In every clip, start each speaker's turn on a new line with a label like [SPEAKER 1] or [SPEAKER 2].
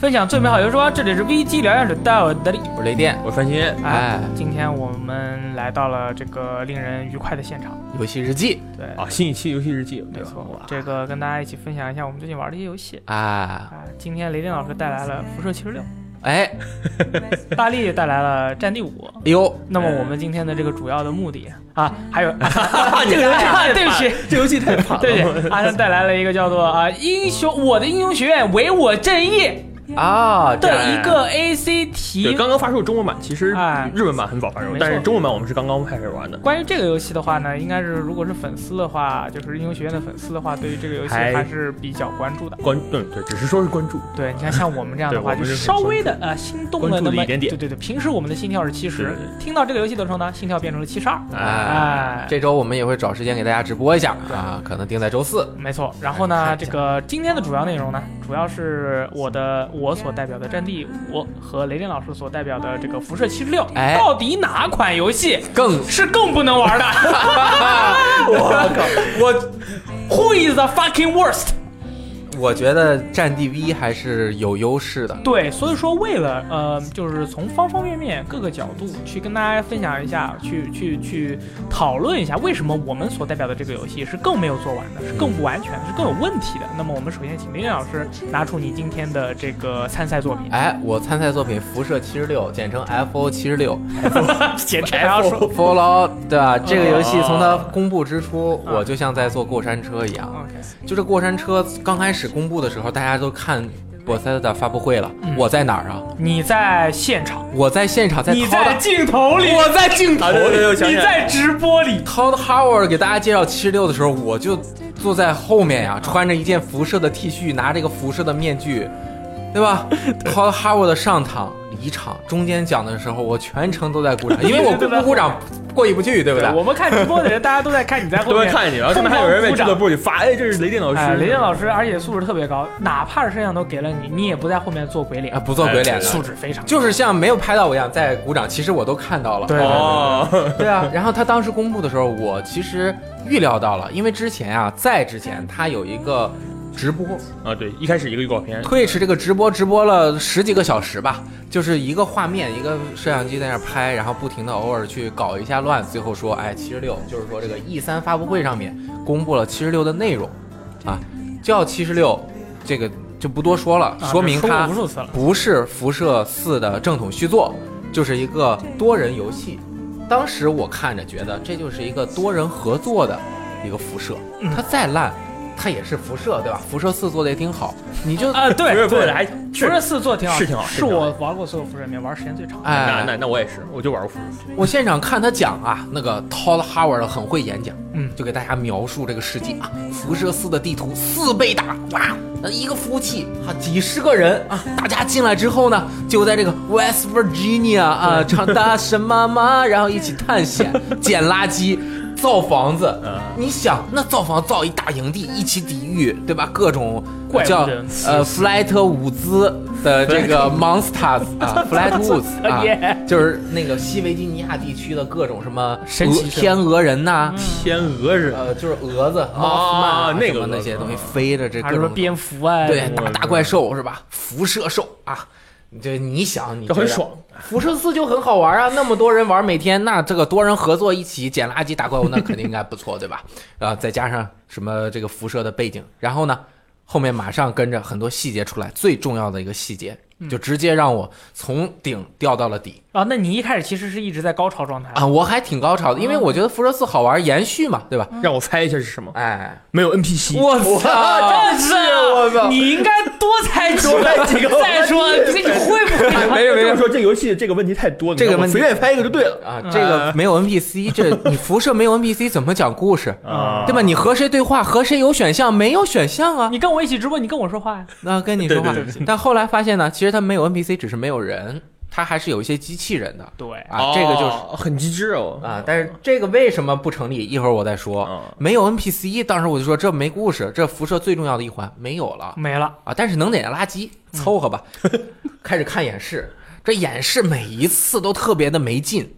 [SPEAKER 1] 分享最美好游说，这里是 VG 疗养者带我的力。
[SPEAKER 2] 我是雷电，
[SPEAKER 3] 我是范鑫，
[SPEAKER 2] 哎，
[SPEAKER 1] 今天我们来到了这个令人愉快的现场，
[SPEAKER 2] 游戏日记
[SPEAKER 1] 对，
[SPEAKER 3] 啊，新一期游戏日记，
[SPEAKER 1] 没错
[SPEAKER 3] 哇，
[SPEAKER 1] 这个跟大家一起分享一下我们最近玩的一些游 戏。
[SPEAKER 2] 啊，
[SPEAKER 1] 啊，今天雷电老师带来了《辐射七十六
[SPEAKER 2] 哎，》，
[SPEAKER 1] 大力也带来了《战地五》。
[SPEAKER 2] 哎呦，
[SPEAKER 1] 那么我们今天的这个主要的目的啊，还 有这个游戏啊，对不起，
[SPEAKER 3] 这游 戏太棒了，
[SPEAKER 1] 对不起，阿生带来了一个叫做啊英雄我的英雄学院唯我正义
[SPEAKER 2] 啊，这
[SPEAKER 1] 的一
[SPEAKER 2] 样
[SPEAKER 3] 哎
[SPEAKER 1] 个 AC
[SPEAKER 3] 对，
[SPEAKER 1] 题。
[SPEAKER 3] 刚刚发售中文版，其实
[SPEAKER 1] 哎
[SPEAKER 3] 日文版很早发售
[SPEAKER 1] 没错，
[SPEAKER 3] 但是中文版我们是刚刚开始玩的，
[SPEAKER 1] 关于这个游戏的话呢，应该是如果是粉丝的话，就是英雄学院的粉丝的话，对于这个游戏
[SPEAKER 3] 还
[SPEAKER 1] 还是比较关注的。
[SPEAKER 3] 关对对，只是说是关注，
[SPEAKER 1] 对，你看像我们这样的话，
[SPEAKER 3] 对
[SPEAKER 1] 就
[SPEAKER 3] 我们是
[SPEAKER 1] 稍微的呃心动了
[SPEAKER 3] 关注
[SPEAKER 1] 那
[SPEAKER 3] 了
[SPEAKER 1] 么
[SPEAKER 3] 一点点
[SPEAKER 1] 对对对，平时我们的心跳是七十
[SPEAKER 3] 对对，
[SPEAKER 1] 听到这个游戏的时候呢，心跳变成了七十二。
[SPEAKER 2] 哎
[SPEAKER 1] 哎，
[SPEAKER 2] 这周我们也会找时间给大家直播一下啊，可能定在周四
[SPEAKER 1] 没错，然后呢，这个今哎天的主要内容呢，主要是我的我所代表的《战地五》和雷电老师所代表的这个《辐射七十六》，
[SPEAKER 2] 哎
[SPEAKER 1] 到底哪款游戏
[SPEAKER 2] 更啊
[SPEAKER 1] 是更不能玩的？
[SPEAKER 2] 我
[SPEAKER 1] Who is the fucking worst？
[SPEAKER 2] 我觉得战地 V 还是有优势的，
[SPEAKER 1] 对，所以说为了呃，就是从方方面面各个角度去跟大家分享一下，去去去讨论一下，为什么我们所代表的这个游戏是更没有做完的，是更不完全的，是更有问题的。那么我们首先请林亮老师拿出你今天的这个参赛作品，
[SPEAKER 2] 哎，我参赛作品《辐射七十六》，简称 FO 七十六，
[SPEAKER 1] 简直还要说。
[SPEAKER 2] 《Fallout》对吧？这
[SPEAKER 3] 哦
[SPEAKER 2] 个游戏从它公布之初，
[SPEAKER 1] 嗯
[SPEAKER 2] 我就像在坐过山车一
[SPEAKER 3] 嗯哎
[SPEAKER 2] 样，
[SPEAKER 1] OK，
[SPEAKER 2] 就这过山车刚开始公布的时候，大家都看 Bethesda 发布会了
[SPEAKER 1] 嗯，
[SPEAKER 2] 我在哪儿啊？
[SPEAKER 1] 你在现场，
[SPEAKER 2] 我在现场在
[SPEAKER 1] 你
[SPEAKER 2] 掏
[SPEAKER 1] 在
[SPEAKER 2] 的，
[SPEAKER 1] 镜头里，
[SPEAKER 2] 我在镜头
[SPEAKER 3] 啊对对对我想
[SPEAKER 1] 你
[SPEAKER 3] 起来
[SPEAKER 1] 在直播里，
[SPEAKER 2] Todd Howard 给大家介绍七十六的时候，我就坐在后面呀、穿着一件辐射的 T 恤，拿着一个辐射的面具，对 吧？Todd Howard 的上场、离场、中间讲的时候，我全程都在鼓掌，因 为我不不鼓掌过意不去，对不对？
[SPEAKER 1] 我们看直播的人，大家都在看你在后
[SPEAKER 3] 都在
[SPEAKER 1] 面。
[SPEAKER 3] 看见你，然后这边还有人在俱乐部里发，哎，这是雷电老
[SPEAKER 1] 哎，
[SPEAKER 3] 师，
[SPEAKER 1] 雷电老师，而且素质特别高，哪怕是摄像头给了你，你也不在后面做鬼脸
[SPEAKER 2] 啊，，不做鬼脸
[SPEAKER 1] 素
[SPEAKER 2] 的，
[SPEAKER 1] 质非常高。
[SPEAKER 2] 就是像没有拍到我一样在鼓掌，其实我都看到了。
[SPEAKER 1] 对
[SPEAKER 3] 哦，
[SPEAKER 2] 对啊，然后他当时公布的时候，我其实预料到了，因为之前啊，在之前他有一个直播，
[SPEAKER 3] 啊对，一开始一个预告片，
[SPEAKER 2] Twitch 这个直播直播了十几个小时吧，就是一个画面，一个摄像机在那儿拍，然后不停的偶尔去搞一下乱，最后说，哎，七十六，就是说这 个 E 三发布会上面公布了七十六的内容，啊，叫七十六，这个就不多说了，
[SPEAKER 1] 啊
[SPEAKER 2] 说明
[SPEAKER 1] 这说
[SPEAKER 2] 它
[SPEAKER 1] 过无数次了。
[SPEAKER 2] 不是辐射四的正统续作，就是一个多人游戏。当时我看着觉得这就是一个多人合作的一个辐射，它再烂，它也是辐射，对吧？辐射四做的也挺好，你就
[SPEAKER 1] 啊，对
[SPEAKER 3] 不是不是，
[SPEAKER 1] 对，
[SPEAKER 3] 还
[SPEAKER 1] 辐射四做挺好，
[SPEAKER 3] 是挺好
[SPEAKER 1] 是
[SPEAKER 3] 是挺好
[SPEAKER 1] 我玩过所有辐射里面玩时间最长。的。
[SPEAKER 3] 那
[SPEAKER 2] 哎，
[SPEAKER 3] 那那我也是，我就玩过辐射，
[SPEAKER 2] 我现场看他讲啊，那个 Todd Howard 很会演讲，
[SPEAKER 1] 嗯
[SPEAKER 2] 就给大家描述这个世界啊，辐射四的地图四倍大，哇，那一个服务器啊，几十个人啊，大家进来之后呢，就在这个 West Virginia 啊，唱大神妈妈，然后一起探险、捡垃圾、造房子。
[SPEAKER 1] 嗯
[SPEAKER 2] 你想，那造房造一大营地，一起抵御，对吧？各种
[SPEAKER 1] 怪物
[SPEAKER 2] 叫
[SPEAKER 1] 人
[SPEAKER 2] 呃 Flight 伍兹的这个 Monsters 啊，Flight Woods 啊
[SPEAKER 1] Yeah，
[SPEAKER 2] 就是那个西维吉尼亚地区的各种什么
[SPEAKER 1] 神奇
[SPEAKER 2] 鹅
[SPEAKER 1] 生
[SPEAKER 2] 天鹅人呐、
[SPEAKER 3] 天鹅人，
[SPEAKER 2] 呃，就是蛾子、猫曼啊
[SPEAKER 3] 嗯那个
[SPEAKER 2] 什么那些
[SPEAKER 3] 蛾子
[SPEAKER 2] 东西飞着，
[SPEAKER 3] 哎
[SPEAKER 2] 这
[SPEAKER 1] 还
[SPEAKER 2] 各
[SPEAKER 1] 有什么
[SPEAKER 2] 种
[SPEAKER 1] 蝙蝠啊？
[SPEAKER 2] 对
[SPEAKER 1] 什么
[SPEAKER 2] 大大怪兽是吧？辐射兽啊，这你想你
[SPEAKER 3] 这
[SPEAKER 2] 觉
[SPEAKER 3] 很
[SPEAKER 2] 得
[SPEAKER 3] 爽，
[SPEAKER 2] 辐射四就很好玩啊，那么多人玩，每天那这个多人合作一起捡垃圾打怪物，那肯定应该不错，对吧？ 啊，再加上什么这个辐射的背景，然后呢，后面马上跟着很多细节出来，最重要的一个细节就直接让我从顶掉到了底
[SPEAKER 1] 啊，那你一开始其实是一直在高潮状态
[SPEAKER 2] 啊！我还挺高潮的，因为我觉得辐射四好玩，延续嘛，对吧？
[SPEAKER 3] 让我猜一下是什么，
[SPEAKER 2] 哎，
[SPEAKER 3] 没有 NPC，
[SPEAKER 2] 我操！
[SPEAKER 1] 真是啊
[SPEAKER 2] 我操
[SPEAKER 1] 你应该多猜几
[SPEAKER 3] 啊多
[SPEAKER 1] 个
[SPEAKER 3] 猜几个
[SPEAKER 1] 再说你会不会？
[SPEAKER 3] 没有没有，说这个游戏这个问题太多，你
[SPEAKER 2] 这个
[SPEAKER 3] 让我
[SPEAKER 2] 问题
[SPEAKER 3] 随便猜一个就对了
[SPEAKER 2] 啊，这个没有 NPC，这你辐射没有 NPC 怎么讲故事？
[SPEAKER 3] 啊
[SPEAKER 2] 对吧？你和谁对话？和谁有选项？没有选项啊！
[SPEAKER 1] 你跟我一起直播，你跟我说话呀？
[SPEAKER 2] 那跟你说话
[SPEAKER 3] 对对对，
[SPEAKER 2] 但后来发现呢，其实它没有 NPC，只是没有人，它还是有一些机器人的
[SPEAKER 1] 对，
[SPEAKER 3] 哦
[SPEAKER 2] 啊，这个就是。
[SPEAKER 3] 是很机智哦，
[SPEAKER 2] 啊，但是这个为什么不成立？一会儿我再说
[SPEAKER 3] 嗯。
[SPEAKER 2] 没有 NPC，当时我就说这没故事，这辐射最重要的一环没有了
[SPEAKER 1] 没了。
[SPEAKER 2] 啊。但是能捡垃圾，
[SPEAKER 3] 嗯
[SPEAKER 2] 凑合 吧。开始看演示，这演示每一次都特别的没劲，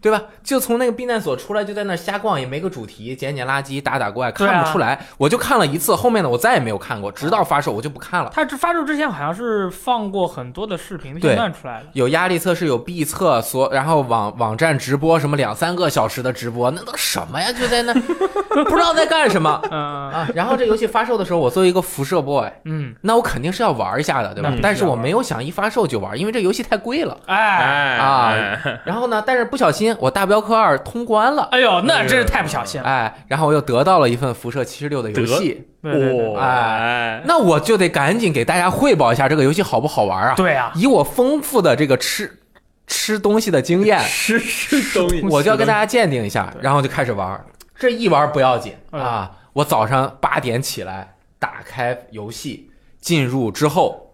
[SPEAKER 2] 对吧？就从那个避难所出来，就在那儿瞎逛，也没个主题，捡捡垃圾，打打怪，
[SPEAKER 1] 对啊
[SPEAKER 2] 看不出来。我就看了一次，后面的我再也没有看过，直到发售我就不看了。
[SPEAKER 1] 它这发售之前好像是放过很多的视频
[SPEAKER 2] 对
[SPEAKER 1] 片段出来的，
[SPEAKER 2] 有压力测试，有 B 测，所然后网网站直播什么两三个小时的直播，那都什么呀？就在那不知道在干什么
[SPEAKER 1] 嗯
[SPEAKER 2] 啊！然后这游戏发售的时候，我作为一个辐射 boy，
[SPEAKER 1] 嗯，
[SPEAKER 2] 那我肯定是要玩一下的，对吧
[SPEAKER 1] 那必？须
[SPEAKER 2] 但是
[SPEAKER 1] 要
[SPEAKER 2] 我
[SPEAKER 1] 玩
[SPEAKER 2] 没有想一发售就玩，因为这游戏太贵了。
[SPEAKER 1] 哎，
[SPEAKER 3] 哎
[SPEAKER 2] 啊
[SPEAKER 3] 哎
[SPEAKER 2] 然后呢，但是不小心我大镖客二通关了，
[SPEAKER 1] 哎呦，那真是太不小心了，
[SPEAKER 2] 哎，然后我又得到了一份辐射七十六的游戏，
[SPEAKER 1] 对对对
[SPEAKER 3] 哇哎
[SPEAKER 2] 那我就得赶紧给大家汇报一下这个游戏好不好玩
[SPEAKER 3] 哎
[SPEAKER 2] 啊？
[SPEAKER 1] 对啊，
[SPEAKER 2] 以我丰富的这个吃吃东西的经 验，
[SPEAKER 3] 吃吃东西，
[SPEAKER 2] 我就要跟大家鉴定一下，然后就开始玩。这一玩不要紧
[SPEAKER 1] 嗯
[SPEAKER 2] 啊，我早上八点起来，打开游戏，进入之后，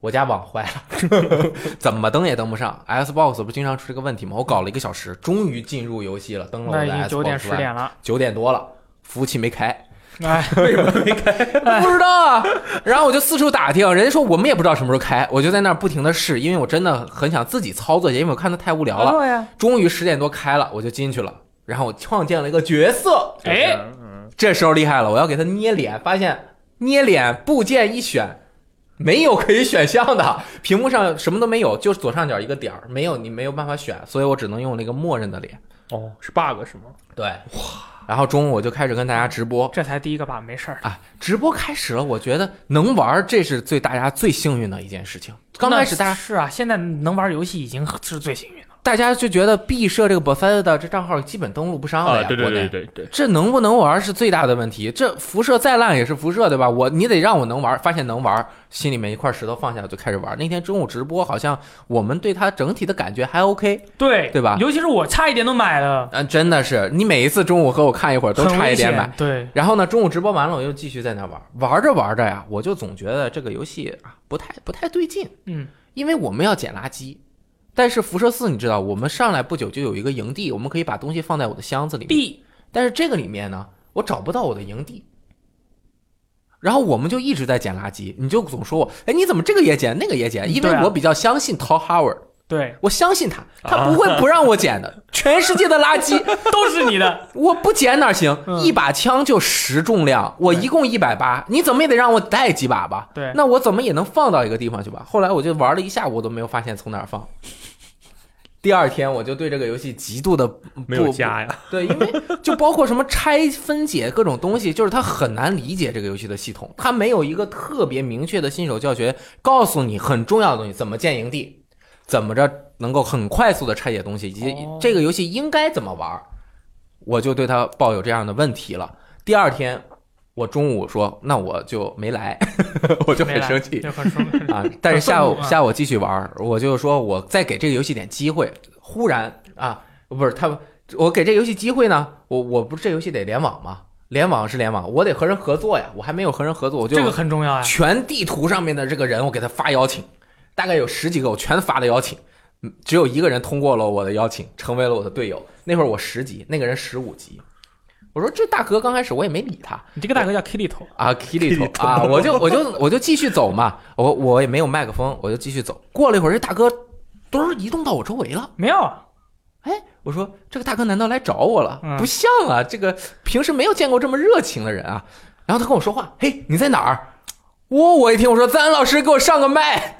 [SPEAKER 2] 我家网坏了， 怎么登也登不上。Xbox 不经常出这个问题吗？我搞了一个小时，终于进入游戏了，登了
[SPEAKER 1] 那
[SPEAKER 2] 我
[SPEAKER 1] 已
[SPEAKER 2] 的
[SPEAKER 1] 经
[SPEAKER 2] Xbox
[SPEAKER 1] 九点十
[SPEAKER 2] One
[SPEAKER 1] 点了，
[SPEAKER 2] 九点多了，服务器没开，
[SPEAKER 1] 哎，
[SPEAKER 2] 不知道啊。然后我就四处打听，人家说我们也不知道什么时候开，我就在那儿不停的试，因为我真的很想自己操作一下，因为我看它太无聊了。
[SPEAKER 1] 对啊呀，
[SPEAKER 2] 终于十点多开了，我就进去了。然后我创建了一个角色，
[SPEAKER 1] 哎，
[SPEAKER 2] 这时候厉害了，我要给他捏脸，发现捏脸部件一选，没有可以选项的，屏幕上什么都没有，就是左上角一个点儿，没有你没有办法选，所以我只能用那个默认的脸。
[SPEAKER 3] 哦，是 bug 是吗？
[SPEAKER 2] 对，哇！然后中午我就开始跟大家直播，
[SPEAKER 1] 这才第一个吧，没事儿。
[SPEAKER 2] 啊，直播开始了，我觉得能玩儿，这是对大家最幸运的一件事情。刚开始大
[SPEAKER 1] 那
[SPEAKER 2] 家
[SPEAKER 1] 是啊，现在能玩游戏已经是最幸运的了。
[SPEAKER 2] 大家就觉得毕设这个 Bethesda 这账号基本登录不上了
[SPEAKER 3] 啊，
[SPEAKER 2] 呀，
[SPEAKER 3] 对对
[SPEAKER 2] 国
[SPEAKER 3] 对
[SPEAKER 2] 内。
[SPEAKER 3] 对对，
[SPEAKER 2] 这能不能玩儿是最大的问题。这辐射再烂也是辐射，对吧？我你得让我能玩儿，发现能玩儿，心里面一块石头放下，我就开始玩儿。那天中午直播，好像我们对它整体的感觉还 OK。
[SPEAKER 1] 对
[SPEAKER 2] 对吧
[SPEAKER 1] 尤其是我差一点都买了，
[SPEAKER 2] 嗯，真的是，你每一次中午和我看一会儿都
[SPEAKER 1] 很
[SPEAKER 2] 差一
[SPEAKER 1] 危
[SPEAKER 2] 点
[SPEAKER 1] 险。
[SPEAKER 2] 买。
[SPEAKER 1] 对，
[SPEAKER 2] 然后呢，中午直播完了，我又继续在那玩儿，玩着玩着呀，我就总觉得这个游戏啊不太不太对劲。
[SPEAKER 1] 嗯，
[SPEAKER 2] 因为我们要捡垃圾。但是辐射四，你知道，我们上来不久就有一个营地，我们可以把东西放在我的箱子里面。
[SPEAKER 1] 地
[SPEAKER 2] 但是这个里面呢，我找不到我的营地。然后我们就一直在捡垃圾，你就总说我，哎，你怎么这个也捡，那个也捡？因
[SPEAKER 1] 对
[SPEAKER 2] 为
[SPEAKER 1] 啊
[SPEAKER 2] 我比较相信 Todd Howard，
[SPEAKER 1] 对，
[SPEAKER 2] 我相信他，他 不会不让我捡的。全世界的垃圾，
[SPEAKER 1] 都是你的。
[SPEAKER 2] 我不捡哪行？
[SPEAKER 1] 嗯
[SPEAKER 2] 一把枪就十重量，我一共一百八，你怎么也得让我带几把吧？
[SPEAKER 1] 对
[SPEAKER 2] 那我怎么也能放到一个地方去吧？后来我就玩了一下午，我都没有发现从哪儿放。第二天我就对这个游戏极度的
[SPEAKER 3] 没有家呀，
[SPEAKER 2] 对，因为就包括什么拆分解各种东西，就是它很难理解这个游戏的系统，它没有一个特别明确的新手教学告诉你很重要的东西，怎么建营地，怎么着能够很快速的拆解东西，以及
[SPEAKER 1] 哦
[SPEAKER 2] 这个游戏应该怎么玩儿，我就对它抱有这样的问题了。第二天我中午说，那我就没来， 我 就
[SPEAKER 1] 没
[SPEAKER 2] 很
[SPEAKER 1] 来
[SPEAKER 2] 生气，
[SPEAKER 1] 就很 生气。
[SPEAKER 2] 啊，但是下午
[SPEAKER 1] 愤怒啊
[SPEAKER 2] 下午继续玩儿，我就说我再给这个游戏点机会。忽然啊，不是他，我给这游戏机会呢，我我不是这游戏得联网吗？联网是联网，我得和人合作呀，我还没有和人合作，我就
[SPEAKER 1] 这个很重要呀。
[SPEAKER 2] 全地图上面的这个人，我给他发邀请，大概有十几个，我全发的邀请，嗯只有一个人通过了我的邀请，成为了我的队友。那会儿我十级，那个人十五级。我说这大哥刚开始我也没理他，
[SPEAKER 1] 你这个大哥叫 Kitty 头，
[SPEAKER 2] 啊 k i l i t o 啊，我就我就我就继续走嘛，我我也没有麦克风，我就继续走。过了一会儿，这大哥墩儿移动到我周围了，
[SPEAKER 1] 没有啊，
[SPEAKER 2] 哎，我说这个大哥难道来找我了？
[SPEAKER 1] 嗯
[SPEAKER 2] 不像啊，这个平时没有见过这么热情的人啊。然后他跟我说话，嘿，你在哪儿？我、我一听我说赞恩老师给我上个麦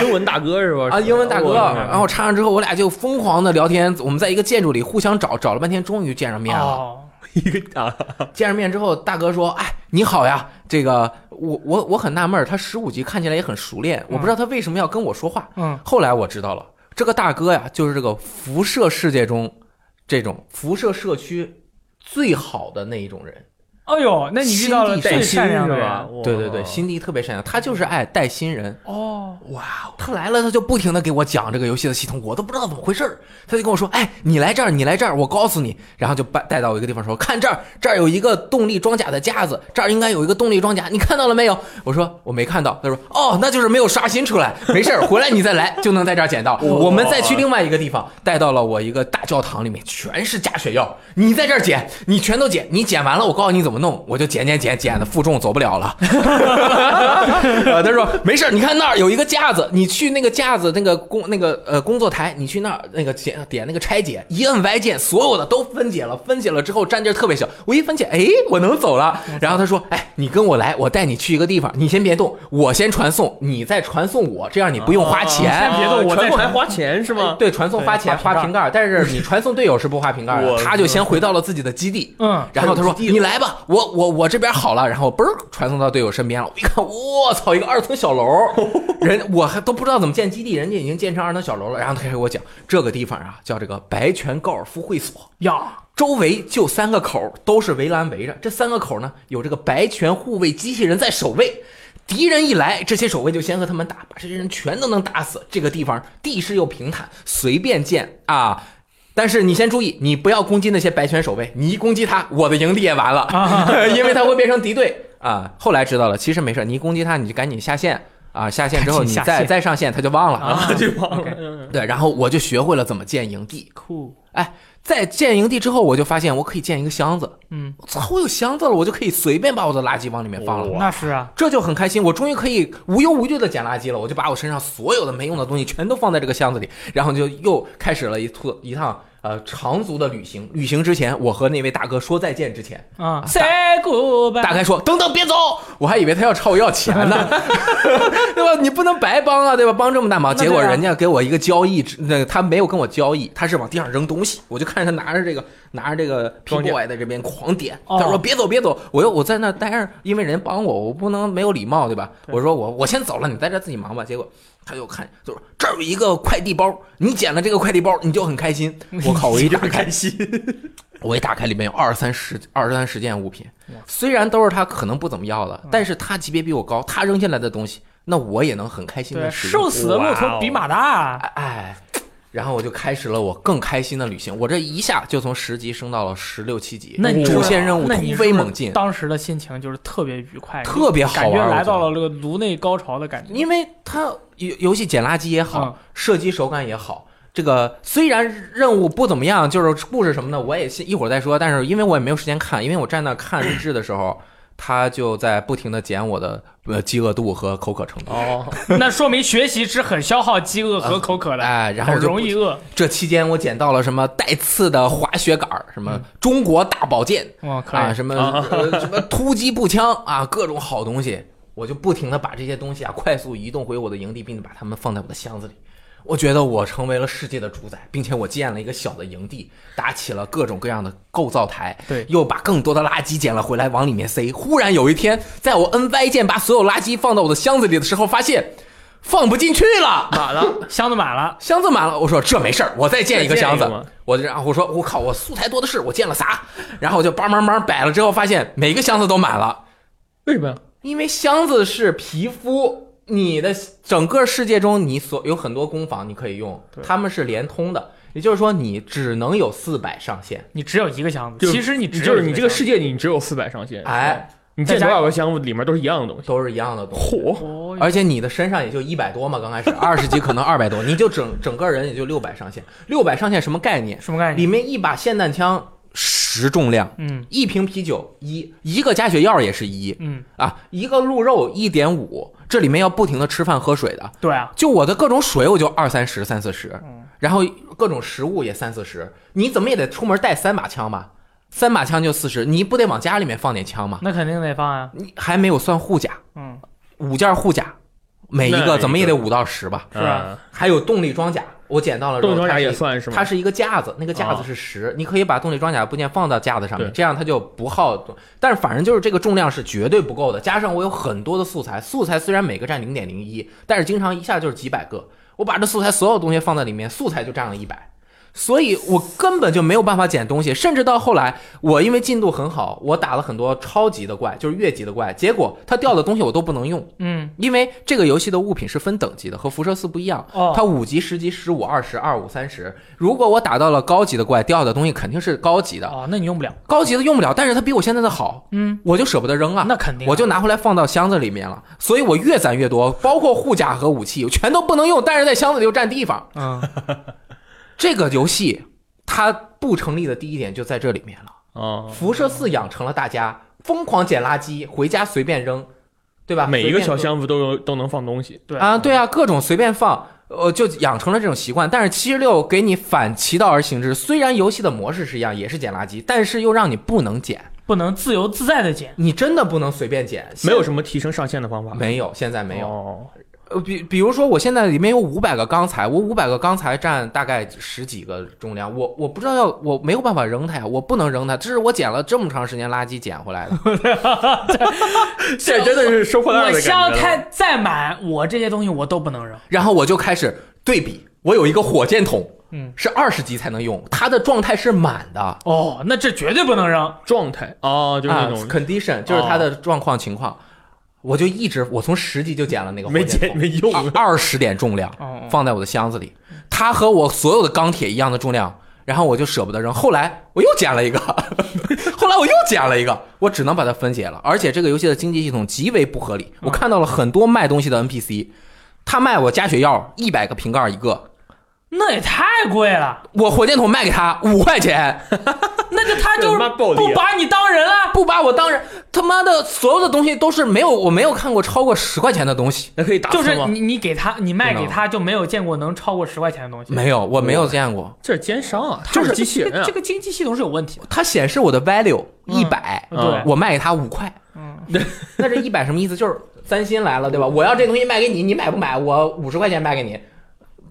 [SPEAKER 3] 英文大哥是吧？
[SPEAKER 2] 啊，英文大哥。
[SPEAKER 3] 我
[SPEAKER 2] 然后插上之后，我俩就疯狂的聊天，我们在一个建筑里互相找，找了半天，终于见上面了。
[SPEAKER 1] 哦，
[SPEAKER 3] 一个啊，
[SPEAKER 2] 见着面之后，大哥说：“哎，你好呀，这个我我我很纳闷儿，他十五级看起来也很熟练，我不知道他为什么要跟我说话。
[SPEAKER 1] 嗯，
[SPEAKER 2] 后来我知道了，这个大哥呀，就是这个辐射世界中这种辐射社区最好的那一种人。
[SPEAKER 1] 哎呦，那你遇到了
[SPEAKER 2] 心地
[SPEAKER 1] 最
[SPEAKER 3] 带薪
[SPEAKER 1] 善良
[SPEAKER 3] 是
[SPEAKER 1] 的
[SPEAKER 3] 吧
[SPEAKER 1] 人？
[SPEAKER 2] 对对对，心地特别善良，他就是爱带新人。
[SPEAKER 1] 哦，
[SPEAKER 2] 哇，他来了，他就不停的给我讲这个游戏的系统，我都不知道怎么回事儿。他就跟我说：“哎，你来这儿，你来这儿，我告诉你。”然后就带带到一个地方说：“看这儿，这儿有一个动力装甲的架子，这儿应该有一个动力装甲，你看到了没有？”我说：“我没看到。”他说：“哦，那就是没有刷新出来， 没事儿，回来你再来就能在这儿捡到。我们再去另外一个地方，带到了我一个大教堂里面，全是加血药，你在这儿捡，你全都捡，你捡完了，我告诉你怎么弄？我就捡捡捡捡的负重走不了了。 呃，他说没事儿，你看那儿有一个架子，你去那个架子那个工那个呃工作台，你去那儿那个解点那个拆解，一摁 Y 键，所有的都分解了，分解了之后占地儿特别小。我一分解，哎，我能走了。
[SPEAKER 1] 嗯
[SPEAKER 2] 然后他说，哎，你跟我来，我带你去一个地方，你先别动，我先传送，你再传送我，这样你不用花钱。
[SPEAKER 1] 哦
[SPEAKER 3] 啊
[SPEAKER 1] 先别动我再
[SPEAKER 3] 传送还
[SPEAKER 1] 传
[SPEAKER 3] 花钱是吗？
[SPEAKER 2] 对，传送花钱
[SPEAKER 1] 对花
[SPEAKER 2] 花
[SPEAKER 1] 瓶
[SPEAKER 2] 瓶盖儿，但是你传送队友是不花瓶盖儿
[SPEAKER 3] 我
[SPEAKER 2] 的。他就先回到了自己的基地，
[SPEAKER 1] 嗯
[SPEAKER 2] 然后他说
[SPEAKER 3] 还有：“基地了
[SPEAKER 2] 你来吧，我我我这边好了。”然后嘣儿传送到队友身边了。我一看，我操，一个二层小楼，人我还都不知道怎么建基地，人家已经建成二层小楼了。然后他开始给我讲这个地方啊，叫这个白泉高尔夫会所。
[SPEAKER 1] 呀，
[SPEAKER 2] 周围就三个口儿，都是围栏围着。这三个口儿呢，有这个白拳护卫机器人在守卫。敌人一来，这些守卫就先和他们打，把这些人全都能打死。这个地方地势又平坦，随便建啊。但是你先注意，你不要攻击那些白拳守卫，你一攻击他，我的营地也完了，
[SPEAKER 1] 啊
[SPEAKER 2] 因为他会变成敌对啊。后来知道了，其实没事，你一攻击他，你就赶紧下线啊，下线之后
[SPEAKER 1] 赶
[SPEAKER 2] 你
[SPEAKER 1] 紧下
[SPEAKER 2] 再
[SPEAKER 1] 线
[SPEAKER 2] 再上线，他就忘了。
[SPEAKER 1] 啊
[SPEAKER 3] 啊，就忘
[SPEAKER 1] OK
[SPEAKER 3] 了嗯。
[SPEAKER 2] 对，然后我就学会了怎么建营地。
[SPEAKER 1] 酷，
[SPEAKER 2] 哎，在建营地之后，我就发现我可以建一个箱子。
[SPEAKER 1] 嗯，
[SPEAKER 2] 我操，我有箱子了，我就可以随便把我的垃圾往里面放了。
[SPEAKER 3] 哇
[SPEAKER 1] 那是啊，
[SPEAKER 2] 这就很开心，我终于可以无忧无虑的捡垃圾了。我就把我身上所有的没用的东西全都放在这个箱子里，然后就又开始了一趟一趟呃长足的旅行。旅行之前，我和那位大哥说再见之前，
[SPEAKER 1] 啊，say
[SPEAKER 2] 大
[SPEAKER 1] goodbye，
[SPEAKER 2] 概说：“等等，别走！”我还以为他要朝我要钱 呢，对吧？你不能白帮啊，对吧？帮这么大忙，
[SPEAKER 1] 那对
[SPEAKER 2] 结
[SPEAKER 1] 啊
[SPEAKER 2] 果人家给我一个交易，那个他没有跟我交易，他是往地上扔东西，我就看着他拿着这个拿着这个 P
[SPEAKER 3] 装
[SPEAKER 2] boy 在这边狂点，
[SPEAKER 1] 哦
[SPEAKER 2] 他说：“别走，别走！”我又我在那待着，因为人家帮我，我不能没有礼貌，对吧？我说我我先走了，你在这自己忙吧。结果。他就看，就说这儿有一个快递包，你捡了这个快递包，你就很开心。我靠！我一 打开，
[SPEAKER 3] 心，
[SPEAKER 2] 我一打开，里面有二三十、二三十件物品，虽然都是他可能不怎么要
[SPEAKER 1] 嗯
[SPEAKER 2] 的，但是他级别比我高，他扔下来的东西，那我也能很开心
[SPEAKER 1] 对，
[SPEAKER 2] 的使用
[SPEAKER 1] 瘦。死的骆
[SPEAKER 3] 哇
[SPEAKER 1] 驼
[SPEAKER 3] 哦
[SPEAKER 1] 比马大，啊
[SPEAKER 2] 哎，然后我就开始了我更开心的旅行，我这一下就从十级升到了十六七级，
[SPEAKER 1] 那你
[SPEAKER 2] 主
[SPEAKER 1] 是
[SPEAKER 2] 线任务
[SPEAKER 1] 那你
[SPEAKER 2] 突
[SPEAKER 1] 是不
[SPEAKER 2] 飞
[SPEAKER 1] 是
[SPEAKER 2] 猛进，
[SPEAKER 1] 当时的心情就是特别愉快，
[SPEAKER 2] 特别好
[SPEAKER 1] 感
[SPEAKER 2] 玩。
[SPEAKER 1] 觉来
[SPEAKER 2] 我觉
[SPEAKER 1] 到
[SPEAKER 2] 得
[SPEAKER 1] 了这个颅内高潮的感觉。
[SPEAKER 2] 因为它游游戏捡垃圾也好，
[SPEAKER 1] 嗯
[SPEAKER 2] 射击手感也好。这个虽然任务不怎么样，就是故事什么的，我也先一会儿再说。但是因为我也没有时间看，因为我站那看日志的时
[SPEAKER 1] 嗯
[SPEAKER 2] 候，他就在不停的减我的呃饥饿度和口渴程度。
[SPEAKER 3] 哦，
[SPEAKER 1] 那说明学习是很消耗饥饿和口渴的，
[SPEAKER 2] 哎，然后
[SPEAKER 1] 很
[SPEAKER 2] 就
[SPEAKER 1] 容易饿。
[SPEAKER 2] 这期间我捡到了什么带刺的滑雪杆儿，什么
[SPEAKER 1] 嗯
[SPEAKER 2] 中国大宝剑，
[SPEAKER 1] 哇，哦可
[SPEAKER 2] 啊，
[SPEAKER 1] 以，
[SPEAKER 2] 什么、
[SPEAKER 3] 啊
[SPEAKER 2] 呃、什么突击步枪啊，各种好东西，我就不停的把这些东西啊快速移动回我的营地，并且把它们放在我的箱子里。我觉得我成为了世界的主宰，并且我建了一个小的营地，搭起了各种各样的构造台，
[SPEAKER 1] 对
[SPEAKER 2] 又把更多的垃圾捡了回来往里面塞。忽然有一天，在我 N Y 键把所有垃圾放到我的箱子里的时候，发现放不进去了。
[SPEAKER 3] 满了，
[SPEAKER 1] 箱子满了，
[SPEAKER 2] 箱子满了，我说这没事儿，我再建一个箱子
[SPEAKER 3] 再建一个嘛。
[SPEAKER 2] 我就然后我说我靠，我素材多的是，我建了啥？然后我就帮忙忙摆了之后，发现每个箱子都满了，
[SPEAKER 3] 为什么呀？
[SPEAKER 2] 因为箱子是皮肤。你的整个世界中，你所有很多工坊你可以用，它们是连通的，也就是说你只能有四百上限。
[SPEAKER 1] 你只有一个箱子，
[SPEAKER 3] 就
[SPEAKER 1] 其实你
[SPEAKER 3] 你
[SPEAKER 1] 只
[SPEAKER 3] 就
[SPEAKER 1] 有
[SPEAKER 3] 是你
[SPEAKER 1] 一
[SPEAKER 3] 这个
[SPEAKER 1] 箱
[SPEAKER 3] 世界里，你只有四百上限。
[SPEAKER 2] 哎，
[SPEAKER 3] 你建多少个箱子，里面都是一样的东西。
[SPEAKER 2] 都是一样的东西，
[SPEAKER 3] 嚯，
[SPEAKER 1] 子，哎
[SPEAKER 2] 而且你的身上也就一百多嘛，刚开始二十级可能二百多，你就整整个人也就六百上限。六百上限什么概念？
[SPEAKER 1] 什么概
[SPEAKER 2] 里
[SPEAKER 1] 念？
[SPEAKER 2] 面一把霰弹枪十重量，
[SPEAKER 1] 嗯
[SPEAKER 2] 一瓶啤酒一，一个加血药也是一
[SPEAKER 1] 嗯，
[SPEAKER 2] 啊，一个鹿肉一点五，这里面要不停的吃饭喝水的。
[SPEAKER 1] 对啊，
[SPEAKER 2] 就我的各种水，我就二三十、三四十，
[SPEAKER 3] 嗯
[SPEAKER 2] 然后各种食物也三四十，你怎么也得出门带三把枪吧？三把枪就四十，你不得往家里面放点枪吗？
[SPEAKER 1] 那肯定得放啊。
[SPEAKER 2] 你还没有算护甲，
[SPEAKER 1] 嗯，
[SPEAKER 2] 五件护甲，每一
[SPEAKER 3] 那
[SPEAKER 2] 个
[SPEAKER 3] 一
[SPEAKER 2] 怎么也得
[SPEAKER 3] 个
[SPEAKER 2] 五到十吧？
[SPEAKER 1] 是吧
[SPEAKER 2] 还有动力装甲，我捡到了
[SPEAKER 3] 嗯？
[SPEAKER 2] 之后
[SPEAKER 3] 啊动装
[SPEAKER 2] 它
[SPEAKER 3] 甲
[SPEAKER 2] 是
[SPEAKER 3] 也
[SPEAKER 2] 一
[SPEAKER 3] 算是吗？
[SPEAKER 2] 它是一个架子，那个架子
[SPEAKER 3] 哦
[SPEAKER 2] 是十、你可以把动力装甲部件放到架子上面，
[SPEAKER 3] 对
[SPEAKER 2] 这样它就不耗。但是反正就是这个重量是绝对不够的，加上我有很多的素材，素材虽然每个占零点零一，但是经常一下就是几百个，我把这素材所有东西放在里面，素材就占了一百。所以我根本就没有办法捡东西，甚至到后来，我因为进度很好，我打了很多超级的怪，就是越级的怪，结果它掉的东西我都不能用，
[SPEAKER 1] 嗯，
[SPEAKER 2] 因为这个游戏的物品是分等级的，和辐射四不一样。
[SPEAKER 1] 哦
[SPEAKER 2] 它五级、十级、十五、二十、二五、三十。如果我打到了高级的怪，掉的东西肯定是高级的，啊
[SPEAKER 1] 哦，那你用不了。
[SPEAKER 2] 高级的用不了，但是它比我现在的好，
[SPEAKER 1] 嗯，
[SPEAKER 2] 我就舍不得扔啊，
[SPEAKER 1] 那肯定啊
[SPEAKER 2] 我就拿回来放到箱子里面了。所以我越攒越多，包括护甲和武器，我全都不能用，但是在箱子里又占地方。
[SPEAKER 1] 嗯，
[SPEAKER 2] 这个游戏它不成立的第一点就在这里面了。
[SPEAKER 3] 哦，
[SPEAKER 2] 辐射四养成了大家疯狂捡垃圾，回家随便扔，对吧？
[SPEAKER 3] 每一
[SPEAKER 2] 随
[SPEAKER 3] 个
[SPEAKER 2] 便
[SPEAKER 3] 小箱子都有都能放东西。
[SPEAKER 1] 对
[SPEAKER 2] 啊，对啊，各种随便放，呃，就养成了这种习惯。但是七十六给你反其道而行之，虽然游戏的模式是一样，也是捡垃圾，但是又让你不能捡，
[SPEAKER 1] 不能自由自在的捡。
[SPEAKER 2] 你真的不能随便捡。
[SPEAKER 3] 没有什么提哦升上限的方法，
[SPEAKER 2] 没有，现在没有。
[SPEAKER 3] 有。
[SPEAKER 2] 呃，比比如说，我现在里面有五百个钢材，我五百个钢材占大概十几个重量，我我不知道要，我没有办法扔它呀，我不能扔它，这是我捡了这么长时间垃圾捡回来的。
[SPEAKER 3] 这真的是收获大
[SPEAKER 1] 我
[SPEAKER 3] 的感觉
[SPEAKER 1] 箱
[SPEAKER 3] 了。
[SPEAKER 1] 太再满，我这些东西我都不能扔。
[SPEAKER 2] 然后我就开始对比，我有一个火箭筒，
[SPEAKER 1] 嗯，
[SPEAKER 2] 是二十级才能用，它的状态是满的。
[SPEAKER 1] 哦，那这绝对不能扔。
[SPEAKER 3] 状态啊，就是那
[SPEAKER 2] 啊
[SPEAKER 3] 种
[SPEAKER 2] condition，就是它的状况情况。我就一直，我从十级就捡了那个火
[SPEAKER 3] 没
[SPEAKER 2] 箭
[SPEAKER 3] 解
[SPEAKER 2] 筒，
[SPEAKER 3] 没用的。
[SPEAKER 2] 二十点重量
[SPEAKER 1] 哦，
[SPEAKER 2] 放在我的箱子里，它和我所有的钢铁一样的重量，然后我就舍不得扔。后来我又捡了一个， 后来我又捡了一个，我只能把它分解了。而且这个游戏的经济系统极为不合理，我
[SPEAKER 3] 嗯
[SPEAKER 2] 看到了很多卖东西的 NPC，他卖我加血药一百个瓶盖一个，
[SPEAKER 1] 那也太贵 了，
[SPEAKER 2] 我火箭筒卖给他五块钱。
[SPEAKER 1] 那就他就
[SPEAKER 3] 这他妈
[SPEAKER 1] 是
[SPEAKER 3] 暴力啊
[SPEAKER 1] 不把你当人啊了。
[SPEAKER 2] 不把我当人，他妈的所有的东西都是没有，我没有看过超过十块钱的东西，
[SPEAKER 3] 那可以打
[SPEAKER 1] 就
[SPEAKER 3] 车
[SPEAKER 1] 是
[SPEAKER 3] 吗？
[SPEAKER 1] 你你给他，你卖
[SPEAKER 2] 不
[SPEAKER 1] 给
[SPEAKER 2] 能
[SPEAKER 1] 他就没有见过能超过十块钱的东西。
[SPEAKER 2] 没有，我没有见过。
[SPEAKER 3] 这是奸商啊，他
[SPEAKER 1] 就是
[SPEAKER 3] 机器人
[SPEAKER 1] 这
[SPEAKER 3] 啊
[SPEAKER 1] 个这。个经济系统是有问题的。
[SPEAKER 2] 它显示我的 value
[SPEAKER 1] 嗯
[SPEAKER 2] 一百、
[SPEAKER 1] 对，
[SPEAKER 2] 我卖给他五块，
[SPEAKER 1] 嗯，
[SPEAKER 2] 那这一百什么意思？就是三星来了，对吧？我要这东西卖给你，你买不买？我五十块钱卖给你，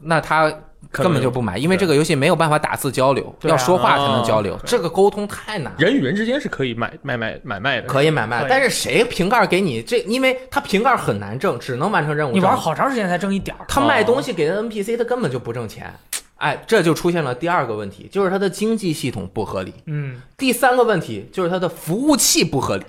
[SPEAKER 2] 那他
[SPEAKER 3] 可能
[SPEAKER 2] 根本就不买，因为这个游戏没有办法打字交流，
[SPEAKER 1] 对啊
[SPEAKER 2] 要说话才能交流
[SPEAKER 1] 哦，
[SPEAKER 2] 这个沟通太难了。
[SPEAKER 3] 人与人之间是可以买买买买卖的，
[SPEAKER 2] 可以买卖
[SPEAKER 1] 可，以
[SPEAKER 2] 但是谁瓶盖给你这？因为他瓶盖很难挣，只能完成任务。
[SPEAKER 1] 你玩，好长时间才挣一点儿。
[SPEAKER 2] 他卖东西给的 NPC，他根本就不挣钱。哎，这就出现了第二个问题，就是他的经济系统不合理。
[SPEAKER 1] 嗯，
[SPEAKER 2] 第三个问题就是它的服务器不合理。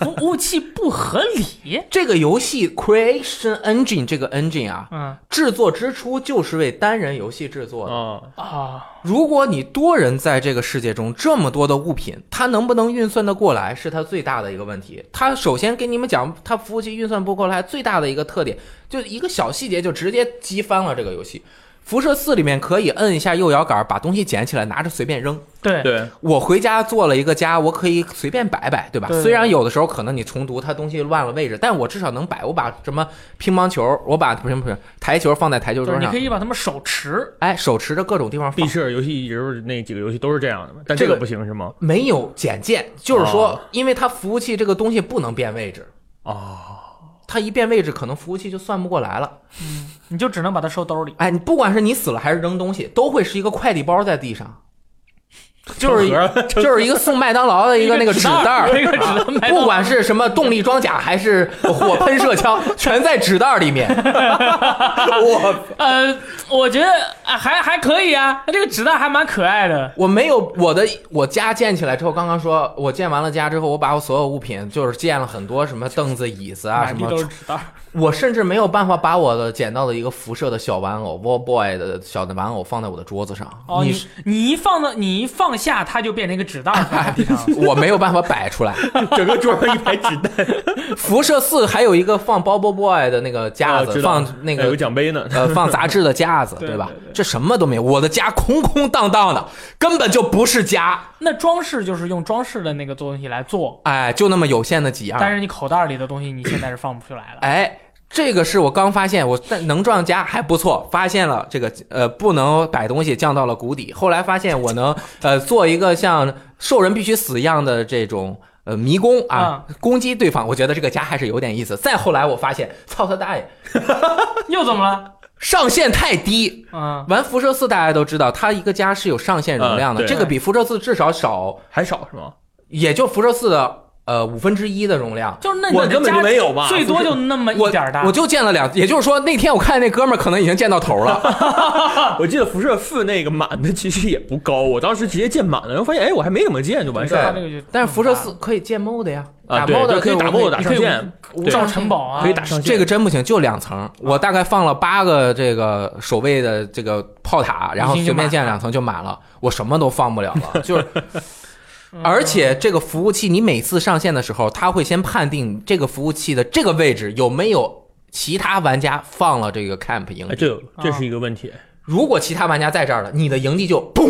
[SPEAKER 1] 服务器不合理。
[SPEAKER 2] 这个游戏 Creation Engine 这个 engine 啊，
[SPEAKER 1] 嗯
[SPEAKER 2] 制作之初就是为单人游戏制作的。
[SPEAKER 3] 啊，
[SPEAKER 1] 啊，
[SPEAKER 2] 如果你多人在这个世界中这么多的物品，它能不能运算得过来，是它最大的一个问题。它首先跟你们讲，它服务器运算不过来最大的一个特点，就一个小细节就直接击翻了这个游戏。辐射四里面可以摁一下右摇杆，把东西捡起来，拿着随便扔。
[SPEAKER 1] 对，
[SPEAKER 3] 对，
[SPEAKER 2] 我回家做了一个家，我可以随便摆摆，对吧？
[SPEAKER 1] 对
[SPEAKER 2] 虽然有的时候可能你重读它东西乱了位置，但我至少能摆。我把什么乒乓球，我把不是不是台球放在台球
[SPEAKER 1] 就是
[SPEAKER 2] 桌
[SPEAKER 1] 你
[SPEAKER 2] 上
[SPEAKER 1] 可，以把他们手持。
[SPEAKER 2] 哎，手持着各种地方
[SPEAKER 3] 毕
[SPEAKER 2] 放。
[SPEAKER 3] 设游戏一直那几个游戏都是这样的嘛，但
[SPEAKER 2] 这
[SPEAKER 3] 这
[SPEAKER 2] 个
[SPEAKER 3] 个不行是吗？
[SPEAKER 2] 没有简介，就是说
[SPEAKER 3] 哦，
[SPEAKER 2] 因为它服务器这个东西不能变位置，
[SPEAKER 1] 哦
[SPEAKER 3] 啊，
[SPEAKER 2] 它一变位置，可能服务器就算不过来了。
[SPEAKER 1] 嗯，你就只能把它收兜里。
[SPEAKER 2] 哎，你不管是你死了还是扔东西，都会是一个快递包在地上，就是一
[SPEAKER 3] 成盒
[SPEAKER 2] 就是一个送麦当劳的一个那个纸袋 儿，啊
[SPEAKER 1] 那个纸袋儿
[SPEAKER 2] 不管是什么动力装甲还是火喷射枪， 全在纸袋儿 里面。我
[SPEAKER 1] 呃，我觉得啊，还还可以啊，它这个纸袋还蛮可爱的。
[SPEAKER 2] 我没有我的我家建起来之后，刚刚说我建完了家之后，我把我所有物品就是建了很多什么凳子、椅子啊什
[SPEAKER 1] 满地
[SPEAKER 2] 么
[SPEAKER 1] 都，是纸袋儿。
[SPEAKER 2] 我甚至没有办法把我的捡到的一个辐射的小玩偶 w a l Boy 的小的玩偶放在我的桌子上。
[SPEAKER 1] 哦，
[SPEAKER 2] 你
[SPEAKER 1] 你你一放到你一放下，它就变成一个纸袋儿放在地上 了。
[SPEAKER 2] 我没有办法摆出来。
[SPEAKER 3] 整个桌上一排纸袋，
[SPEAKER 2] 辐射四还有一个放 Bobo Boy 的那个架
[SPEAKER 3] 哦
[SPEAKER 2] 子，
[SPEAKER 3] 知道
[SPEAKER 2] 放那
[SPEAKER 3] 还
[SPEAKER 2] 个
[SPEAKER 3] 有个奖杯呢，
[SPEAKER 2] 呃，放杂志的架子，
[SPEAKER 3] 对
[SPEAKER 2] 吧
[SPEAKER 3] 对对？
[SPEAKER 2] 这什么都没有，我的家空空荡荡的，根本就不是家，
[SPEAKER 1] 那装饰就是用装饰的那个东西来做，
[SPEAKER 2] 哎，就那么有限的几
[SPEAKER 3] 啊
[SPEAKER 2] 样。
[SPEAKER 1] 但是你口袋里的东西你现在是放不出来了。
[SPEAKER 2] 哎，这个是我刚发现，我但能撞家还不错，发现了这个呃不能摆东西降到了谷底。后来发现我能呃做一个像兽人必须死一样的这种。呃，迷宫啊，
[SPEAKER 1] 嗯
[SPEAKER 2] 攻击对方，我觉得这个家还是有点意思。再后来我发现，操他大爷，
[SPEAKER 1] 又怎么了？
[SPEAKER 2] 上限太低，
[SPEAKER 1] 嗯，
[SPEAKER 2] 玩辐射四大家都知道，它一个家是有上限容量的，
[SPEAKER 3] 嗯对
[SPEAKER 2] 这个比辐射四至少少，
[SPEAKER 3] 还少是吗？
[SPEAKER 2] 也就辐射四的呃五分之一的容量。
[SPEAKER 1] 就是那
[SPEAKER 3] 我
[SPEAKER 1] 你的
[SPEAKER 3] 根本
[SPEAKER 1] 家
[SPEAKER 3] 就没有吧
[SPEAKER 1] 最多就那么
[SPEAKER 2] 我
[SPEAKER 1] 一点儿大。
[SPEAKER 2] 我就建了两，也就是说那天我看那哥们儿可能已经建到头了，
[SPEAKER 3] 啊我记得辐射四那个满的其实也不高，我当时直接建满了，然后发现哎我还没怎么建就完事
[SPEAKER 1] 它
[SPEAKER 3] 儿
[SPEAKER 1] 这
[SPEAKER 3] 了
[SPEAKER 1] 个就
[SPEAKER 2] 但是辐射四可以建 mod 呀，
[SPEAKER 3] 啊，
[SPEAKER 2] 打
[SPEAKER 3] 对，
[SPEAKER 2] mod
[SPEAKER 3] 就可以打 mod 打上线，
[SPEAKER 1] 无
[SPEAKER 3] 对
[SPEAKER 1] 造城堡啊，
[SPEAKER 3] 可以打上线，
[SPEAKER 2] 这个真不行，就两层，我大概放了八个这个守卫的这个炮塔，然后随便建两层就满了，我什么都放不了 了，就是。
[SPEAKER 1] 嗯
[SPEAKER 2] 而且这个服务器，你每次上线的时候，它会先判定这个服务器的这个位置有没有其他玩家放了这个 camp 营
[SPEAKER 3] 哎
[SPEAKER 2] 地。
[SPEAKER 3] 这有这是一个问题，
[SPEAKER 2] 如果其他玩家在这儿了，你的营地就砰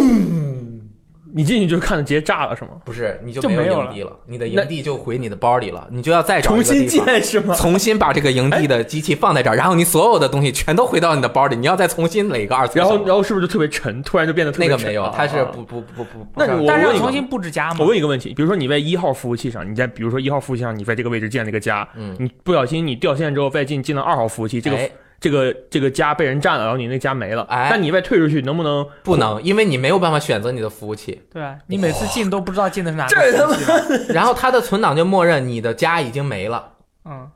[SPEAKER 3] 你进去就看着直接炸了是吗？
[SPEAKER 2] 不是，你就
[SPEAKER 1] 就没有
[SPEAKER 2] 有营地了，你的营地就回你的包里了，你就要再找一
[SPEAKER 3] 重
[SPEAKER 2] 个
[SPEAKER 3] 新
[SPEAKER 2] 地方
[SPEAKER 3] 建是 吗？
[SPEAKER 2] 重新把这个营地的机器放在这儿，然后你所有的东西全都回到你的包里，你要再重新垒一个二次
[SPEAKER 3] 然
[SPEAKER 2] 小
[SPEAKER 3] 后
[SPEAKER 2] 时。
[SPEAKER 3] 然后是不是就特别沉？突然就变得特
[SPEAKER 2] 那个
[SPEAKER 3] 别沉
[SPEAKER 2] 没有
[SPEAKER 3] 啊，
[SPEAKER 2] 它是
[SPEAKER 3] 啊
[SPEAKER 2] 不不不不不。
[SPEAKER 3] 那
[SPEAKER 2] 不
[SPEAKER 3] 你
[SPEAKER 2] 是
[SPEAKER 3] 我
[SPEAKER 1] 但是要
[SPEAKER 3] 问一个
[SPEAKER 1] 重新布置家嘛
[SPEAKER 3] 我。问一个问题，比如说你在一号服务器上，你在比如说一号服务器上，你在这个位置建了一个家，
[SPEAKER 2] 嗯
[SPEAKER 3] 你不小心你掉线之后再进进到二号服务器，这个、
[SPEAKER 2] 哎
[SPEAKER 3] 这个这个家被人占了，然后你那家没了，
[SPEAKER 2] 哎
[SPEAKER 3] 但你再退出去能不能？
[SPEAKER 2] 不能，因为你没有办法选择你的服务器，
[SPEAKER 1] 对吧？你每次进都不知道进的是哪个
[SPEAKER 3] 这他
[SPEAKER 1] 服务器了，
[SPEAKER 2] 然后它的存档就默认你的家已经没了，
[SPEAKER 1] 嗯，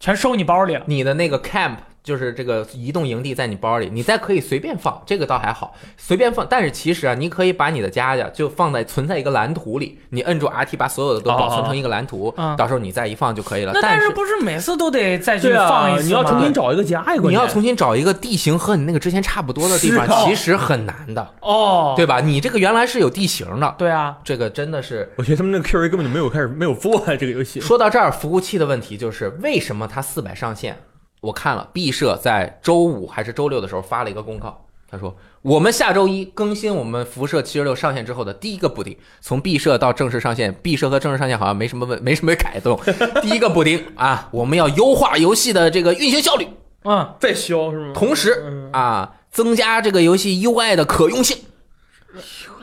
[SPEAKER 1] 全收你包里了。
[SPEAKER 2] 你的那个 camp 就是这个移动营地在你包里，你再可以随便放，这个倒还好，随便放。但是其实啊，你可以把你的家呀就放在存在一个蓝图里，你摁住 RT 把所有的都保存成一个蓝图，
[SPEAKER 1] 哦哦哦
[SPEAKER 2] 到时候你再一放就可以了。
[SPEAKER 1] 那
[SPEAKER 2] 但
[SPEAKER 1] 但是不是每次都得再去
[SPEAKER 3] 对
[SPEAKER 1] 放
[SPEAKER 3] 啊
[SPEAKER 1] 一，次吗？
[SPEAKER 3] 你要重新找一个家呀，关键
[SPEAKER 2] 你要重新找一个地形和你那个之前差不多的地方
[SPEAKER 3] 是啊，
[SPEAKER 2] 其实很难的，
[SPEAKER 1] 哦，
[SPEAKER 2] 对吧？你这个原来是有地形的，
[SPEAKER 1] 对啊，
[SPEAKER 2] 这个真的是。
[SPEAKER 3] 我觉得他们那个 QA 根本就没有开始没有做啊这个游 戏，
[SPEAKER 2] 说到这儿，服务器的问题就是为什么它四百上线？我看了毕设在周五还是周六的时候发了一个公告，他说我们下周一更新我们辐射七十六上线之后的第一个补丁，从毕设到正式上线，毕设和正式上线好像没什么问，没什么改动。第一个补丁啊，我们要优化游戏的这个运行效率，
[SPEAKER 1] 嗯，
[SPEAKER 3] 再修是吗？
[SPEAKER 2] 同时啊增加这个游戏 UI 的可用性。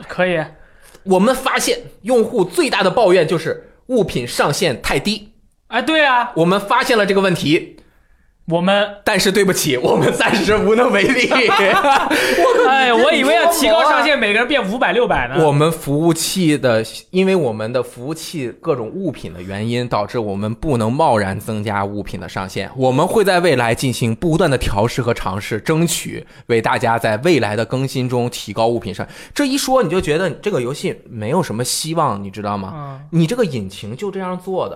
[SPEAKER 1] 可以。
[SPEAKER 2] 我们发现用户最大的抱怨就是物品上限太低。
[SPEAKER 1] 哎，对啊，
[SPEAKER 2] 我们发现了这个问题，
[SPEAKER 1] 我们
[SPEAKER 2] 但是对不起，我们暂时无能为力。
[SPEAKER 1] 哎，我以为要提高上限，每个人变五百六百呢。
[SPEAKER 2] 我们服务器的，因为我们的服务器各种物品的原因，导致我们不能贸然增加物品的上限。我们会在未来进行不断的调试和尝试，争取为大家在未来的更新中提高物品上。这一说你就觉得这个游戏没有什么希望，你知道吗？
[SPEAKER 1] 嗯，
[SPEAKER 2] 你这个引擎就这样做的，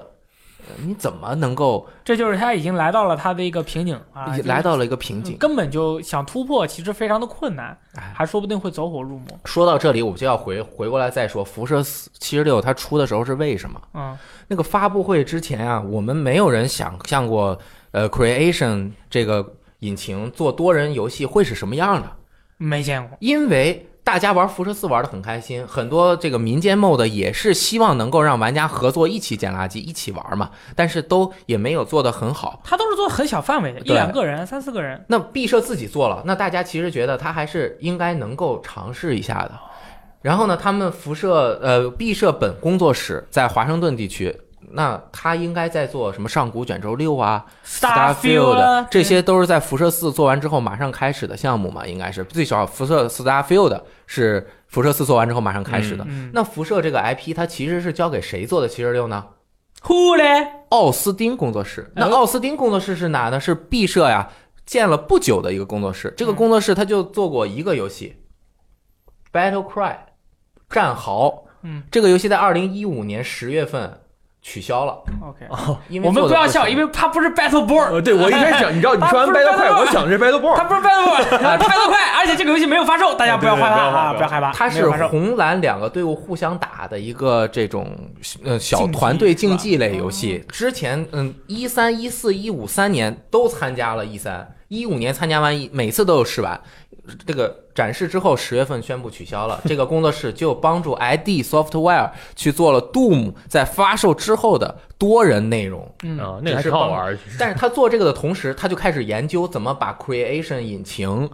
[SPEAKER 2] 呃你怎么能够呃
[SPEAKER 1] 这就是他已经来到了他的一个瓶颈啊，就是
[SPEAKER 2] 来到了一个瓶颈？哎
[SPEAKER 1] 根本就想突破，其实非常的困难，还说不定会走火入魔。
[SPEAKER 2] 说到这里，我就要回回过来再说，辐射七十六它出的时候是为什么？
[SPEAKER 1] 嗯，
[SPEAKER 2] 那个发布会之前啊，我们没有人想象过，呃，Creation 这个引擎做多人游戏会是什么样的，
[SPEAKER 1] 没见过。
[SPEAKER 2] 因为。大家玩辐射四玩的很开心，很多这个民间 mod 也是希望能够让玩家合作一起捡垃圾、一起玩嘛，但是都也没有做得很好。
[SPEAKER 1] 他都是做很小范围的，一
[SPEAKER 2] 对
[SPEAKER 1] 两个人、三四个人，
[SPEAKER 2] 那毕设自己做了，那大家其实觉得他还是应该能够尝试一下的。然后呢，他们辐射呃毕设本工作室在华盛顿地区，那他应该在做什么上古卷轴六啊、
[SPEAKER 1] Starfield 啊
[SPEAKER 2] 这些都是在辐射四做完之后马上开始的项目嘛，应该是最少辐射 Starfield 是辐射四做完之后马上开始的。
[SPEAKER 1] 嗯，
[SPEAKER 2] 那辐射这个 IP 它其实是交给谁做的七十六呢？
[SPEAKER 1] 呼嘞，
[SPEAKER 2] 奥斯汀工作室。那
[SPEAKER 1] 哎
[SPEAKER 2] 奥斯汀工作室是哪呢？是毕设呀建了不久的一个工作室。这
[SPEAKER 1] 嗯
[SPEAKER 2] 个工作室他就做过一个游戏，Battle Cry》战壕。
[SPEAKER 1] 嗯，
[SPEAKER 2] 这个游戏在二零一五年十月份取消了，
[SPEAKER 1] ，OK，
[SPEAKER 2] 因
[SPEAKER 1] 哦
[SPEAKER 2] 为
[SPEAKER 1] 我们
[SPEAKER 2] 哦
[SPEAKER 1] 不
[SPEAKER 2] 做得
[SPEAKER 1] 要
[SPEAKER 2] 行
[SPEAKER 1] 笑，因为他不是 Battle Born，
[SPEAKER 3] 呃，对我一开始想，你知道你说完 Battle 快，我想的是 Battle
[SPEAKER 1] 他
[SPEAKER 2] 呃
[SPEAKER 3] Born，
[SPEAKER 1] 不是 Battle
[SPEAKER 2] 啊
[SPEAKER 1] Born，他是 Battle 快，而且这个游戏没有发售，大家不要害怕啊，
[SPEAKER 3] 对对对
[SPEAKER 1] 不要害怕，
[SPEAKER 2] 它
[SPEAKER 1] 没
[SPEAKER 2] 是
[SPEAKER 1] 有发售。
[SPEAKER 2] 红蓝两个队伍互相打的一个这种呃小团队竞技类游
[SPEAKER 1] 哦
[SPEAKER 2] 戏。之前嗯一三一四一五三年都参加了一三，一五年参加完一，每次都有试玩。这个展示之后，十月份宣布取消了。这个工作室就帮助 ID Software 去做了 Doom 在发售之后的多人内容。
[SPEAKER 1] 嗯，
[SPEAKER 3] 啊，那个还挺好玩儿，其 实
[SPEAKER 2] 但是他做这个的同时，他就开始研究怎么把 Creation 引擎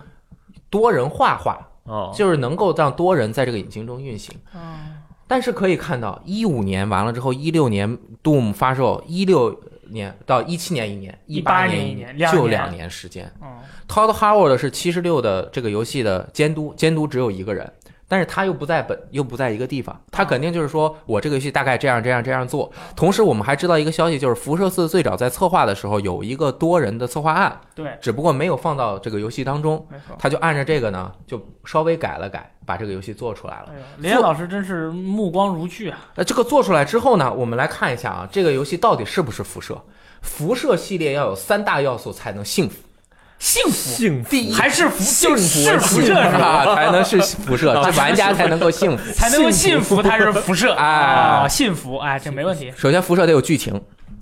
[SPEAKER 2] 多人化化。
[SPEAKER 3] 哦，
[SPEAKER 2] 就是能够让多人在这个引擎中运行。
[SPEAKER 1] 嗯
[SPEAKER 2] 但是可以看到，一五年完了之后，一六年 Doom 发售，一六年到一七年一年，
[SPEAKER 1] 18
[SPEAKER 2] 年
[SPEAKER 1] 年
[SPEAKER 2] 一
[SPEAKER 1] 一年
[SPEAKER 2] 就
[SPEAKER 1] 两
[SPEAKER 2] 两年时间。
[SPEAKER 1] 嗯
[SPEAKER 2] Todd Howard 是七十六的这个游戏的监督，监督只有一个人，但是他又不在本，又不在一个地方，
[SPEAKER 1] 啊
[SPEAKER 2] 他肯定就是说我这个游戏大概这样这样这样做。同时，我们还知道一个消息，就是辐射四最早在策划的时候有一个多人的策划案，
[SPEAKER 1] 对，
[SPEAKER 2] 只不过没有放到这个游戏当中，
[SPEAKER 1] 没错。
[SPEAKER 2] 他就按照这个呢，就稍微改了改，把这个游戏做出来了。
[SPEAKER 1] 哎呦，林岩老师真是目光如炬啊！
[SPEAKER 2] 那这个做出来之后呢，我们来看一下啊，这个游戏到底是不是辐射？辐射系列要有三大要素才能幸福，
[SPEAKER 1] 幸福
[SPEAKER 3] 幸福
[SPEAKER 2] 第一
[SPEAKER 1] 还是福，就是是辐射是 吧？
[SPEAKER 2] 啊，才能是 辐射，这玩家才能够幸福。
[SPEAKER 1] 才能够信服它是辐射
[SPEAKER 2] 哎
[SPEAKER 1] 啊，信服哎，这没问题。
[SPEAKER 2] 首先，辐射得有剧情；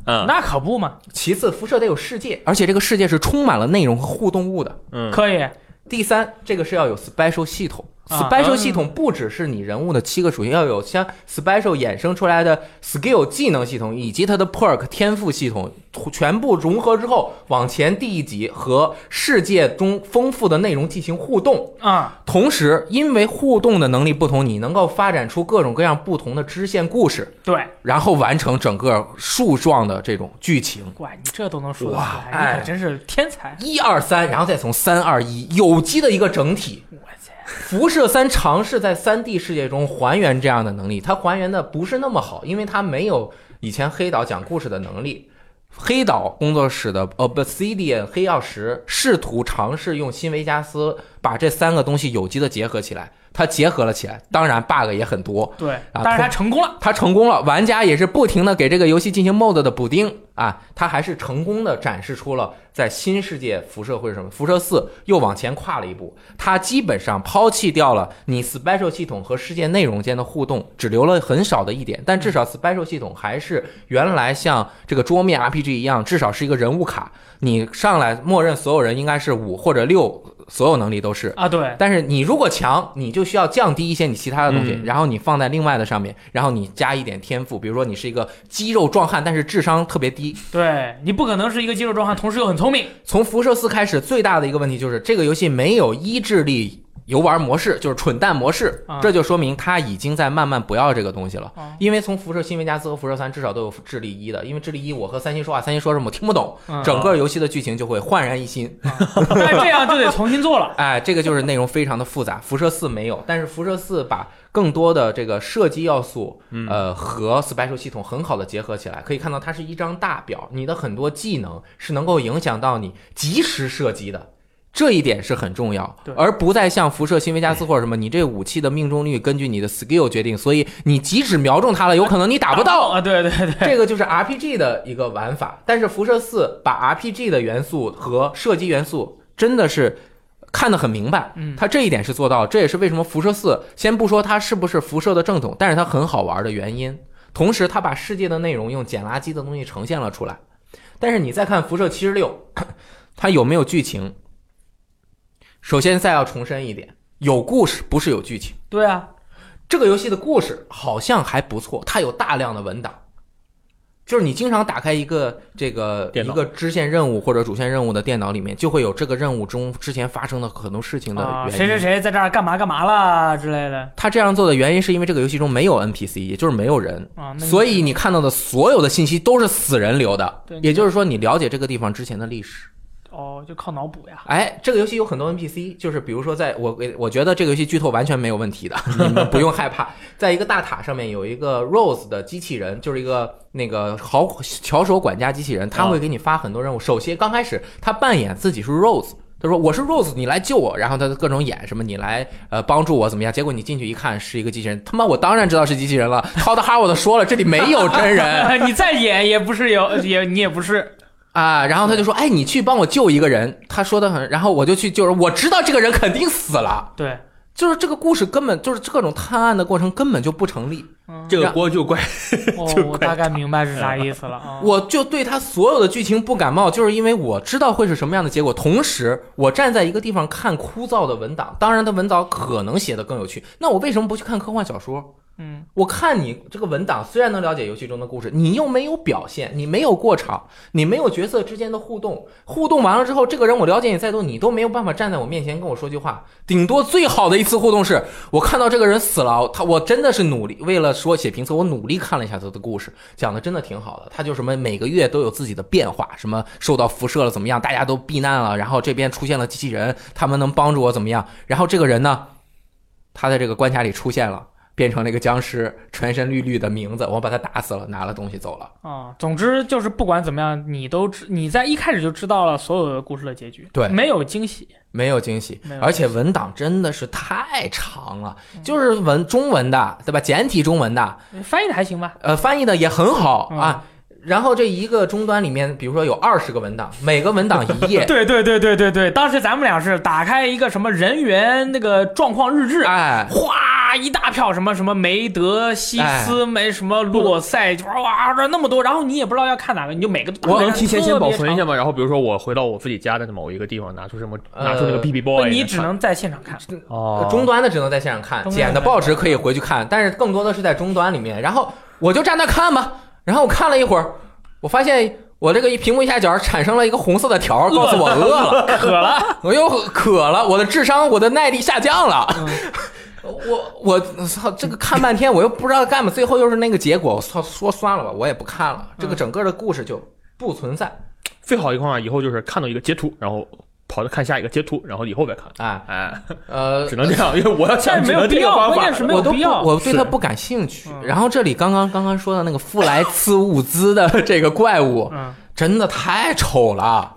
[SPEAKER 3] 嗯
[SPEAKER 1] 那可不嘛，
[SPEAKER 2] 其次，辐射得有世界，而且这个世界是充满了内容和互动物的。
[SPEAKER 3] 嗯，
[SPEAKER 1] 可以
[SPEAKER 2] 第三，这个是要有 special 系统，
[SPEAKER 1] 啊
[SPEAKER 2] special 系统不只是你人物的七个属性，要有像 special 衍生出来的 skill 技能系统，以及它的 perk 天赋系统，全部融合之后，往前第一集和世界中丰富的内容进行互动。
[SPEAKER 1] 啊，
[SPEAKER 2] 同时，因为互动的能力不同，你能够发展出各种各样不同的支线故事，
[SPEAKER 1] 对，
[SPEAKER 2] 然后完成整个树状的这种剧情。
[SPEAKER 1] 哇，你这都能说得出
[SPEAKER 2] 哇
[SPEAKER 1] 来，你
[SPEAKER 2] 哎
[SPEAKER 1] 可真是天才！
[SPEAKER 2] 一二三，然后再从三二一有机的一个整体。
[SPEAKER 1] 我操，
[SPEAKER 2] 辐射三尝试在三 D 世界中还原这样的能力，它还原的不是那么好，因为它没有以前黑岛讲故事的能力。黑岛工作室的呃 Obsidian 黑曜石试图尝试用新维加斯把这三个东西有机的结合起来，它结合了起来，当然 bug 也很多，
[SPEAKER 1] 对，
[SPEAKER 2] 啊
[SPEAKER 1] 但是他成功了，
[SPEAKER 2] 它成功了，玩家也是不停的给这个游戏进行 mod 的补丁啊，它还是成功的展示出了在新世界辐射会是什么？辐射四又往前跨了一步，它基本上抛弃掉了你 special 系统和世界内容间的互动，只留了很少的一点，但至少 special 系统还是原来像这个桌面 RPG 一样，至少是一个人物卡，你上来默认所有人应该是五或者六，所有能力都是，
[SPEAKER 1] 啊，对，
[SPEAKER 2] 但是你如果强，你就需要降低一些你其他的东西，
[SPEAKER 3] 嗯
[SPEAKER 2] 然后你放在另外的上面，然后你加一点天赋，比如说你是一个肌肉壮汉，但是智商特别低。
[SPEAKER 1] 对你不可能是一个肌肉壮汉，同时又很聪明，
[SPEAKER 2] 从辐射四开始，最大的一个问题就是这个游戏没有医治力游玩模式，就是蠢蛋模式
[SPEAKER 1] 啊，
[SPEAKER 2] 这就说明他已经在慢慢不要这个东西了
[SPEAKER 1] 啊。
[SPEAKER 2] 因为从辐射新维加斯和辐射三至少都有智力一的，因为智力一我和三星说话，三星说什么我听不懂，
[SPEAKER 1] 嗯
[SPEAKER 2] 整个游戏的剧情就会焕然一新。
[SPEAKER 1] 但是这样就得重新 做了。
[SPEAKER 2] 哎，这个就是内容非常的复杂，辐射四没有，但是辐射四把更多的这个设计要素，
[SPEAKER 3] 嗯
[SPEAKER 2] 呃，和 special 系统很好的结合起来，可以看到它是一张大表，你的很多技能是能够影响到你及时射击的。这一点是很重要
[SPEAKER 1] 对，
[SPEAKER 2] 而不再像辐射新维加斯或者什么，你这武器的命中率根据你的 skill 决定，所以你即使瞄中它了，有可能你打不到，
[SPEAKER 1] 啊，对对对，
[SPEAKER 2] 这个就是 RPG 的一个玩法，但是辐射四把 RPG 的元素和射击元素真的是看得很明白，
[SPEAKER 1] 嗯
[SPEAKER 2] 它这一点是做到，这也是为什么辐射四先不说它是不是辐射的正统，但是它很好玩的原因。同时，它把世界的内容用捡垃圾的东西呈现了出来。但是你再看辐射七十六，它有没有剧情？首先，再要重申一点，有故事不是有剧情。
[SPEAKER 1] 对啊，
[SPEAKER 2] 这个游戏的故事好像还不错，它有大量的文档，就是你经常打开一个这个一
[SPEAKER 3] 电脑
[SPEAKER 2] 个支线任务或者主线任务的电脑里面，就会有这个任务中之前发生的很多事情的
[SPEAKER 1] 啊，
[SPEAKER 2] 原因。
[SPEAKER 1] 谁谁谁在这儿干嘛干嘛啦之类的
[SPEAKER 2] 他这样做的原因是因为这个游戏中没有 NPC，也就是没有人，
[SPEAKER 1] 啊，那
[SPEAKER 2] 所以你看到的所有的信息都是死人留的
[SPEAKER 1] 对。
[SPEAKER 2] 也就是说，你了解这个地方之前的历史。
[SPEAKER 1] 哦，就靠脑补呀。
[SPEAKER 2] 哎，这个游戏有很多 NPC，就是比如说在，我我觉得这个游戏剧透完全没有问题的，你们不用害怕。在一个大塔上面有一个 Rose 的机器人，就是一个那个好巧手管家机器人，他会给你发很多任务。首先刚开始他扮演自己是 Rose。他说：“我是 Rose，你来救我。”然后他各种演什么，你来呃帮助我怎么样？结果你进去一看是一个机器人，他妈我当然知道是机器人了。 涛的哈我都说了，这里没有真人，
[SPEAKER 1] 你再演也不是有，也你也不是
[SPEAKER 2] 啊，然后他就说：“哎，你去帮我救一个人。”他说的很，然后我就去救人。我知道这个人肯定死了，
[SPEAKER 1] 对，
[SPEAKER 2] 就是这个故事根本就是各种探案的过程根本就不成立。
[SPEAKER 1] 嗯
[SPEAKER 3] 这个锅就怪
[SPEAKER 1] 哦
[SPEAKER 3] 就，
[SPEAKER 1] 我
[SPEAKER 3] 怪
[SPEAKER 1] 大概明白是啥意思了啊。
[SPEAKER 2] 我就对他所有的剧情不感冒，就是因为我知道会是什么样的结果。同时，我站在一个地方看枯燥的文档，当然他文档可能写的更有趣。那我为什么不去看科幻小说？
[SPEAKER 1] 嗯，
[SPEAKER 2] 我看你这个文档，虽然能了解游戏中的故事，你又没有表现，你没有过场，你没有角色之间的互动，互动完了之后，这个人我了解你再多，你都没有办法站在我面前跟我说句话。顶多最好的一次互动是我看到这个人死了，他我真的是努力为了说写评测，我努力看了一下他的故事，讲的真的挺好的。他就什么每个月都有自己的变化，什么受到辐射了怎么样，大家都避难了，然后这边出现了机器人，他们能帮助我怎么样？然后这个人呢，他在这个关卡里出现了。变成了一个僵尸，全身绿绿的名字，我把他打死了，拿了东西走了。
[SPEAKER 1] 啊，总之就是不管怎么样，你都知你在一开始就知道了所有的故事的结局，
[SPEAKER 2] 对
[SPEAKER 1] 没有惊喜。
[SPEAKER 2] 没有惊喜
[SPEAKER 1] 没有，
[SPEAKER 2] 而且文档真的是太长了，就是文中文的，对吧？简体中文的，
[SPEAKER 1] 翻译的还行吧？
[SPEAKER 2] 呃，翻译的也很好
[SPEAKER 1] 嗯
[SPEAKER 2] 啊。然后这一个终端里面，比如说有二十个文档，每个文档一页，
[SPEAKER 1] 对对对对对对，当时咱们俩是打开一个什么人员那个状况日志，
[SPEAKER 2] 哎，
[SPEAKER 1] 哗一大票什么什么梅德西
[SPEAKER 3] 哎
[SPEAKER 1] 斯、没什么洛塞，就哇这那么多，然后你也不知道要看哪个，你就每个都
[SPEAKER 3] 我
[SPEAKER 1] 打
[SPEAKER 3] 能提前先保存一。
[SPEAKER 1] 特别
[SPEAKER 3] 下
[SPEAKER 1] 长
[SPEAKER 3] 吗？然后比如说我回到我自己家的某一个地方，拿出什么，拿出那个
[SPEAKER 2] 呃
[SPEAKER 3] BB
[SPEAKER 1] 不
[SPEAKER 3] Boy，
[SPEAKER 1] 你只能在现场看。
[SPEAKER 3] 哦，
[SPEAKER 2] 终端的只能在现场看，
[SPEAKER 1] 终端
[SPEAKER 2] 剪的报纸可以回去看，但是更多的是在终端里面。然后我就站那看嘛，然后我看了一会儿，我发现我这个一屏幕下角产生了一个红色的条，告诉我饿了，
[SPEAKER 1] 渴了，
[SPEAKER 2] 我又渴哎了，我的智商、我的耐力下降了。
[SPEAKER 1] 嗯
[SPEAKER 2] 我我操，这个看半天我又不知道干嘛，最后又是那个结果，我操，说算了吧，我也不看了，
[SPEAKER 1] 嗯
[SPEAKER 2] 这个整个的故事就不存在。
[SPEAKER 3] 最好的方法以后就是看到一个截图，然后跑着看下一个截图，然后以后再 看。
[SPEAKER 2] 哎，
[SPEAKER 3] 哎，
[SPEAKER 2] 呃
[SPEAKER 3] 只，能这样，因为我要
[SPEAKER 1] 但
[SPEAKER 3] 想
[SPEAKER 1] 是
[SPEAKER 3] 只
[SPEAKER 1] 没有
[SPEAKER 3] 能
[SPEAKER 1] 必
[SPEAKER 3] 这个
[SPEAKER 1] 要，
[SPEAKER 3] 方
[SPEAKER 1] 关键
[SPEAKER 3] 法了。
[SPEAKER 1] 是嗯没
[SPEAKER 2] 我
[SPEAKER 1] 有
[SPEAKER 2] 都
[SPEAKER 1] 必
[SPEAKER 2] 不
[SPEAKER 1] 要。
[SPEAKER 2] 我对他
[SPEAKER 3] 是
[SPEAKER 2] 不感兴趣
[SPEAKER 1] 嗯。
[SPEAKER 2] 然后这里刚刚刚刚说的那个富莱茨物资的这个怪物，
[SPEAKER 1] 嗯，
[SPEAKER 2] 真的太丑了。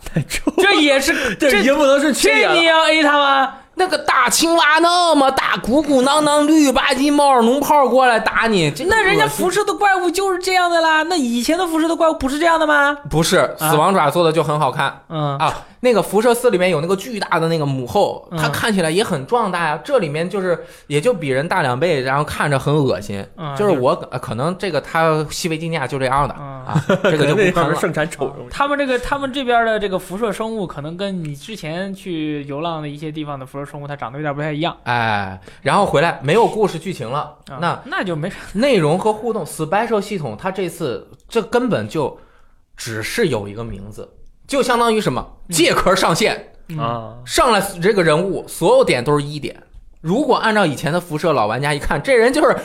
[SPEAKER 1] 这也是
[SPEAKER 3] 这 已
[SPEAKER 1] 这
[SPEAKER 3] 经不能是缺
[SPEAKER 1] 这
[SPEAKER 3] 点
[SPEAKER 1] 你
[SPEAKER 3] 了。
[SPEAKER 1] 也要 A 他吗？
[SPEAKER 2] 那个大青蛙那么大，鼓鼓囊囊，绿吧唧冒着脓泡过来打你，这
[SPEAKER 1] 那人家辐射的怪物就是这样的啦。那以前的辐射的怪物不是这样的吗？
[SPEAKER 2] 不是
[SPEAKER 1] 啊
[SPEAKER 2] 死亡爪做的就很好看。
[SPEAKER 1] 嗯
[SPEAKER 2] 啊，那个辐射四里面有那个巨大的那个母后，
[SPEAKER 1] 嗯
[SPEAKER 2] 它看起来也很壮大呀、这里面就是也就比人大两倍，然后看着很恶心。
[SPEAKER 1] 嗯
[SPEAKER 2] 就是我呃可能这个它细微镜架就这样的、
[SPEAKER 1] 嗯
[SPEAKER 2] 啊，这个就
[SPEAKER 3] 那
[SPEAKER 2] 不喷
[SPEAKER 3] 方面
[SPEAKER 2] 了。
[SPEAKER 3] 盛产丑东西。
[SPEAKER 1] 他们这个他们这边的这个辐射生物，可能跟你之前去游浪的一些地方的辐射生物，它长得有点不太一样。
[SPEAKER 2] 哎，然后回来没有故事剧情了，
[SPEAKER 1] 啊
[SPEAKER 2] 那
[SPEAKER 1] 那就没啥。
[SPEAKER 2] 内容和互动 special 系统，它这次这根本就只是有一个名字，就相当于什么借壳上线。
[SPEAKER 1] 嗯
[SPEAKER 3] 啊，
[SPEAKER 2] 上来这个人物所有点都是一点。如果按照以前的辐射，老玩家一看，这人就是，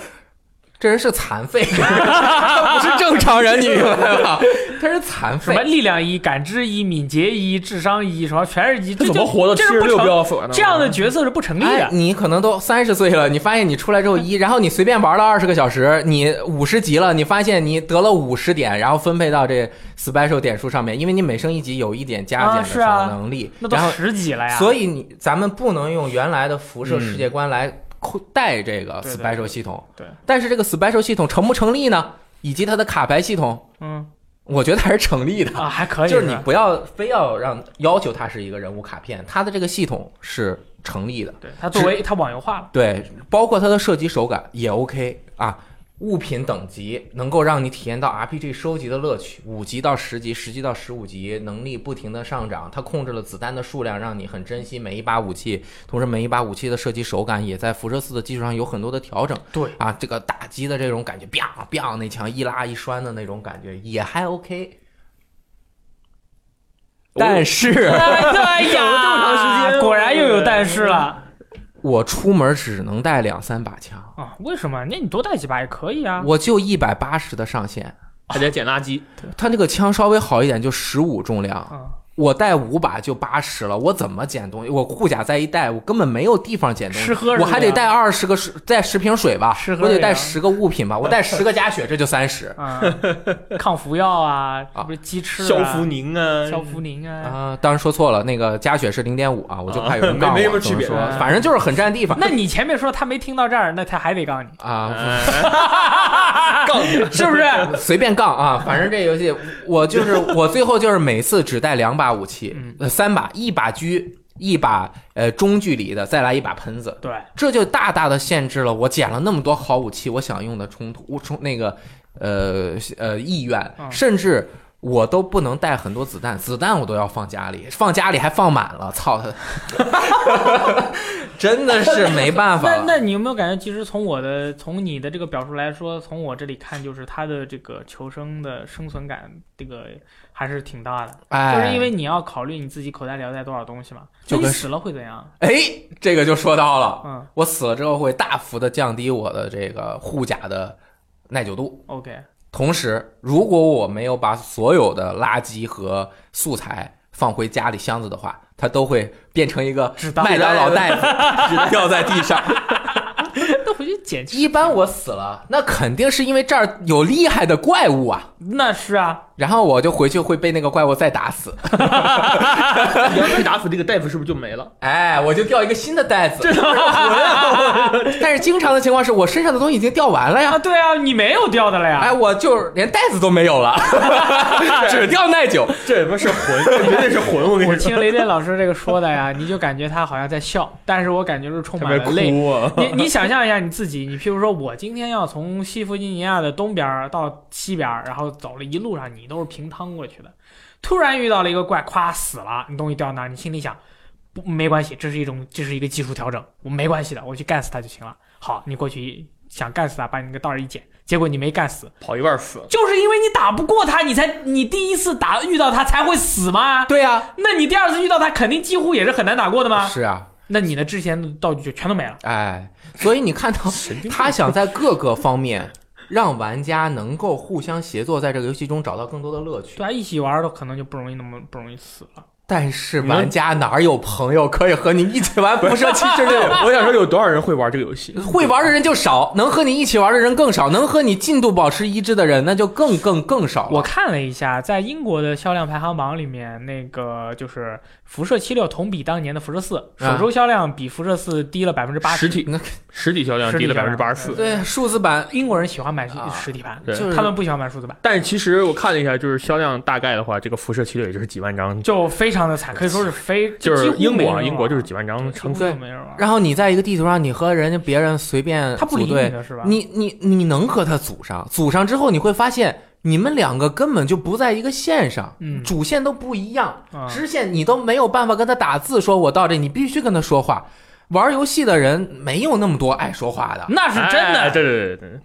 [SPEAKER 2] 这人是残废， 他不是正常人，你明白吧？他是残
[SPEAKER 1] 什么
[SPEAKER 2] 废。哎
[SPEAKER 1] 力量一、感知一、敏捷一、智商一，什么全是一，
[SPEAKER 3] 他
[SPEAKER 1] 这
[SPEAKER 3] 怎么
[SPEAKER 1] 就
[SPEAKER 3] 活到七
[SPEAKER 1] 这
[SPEAKER 3] 十
[SPEAKER 1] 是不
[SPEAKER 3] 六
[SPEAKER 1] 成
[SPEAKER 3] 标粉呢？
[SPEAKER 1] 这样的角色是不成立
[SPEAKER 2] 哎，
[SPEAKER 1] 的。
[SPEAKER 2] 你可能都三十岁了，你发现你出来之
[SPEAKER 1] 嗯
[SPEAKER 2] 后一，然后你随便玩了二十个小时，你五十级了，你发现你得了五十点，然后分配到这 special 点数上面，因为你每升一级有一点加减
[SPEAKER 1] 啊
[SPEAKER 2] 的
[SPEAKER 1] 是啊
[SPEAKER 2] 能力，
[SPEAKER 1] 那都
[SPEAKER 2] 然后
[SPEAKER 1] 十几了呀，
[SPEAKER 2] 所
[SPEAKER 1] 以
[SPEAKER 2] 以你咱们不能用原来的辐射世界观来扣带这个
[SPEAKER 1] 对对
[SPEAKER 2] special 系统。
[SPEAKER 1] 对
[SPEAKER 2] 但是这个 special 系统成不成立呢？以及它的卡牌系统，
[SPEAKER 1] 嗯
[SPEAKER 2] 我觉得还是成立的。
[SPEAKER 1] 啊还可以，
[SPEAKER 2] 就是你不要非要让要求它是一个人物卡片，它的这个系统是成立的。
[SPEAKER 1] 对他作为他网游化了，
[SPEAKER 2] 对，包括它的射击手感也 OK 啊。物品等级能够让你体验到 RPG 收集的乐趣，五级到十级，十级到十五级，能力不停的上涨，它控制了子弹的数量，让你很珍惜每一把武器，同时每一把武器的射击手感也在辐射四的基础上有很多的调整。
[SPEAKER 1] 对
[SPEAKER 2] 啊，这个打击的这种感觉，biang biang 那枪一拉一栓的那种感觉也还 OK。但是
[SPEAKER 1] 哎
[SPEAKER 3] 整了这么长时
[SPEAKER 1] 呀，
[SPEAKER 3] 间
[SPEAKER 1] 果然又有但是了
[SPEAKER 2] 我出门只能带两三把枪，
[SPEAKER 1] 啊？为什么？那你多带几把也可以啊。
[SPEAKER 2] 我就一百八十的上限。
[SPEAKER 3] 还得捡垃圾，
[SPEAKER 2] 它这个枪稍微好一点，就十五重量。
[SPEAKER 1] 嗯，
[SPEAKER 2] 我带五把就八十了，我怎么捡东西？我护甲再一带，我根本没有地方捡东西。
[SPEAKER 1] 吃喝是吧
[SPEAKER 2] 我还得带二十个水，带十瓶水吧
[SPEAKER 1] 吃，喝啊
[SPEAKER 2] 我得
[SPEAKER 1] 也
[SPEAKER 2] 带
[SPEAKER 1] 要
[SPEAKER 2] 十个物品吧，我带十个加血，这就三十
[SPEAKER 1] 啊，抗服药 啊，是不是鸡翅、啊、
[SPEAKER 3] 消福宁啊，
[SPEAKER 1] 消福宁啊。
[SPEAKER 2] 啊！当然说错了，那个加血是零点五啊，我就怕有人
[SPEAKER 3] 啊
[SPEAKER 2] 告我，
[SPEAKER 3] 没没什么
[SPEAKER 2] 总是
[SPEAKER 3] 区别
[SPEAKER 2] 说
[SPEAKER 1] 啊
[SPEAKER 2] 反正就是很占地方
[SPEAKER 1] 那你前面说他没听到这儿，那他还得告你，
[SPEAKER 2] 啊，
[SPEAKER 3] 哎
[SPEAKER 1] 啊
[SPEAKER 3] 杠你
[SPEAKER 1] 是不是？
[SPEAKER 2] 随便杠啊，反正这游戏 我就是我最后就是每次只带两把武器
[SPEAKER 1] 嗯，
[SPEAKER 2] 呃三把，一把狙，一把呃中距离的，再来一把喷子。
[SPEAKER 1] 对，
[SPEAKER 2] 这就大大的限制了我捡了那么多好武器，我想用的冲突我冲那个呃呃意愿，
[SPEAKER 1] 嗯
[SPEAKER 2] 甚至我都不能带很多子弹，子弹我都要放家里，放家里还放满了，操他！ 真的是没办法
[SPEAKER 1] 那
[SPEAKER 2] 了。
[SPEAKER 1] 那你有没有感觉，其实从我的从你的这个表述来说，从我这里看，就是他的这个求生的生存感，这个还是挺大的，
[SPEAKER 2] 哎，
[SPEAKER 1] 就是因为你要考虑你自己口袋里要带多少东西嘛。那
[SPEAKER 2] 就
[SPEAKER 1] 你
[SPEAKER 2] 跟
[SPEAKER 1] 死了会怎样？
[SPEAKER 2] 哎，这个就说到了，
[SPEAKER 1] 嗯
[SPEAKER 2] 我死了之后会大幅的降低我的这个护甲的耐久度。
[SPEAKER 1] ，OK，
[SPEAKER 2] 同时，如果我没有把所有的垃圾和素材放回家里箱子的话，它都会变成一个
[SPEAKER 1] 纸袋
[SPEAKER 2] 麦当劳
[SPEAKER 1] 哎
[SPEAKER 2] 袋 子掉在地上。
[SPEAKER 1] 那回去捡去。
[SPEAKER 2] 一般我死了，那肯定是因为这儿有厉害的怪物啊，
[SPEAKER 1] 那是啊，
[SPEAKER 2] 然后我就回去会被那个怪物再打死，
[SPEAKER 3] 你要被打死，这个大夫是不是就没了？
[SPEAKER 2] 哎，我就掉一个新的袋子。 但是经常的情况是我身上的东西已经掉完了
[SPEAKER 1] 啊，
[SPEAKER 2] 呀，
[SPEAKER 1] 对啊，你没有掉的了呀。
[SPEAKER 2] 哎，我就连袋子都没有 了，只掉耐久。
[SPEAKER 3] 这他妈是魂，这绝对是魂！
[SPEAKER 1] 我
[SPEAKER 3] 我跟你说，
[SPEAKER 1] 听雷电老师这个说的呀， 你就感觉他好像在笑，但是我感觉是充
[SPEAKER 3] 特
[SPEAKER 1] 满
[SPEAKER 3] 别
[SPEAKER 1] 了 泪。
[SPEAKER 3] 哭啊！
[SPEAKER 1] 你你想象一下你自己，你譬如说我今天要从西弗吉尼亚的东边儿到西边儿，然后走了一路上你都是平趟过去的，突然遇到了一个怪，咵死了，你东西掉那儿，你心里想，不没关系，这是一种这是一个技术调整，我没关系的，我去干死他就行了。好，你过去想干死他，把你那个袋儿一捡，结果你没干死，
[SPEAKER 3] 跑一半死了，
[SPEAKER 1] 就是因为你打不过他，你才你第一次打遇到他才会死吗？
[SPEAKER 2] 对啊呀、
[SPEAKER 1] 那你第二次遇到他，肯定几乎也是很难打过的吗？
[SPEAKER 2] 是啊，
[SPEAKER 1] 那你的之前的道具就全都没了。
[SPEAKER 2] 哎，所以你看到 他想在各个方面让玩家能够互相协作，在这个游戏中找到更多的乐趣。
[SPEAKER 1] 对啊，一起玩儿的可能就不容易那么不容易死了。
[SPEAKER 2] 但是玩家哪有朋友可以和你一起玩辐射七之
[SPEAKER 3] 对
[SPEAKER 2] 六？，
[SPEAKER 3] 我想说有多少人会玩这个游戏？
[SPEAKER 2] 会玩的人就少，能和你一起玩的人更少，能和你进度保持一致的人那就更更更少了。
[SPEAKER 1] 我看了一下，在英国的销量排行榜里面，那个就是《辐射七六》同比当年的《辐射四》，
[SPEAKER 3] 啊
[SPEAKER 1] 首周销量比《辐射四》低了百分之八
[SPEAKER 3] 实
[SPEAKER 1] 十。
[SPEAKER 3] 体
[SPEAKER 2] 那
[SPEAKER 3] 实体销量低了百分之八十四，
[SPEAKER 2] 对数字版
[SPEAKER 1] 英国人喜欢买
[SPEAKER 2] 啊
[SPEAKER 1] 实体盘，
[SPEAKER 3] 对
[SPEAKER 2] 就是
[SPEAKER 1] 他们不喜欢买数字版，
[SPEAKER 3] 但是其实我看了一下，就是销量大概的话，这个辐射系列也就是几万张，
[SPEAKER 1] 就非常的惨，可以说是非
[SPEAKER 3] 就是
[SPEAKER 1] 几乎
[SPEAKER 3] 英
[SPEAKER 1] 没
[SPEAKER 3] 国
[SPEAKER 1] 人
[SPEAKER 3] 啊，
[SPEAKER 1] 玩
[SPEAKER 3] 英国就是几万张成
[SPEAKER 1] 几乎没人玩，
[SPEAKER 2] 然后你在一个地图上，你和人家别人随便
[SPEAKER 1] 他不理你
[SPEAKER 2] 组队，
[SPEAKER 1] 的是吧？
[SPEAKER 2] 你你你能和他组上，组上之后你会发现你们两个根本就不在一个线上，
[SPEAKER 1] 嗯
[SPEAKER 2] 主线都不一样，
[SPEAKER 1] 啊
[SPEAKER 2] 支线你都没有办法跟他打字，说我到这，你必须跟他说话。玩游戏的人没有那么多爱说话的，
[SPEAKER 1] 那是真
[SPEAKER 3] 哎
[SPEAKER 1] 的，
[SPEAKER 3] 对对对对，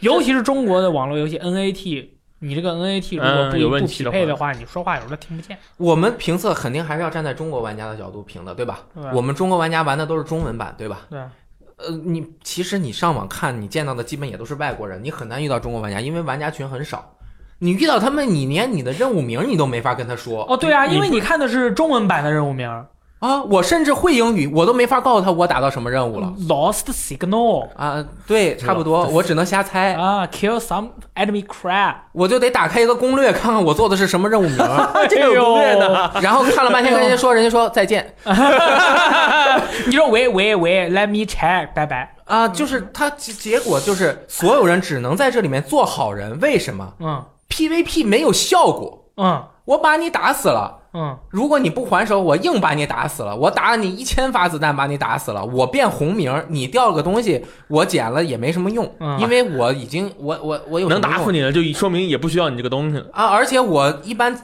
[SPEAKER 1] 尤其是中国的网络游戏 NAT，你这个 NAT 如果
[SPEAKER 3] 嗯有
[SPEAKER 1] 不
[SPEAKER 3] 问
[SPEAKER 1] 不
[SPEAKER 3] 题
[SPEAKER 1] 匹
[SPEAKER 3] 的
[SPEAKER 1] 配的话，你说话有时候听不见。
[SPEAKER 2] 我们评测肯定还是要站在中国玩家的角度评的，对吧？
[SPEAKER 1] 对
[SPEAKER 2] 我们中国玩家玩的都是中文版，对吧？
[SPEAKER 1] 对啊，
[SPEAKER 2] 呃，你其实你上网看，你见到的基本也都是外国人，你很难遇到中国玩家，因为玩家群很少。你遇到他们，你连你的任务名你都没法跟他说。
[SPEAKER 1] 哦，对啊，
[SPEAKER 3] 你
[SPEAKER 1] 因为你看的是中文版的任务名儿
[SPEAKER 2] 啊，我甚至会英语，我都没法告诉他我打到什么任务了。
[SPEAKER 1] ，Lost Signal
[SPEAKER 3] 嗯
[SPEAKER 2] 啊，对，差不多，我只能瞎
[SPEAKER 3] 哎
[SPEAKER 2] 猜，
[SPEAKER 1] 啊，Kill some enemy crab，
[SPEAKER 2] 我就得打开一个攻略，看看我做的是什么任务名儿，
[SPEAKER 3] 这个有攻略呢
[SPEAKER 1] 哎
[SPEAKER 2] 然后看了半天跟人家说，人家说再见
[SPEAKER 1] 呦 你说喂喂喂，Let me check，拜拜。
[SPEAKER 2] 啊，就是他结结果就是所有人只能在这里面做好人，为什么
[SPEAKER 1] 嗯
[SPEAKER 2] ？PVP 没有效果，
[SPEAKER 1] 嗯
[SPEAKER 2] 我把你打死了。
[SPEAKER 1] 嗯，
[SPEAKER 2] 如果你不还手，我硬把你打死了。我打了你一千发子弹，把你打死了。我变红名儿，你掉了个东西，我捡了也没什么用，
[SPEAKER 1] 嗯
[SPEAKER 2] 因为我已经我我我有什
[SPEAKER 3] 能
[SPEAKER 2] 么
[SPEAKER 3] 打
[SPEAKER 2] 用
[SPEAKER 3] 死你的就说明也不需要你这个东西了。
[SPEAKER 2] 啊！而且我一般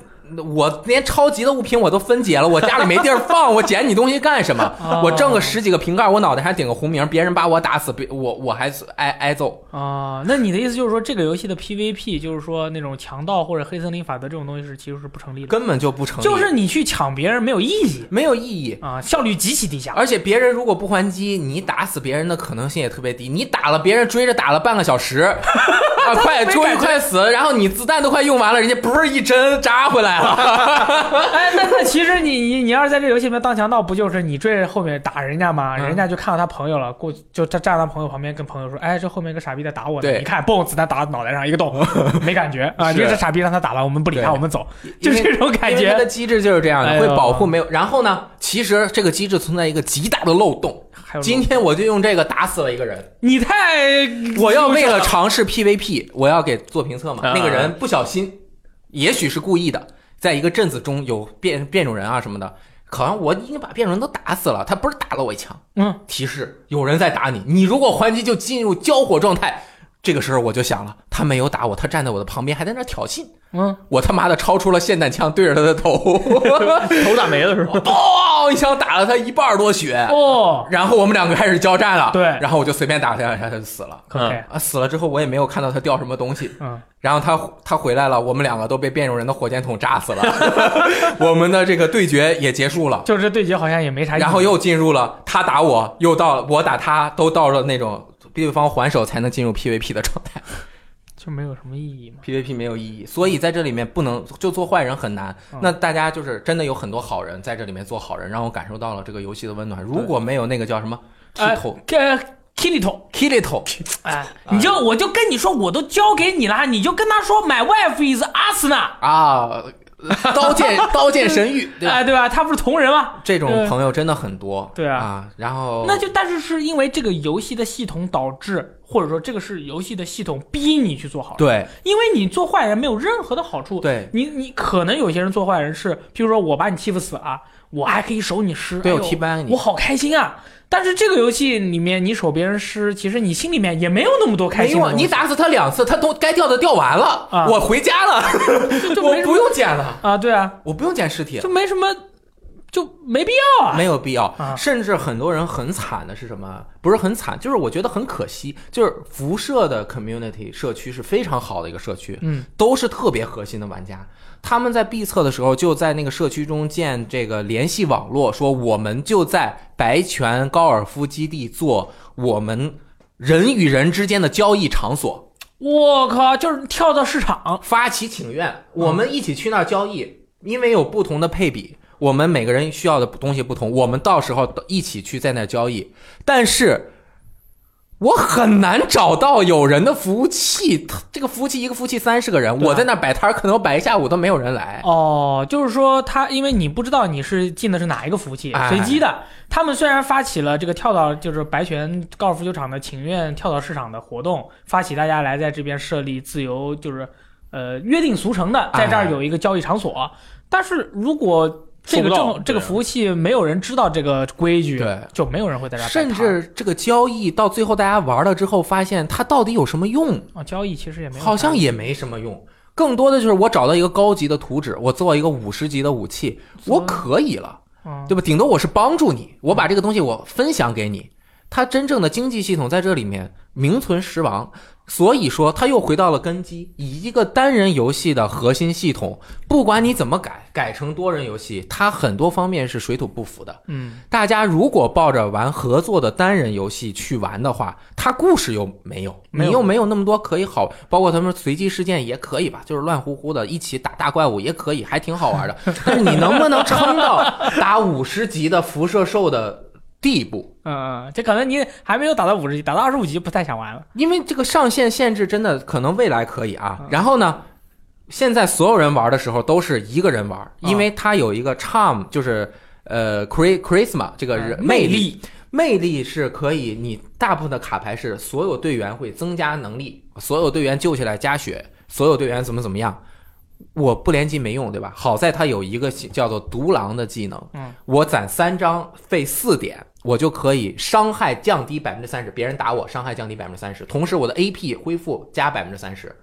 [SPEAKER 2] 我连超级的物品我都分解了，我家里没地儿 放，我捡你东西干什么？
[SPEAKER 1] 哦
[SPEAKER 2] 我挣个十几个瓶盖，我脑袋还顶个红名，别人把我打死，别我我还挨挨揍。
[SPEAKER 1] 啊，那你的意思就是说，这个游戏的 PVP 就是说那种强盗或者黑森林法则这种东西是其实是不成立的，
[SPEAKER 2] 根本就不成立，
[SPEAKER 1] 就是你去抢别人没有意义
[SPEAKER 2] 没有意义。
[SPEAKER 1] 啊，效率极其低 下。
[SPEAKER 2] 而且别人如果不还击，你打死别人的可能性也特别低。你打了别人，追着打了半个小 时，啊，快
[SPEAKER 1] 没
[SPEAKER 2] 终于
[SPEAKER 1] 感觉
[SPEAKER 2] 快死，然后你子弹都快用完了，人家不是一针扎回来 了。
[SPEAKER 1] 哎，那那其实你你你要是在这游戏里面当强盗，不就是你追着后面打人家吗？
[SPEAKER 2] 嗯
[SPEAKER 1] 人家就看到他朋友了，过去就站站他朋友旁边，跟朋友说：“哎，这后面有个傻逼在打我呢，
[SPEAKER 2] 对
[SPEAKER 1] 你看，嘣，子弹打到脑袋上一个洞， 没感觉啊。
[SPEAKER 3] 是
[SPEAKER 1] 你这傻逼让他打完，我们不理他，
[SPEAKER 2] 对
[SPEAKER 1] 我们走，
[SPEAKER 2] 因
[SPEAKER 1] 就
[SPEAKER 2] 为
[SPEAKER 1] 这种感
[SPEAKER 2] 因为它的
[SPEAKER 1] 觉。
[SPEAKER 2] 机制就是这样
[SPEAKER 1] 哎
[SPEAKER 2] 的，
[SPEAKER 1] 呦
[SPEAKER 2] 会保护没有。然后呢，其实这个机制存在一个极大的漏洞。
[SPEAKER 1] 还有
[SPEAKER 2] 今天我就用这个打死了一个人，
[SPEAKER 1] 你太
[SPEAKER 2] 我要为了尝试 PVP，我要给做评测嘛。
[SPEAKER 3] 啊
[SPEAKER 2] 那个人不小心，也许是故意的，在一个镇子中有变变种人啊什么的，好像我已经把变种人都打死了，他不是打了我一枪，
[SPEAKER 1] 嗯，
[SPEAKER 2] 提示有人在打你，你如果还击就进入交火状态。这个时候我就想了，他没有打我，他站在我的旁边还在那儿挑衅，
[SPEAKER 1] 嗯，
[SPEAKER 2] 我他妈的抄出了霰弹枪对着他的头，
[SPEAKER 3] 头打没了是吧？
[SPEAKER 2] 砰一枪打了他一半多血，
[SPEAKER 1] 哦
[SPEAKER 2] 然后我们两个开始交战了，
[SPEAKER 1] 对
[SPEAKER 2] 然后我就随便打他两下他就死了。
[SPEAKER 1] ，OK，
[SPEAKER 3] 嗯
[SPEAKER 2] 啊，死了之后我也没有看到他掉什么东西，
[SPEAKER 1] 嗯，
[SPEAKER 2] 然后他他回来了，我们两个都被变种人的火箭筒炸 死了，我们的这个对决也结束了，
[SPEAKER 1] 就这对决好像也没啥意义。
[SPEAKER 2] 然后又进入了他打我，又到我打他，都到了那种对方还手才能进入 PVP 的状态
[SPEAKER 1] 就没有什么意义嘛。
[SPEAKER 2] ，PVP 没有意义，所以在这里面不能就做坏人很难
[SPEAKER 1] 嗯。
[SPEAKER 2] 那大家就是真的有很多好人在这里面做好人，让我感受到了这个游戏的温暖。如果没有那个叫什么
[SPEAKER 1] 哎
[SPEAKER 2] Tito，
[SPEAKER 1] 这 Kirito，
[SPEAKER 2] Kirito，
[SPEAKER 1] 哎，你就我就跟你说，我都交给你了，你就跟他说，My wife is Asuna，
[SPEAKER 2] 啊，刀剑刀剑神域，对吧？
[SPEAKER 1] 哎，对吧？他不是同人吗？
[SPEAKER 2] 这种
[SPEAKER 1] 对
[SPEAKER 2] 朋友真的很多，
[SPEAKER 1] 对啊
[SPEAKER 2] 啊，然后
[SPEAKER 1] 那就但是是因为这个游戏的系统导致，或者说这个是游戏的系统逼你去做好人，
[SPEAKER 2] 对
[SPEAKER 1] 因为你做坏人没有任何的好处。
[SPEAKER 2] 对
[SPEAKER 1] 你，你可能有些人做坏人是，譬如说我把你欺负死了，啊我还可以守你尸，
[SPEAKER 2] 对
[SPEAKER 1] 哎呦
[SPEAKER 2] 我替班你
[SPEAKER 1] 我好开心啊！但是这个游戏里面，你守别人尸，其实你心里面也没有那么多开
[SPEAKER 2] 没
[SPEAKER 1] 心的
[SPEAKER 2] 有，
[SPEAKER 1] 东西。
[SPEAKER 2] 你打死他两次，他都该掉的掉完了，
[SPEAKER 1] 啊
[SPEAKER 2] 我回家了，
[SPEAKER 1] 就
[SPEAKER 2] 我
[SPEAKER 1] 没什么
[SPEAKER 2] 不用捡了，
[SPEAKER 1] 啊，对啊，
[SPEAKER 2] 我不用捡尸体
[SPEAKER 1] 就，没什么，就没必要啊。
[SPEAKER 2] 没有必要。
[SPEAKER 1] 啊
[SPEAKER 2] 甚至很多人很惨的是什么？不是很惨，就是我觉得很可惜，就是辐射的 community 社区是非常好的一个社区，
[SPEAKER 1] 嗯，
[SPEAKER 2] 都是特别核心的玩家。他们在闭测的时候，就在那个社区中建这个联系网络，说我们就在白泉高尔夫基地做我们人与人之间的交易场所。
[SPEAKER 1] 我靠，就是跳蚤市场，
[SPEAKER 2] 发起请愿，我们一起去那儿交易，因为有不同的配比，我们每个人需要的东西不同，我们到时候一起去在那儿交易。但是，我很难找到有人的服务器，它这个服务器一个服务器三十个人，
[SPEAKER 1] 对啊
[SPEAKER 2] 我在那儿摆摊儿，可能我摆一下午都没有人来。
[SPEAKER 1] 哦，就是说他，因为你不知道你是进的是哪一个服务器，
[SPEAKER 2] 哎
[SPEAKER 1] 随机的。他们虽然发起了这个跳蚤，就是白泉高尔夫球场的请愿跳蚤市场的活动，发起大家来在这边设立自由，就是呃约定俗成的，在这
[SPEAKER 2] 哎
[SPEAKER 1] 儿有一个交易场所。但是如果这个
[SPEAKER 3] 做不到
[SPEAKER 1] 政这个
[SPEAKER 3] 对
[SPEAKER 1] 服务器没有人知道这个规矩，
[SPEAKER 2] 对
[SPEAKER 1] 就没有人会在这儿摆
[SPEAKER 2] 甚
[SPEAKER 1] 摊
[SPEAKER 2] 至这个交易到最后大家玩了之后，发现它到底有什么用？
[SPEAKER 1] 啊、交易其实也没有
[SPEAKER 2] 好像
[SPEAKER 1] 摊
[SPEAKER 2] 也没什么用。更多的就是我找到一个高级的图纸，我做一个五十级的武器，我可以了。
[SPEAKER 1] 嗯
[SPEAKER 2] 对吧？顶多我是帮助你，我把这个东西我分享给你。它真正的经济系统在这里面名存实亡，所以说它又回到了根基，以一个单人游戏的核心系统，不管你怎么改，改成多人游戏，它很多方面是水土不服的。
[SPEAKER 1] 嗯
[SPEAKER 2] 大家如果抱着玩合作的单人游戏去玩的话，它故事又没有，
[SPEAKER 1] 没有
[SPEAKER 2] 你又没有那么多可以好，包括他们随机事件也可以吧，就是乱乎乎的，一起打大怪物也可以，还挺 好玩的。但是你能不能撑到打五十级的辐射兽的地步？
[SPEAKER 1] 嗯，这可能你还没有打到五十级，打到二十五级不太想玩了。
[SPEAKER 2] 因为这个上限限制真的可能未来可以啊。
[SPEAKER 1] 嗯
[SPEAKER 2] 然后呢，现在所有人玩的时候都是一个人玩，
[SPEAKER 1] 嗯
[SPEAKER 2] 因为它有一个 charm，就是呃 chari- charisma 这个人
[SPEAKER 1] 嗯
[SPEAKER 2] 魅
[SPEAKER 1] 魅
[SPEAKER 2] 力。
[SPEAKER 1] 力
[SPEAKER 2] 魅力是可以，你大部分的卡牌是所有队员会增加能力，所有队员救起来加血，所有队员怎么怎么样。我不连击没用，对吧？好在它有一个叫做独狼的技能，
[SPEAKER 1] 嗯，
[SPEAKER 2] 我攒三张费四点，我就可以伤害降低百分之三十，别人打我伤害降低百分之三十，同时我的 AP 恢复加百分之三十。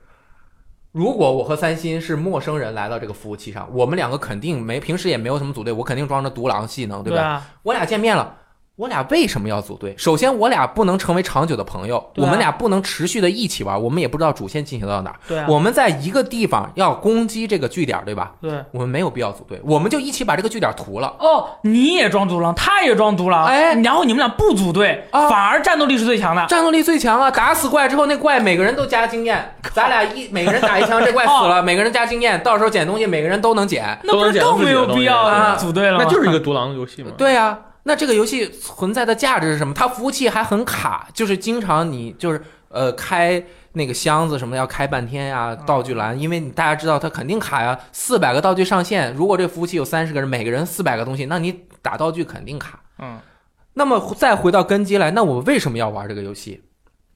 [SPEAKER 2] 如果我和三星是陌生人来到这个服务器上，我们两个肯定没平时也没有什么组队，我肯定装着独狼技能，对吧？
[SPEAKER 1] 啊，
[SPEAKER 2] 我俩见面了，我俩为什么要组队？首先，我俩不能成为长久的朋友，
[SPEAKER 1] 对
[SPEAKER 2] 我
[SPEAKER 1] 啊
[SPEAKER 2] 们俩不能持续的一起玩，我们也不知道主线进行到哪儿。
[SPEAKER 1] 对啊，
[SPEAKER 2] 我们在一个地方要攻击这个据点，对吧？
[SPEAKER 1] 对。
[SPEAKER 2] 我们没有必要组队，我们就一起把这个据点屠了。
[SPEAKER 1] 哦，你也装独狼，他也装独狼，
[SPEAKER 2] 哎
[SPEAKER 1] 然后你们俩不组队，
[SPEAKER 2] 啊
[SPEAKER 1] 反而战斗力是最强的。
[SPEAKER 2] 战斗力最强啊！打死怪之后，那怪每个人都加经验，咱俩一每个人打一枪，这怪死
[SPEAKER 1] 哦
[SPEAKER 2] 了，每个人加经验，到时候捡东西每个人都能捡。
[SPEAKER 1] 那不是更没有必要
[SPEAKER 3] 都能
[SPEAKER 2] 讲
[SPEAKER 1] 了
[SPEAKER 2] 自
[SPEAKER 1] 组队了吗？
[SPEAKER 3] 那就是一个独狼游戏
[SPEAKER 1] 嗯
[SPEAKER 3] 嘛。
[SPEAKER 2] 对呀、那这个游戏存在的价值是什么？它服务器还很卡，就是经常你就是呃开那个箱子什么的要开半天呀、
[SPEAKER 1] 嗯
[SPEAKER 2] 道具栏，因为你大家知道它肯定卡呀，四百个道具上限，如果这服务器有三十个人，每个人四百个东西，那你打道具肯定卡。
[SPEAKER 1] 嗯，
[SPEAKER 2] 那么再回到根基来，那我为什么要玩这个游戏？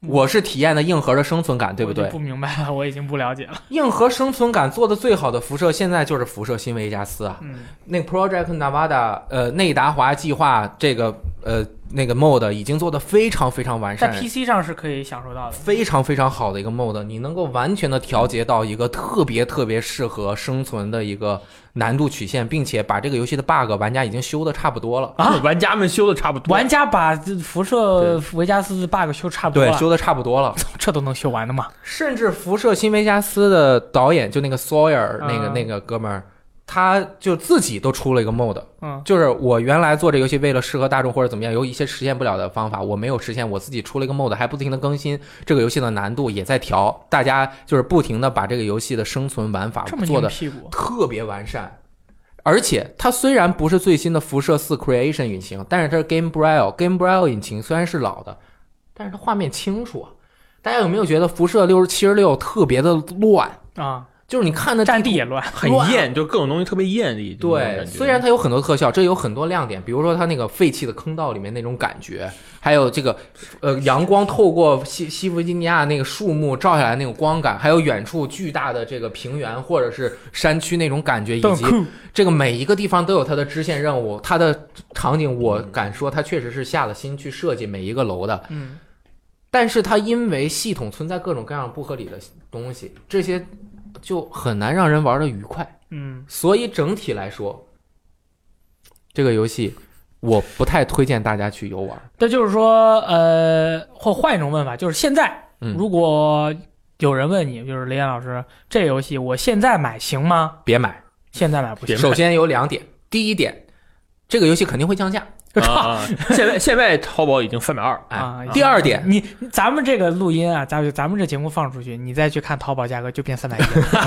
[SPEAKER 2] 我是体验的硬核的生存感， 对不
[SPEAKER 1] 嗯我
[SPEAKER 2] 对
[SPEAKER 1] 就？不明白了，我已经不了解 了。
[SPEAKER 2] 硬核生存感做的最好的辐射，现在就是辐射新维加斯啊。
[SPEAKER 1] 嗯，
[SPEAKER 2] 那个 Project Nevada，呃，内达华计划这个呃那个 mod 已经做的非常非常完
[SPEAKER 1] 在
[SPEAKER 2] 善，
[SPEAKER 1] PC 上是可以享受到的。
[SPEAKER 2] 非常非常好的一个 mod，你能够完全的调节到一个特别特别适合生存的一个难度曲线，并且把这个游戏的 bug 玩家已经修的差不多了，
[SPEAKER 3] 啊，玩家们修的差不多。
[SPEAKER 1] 玩家把辐射维加斯 bug 修差不多
[SPEAKER 2] 对，
[SPEAKER 1] 了，
[SPEAKER 2] 修的差不多了。
[SPEAKER 1] 这都能修完的吗？
[SPEAKER 2] 甚至辐射新维加斯的导演就那个 Sawyer 那个、
[SPEAKER 1] 嗯
[SPEAKER 2] 那个哥们儿，他就自己都出了一个 mod，
[SPEAKER 1] 嗯，
[SPEAKER 2] 就是我原来做这游戏，为了适合大众或者怎么样，有一些实现不了的方法，我没有实现，我自己出了一个 mod，还不停的更新这个游戏的难度，也在调，大家就是不停的把这个游戏的生存玩法
[SPEAKER 1] 这么
[SPEAKER 2] 做
[SPEAKER 1] 硬
[SPEAKER 2] 的
[SPEAKER 1] 屁股，
[SPEAKER 2] 特别完善。而且它虽然不是最新的辐射四 Creation 引擎，但是它是 Game Braille Game Braille 引擎虽然是老的，但是它画面清楚啊。大家有没有觉得辐射六十七十六特别的乱？
[SPEAKER 1] 啊，
[SPEAKER 2] 就是你看的
[SPEAKER 1] 占地也乱，
[SPEAKER 3] 很
[SPEAKER 2] 乱
[SPEAKER 3] 艳，就各种东西特别艳丽。就那种
[SPEAKER 2] 对，
[SPEAKER 3] 感觉
[SPEAKER 2] 虽然它有很多特效，这有很多亮点，比如说它那个废弃的坑道里面那种感觉，还有这个呃阳光透过西西弗吉尼亚那个树木照下来那种光感，还有远处巨大的这个平原或者是山区那种感觉，以
[SPEAKER 1] 都
[SPEAKER 2] 及
[SPEAKER 1] 很酷。
[SPEAKER 2] 这个每一个地方都有它的支线任务，它的场景，我
[SPEAKER 3] 嗯
[SPEAKER 2] 敢说它确实是下了心去设计每一个楼的。
[SPEAKER 1] 嗯，
[SPEAKER 2] 但是它因为系统存在各种各样不合理的东西，这些就很难让人玩的愉快。
[SPEAKER 1] 嗯，
[SPEAKER 2] 所以整体来说，这个游戏我不太推荐大家去游玩。
[SPEAKER 1] 这就是说，呃，或换一种问法，就是现在
[SPEAKER 2] 嗯
[SPEAKER 1] 如果有人问你，就是雷岩老师，这游戏我现在买行吗？
[SPEAKER 2] 别买，
[SPEAKER 1] 现在买不行
[SPEAKER 3] 别。买
[SPEAKER 2] 首先有两点，第一点，这个游戏肯定会降价。
[SPEAKER 1] 操
[SPEAKER 3] 啊，啊现在现在淘宝已经三百二，
[SPEAKER 2] 哎，
[SPEAKER 1] 啊
[SPEAKER 2] 第二点，
[SPEAKER 1] 你咱们这个录音啊，咱们咱们这节目放出去，你再去看淘宝价格就变三百一。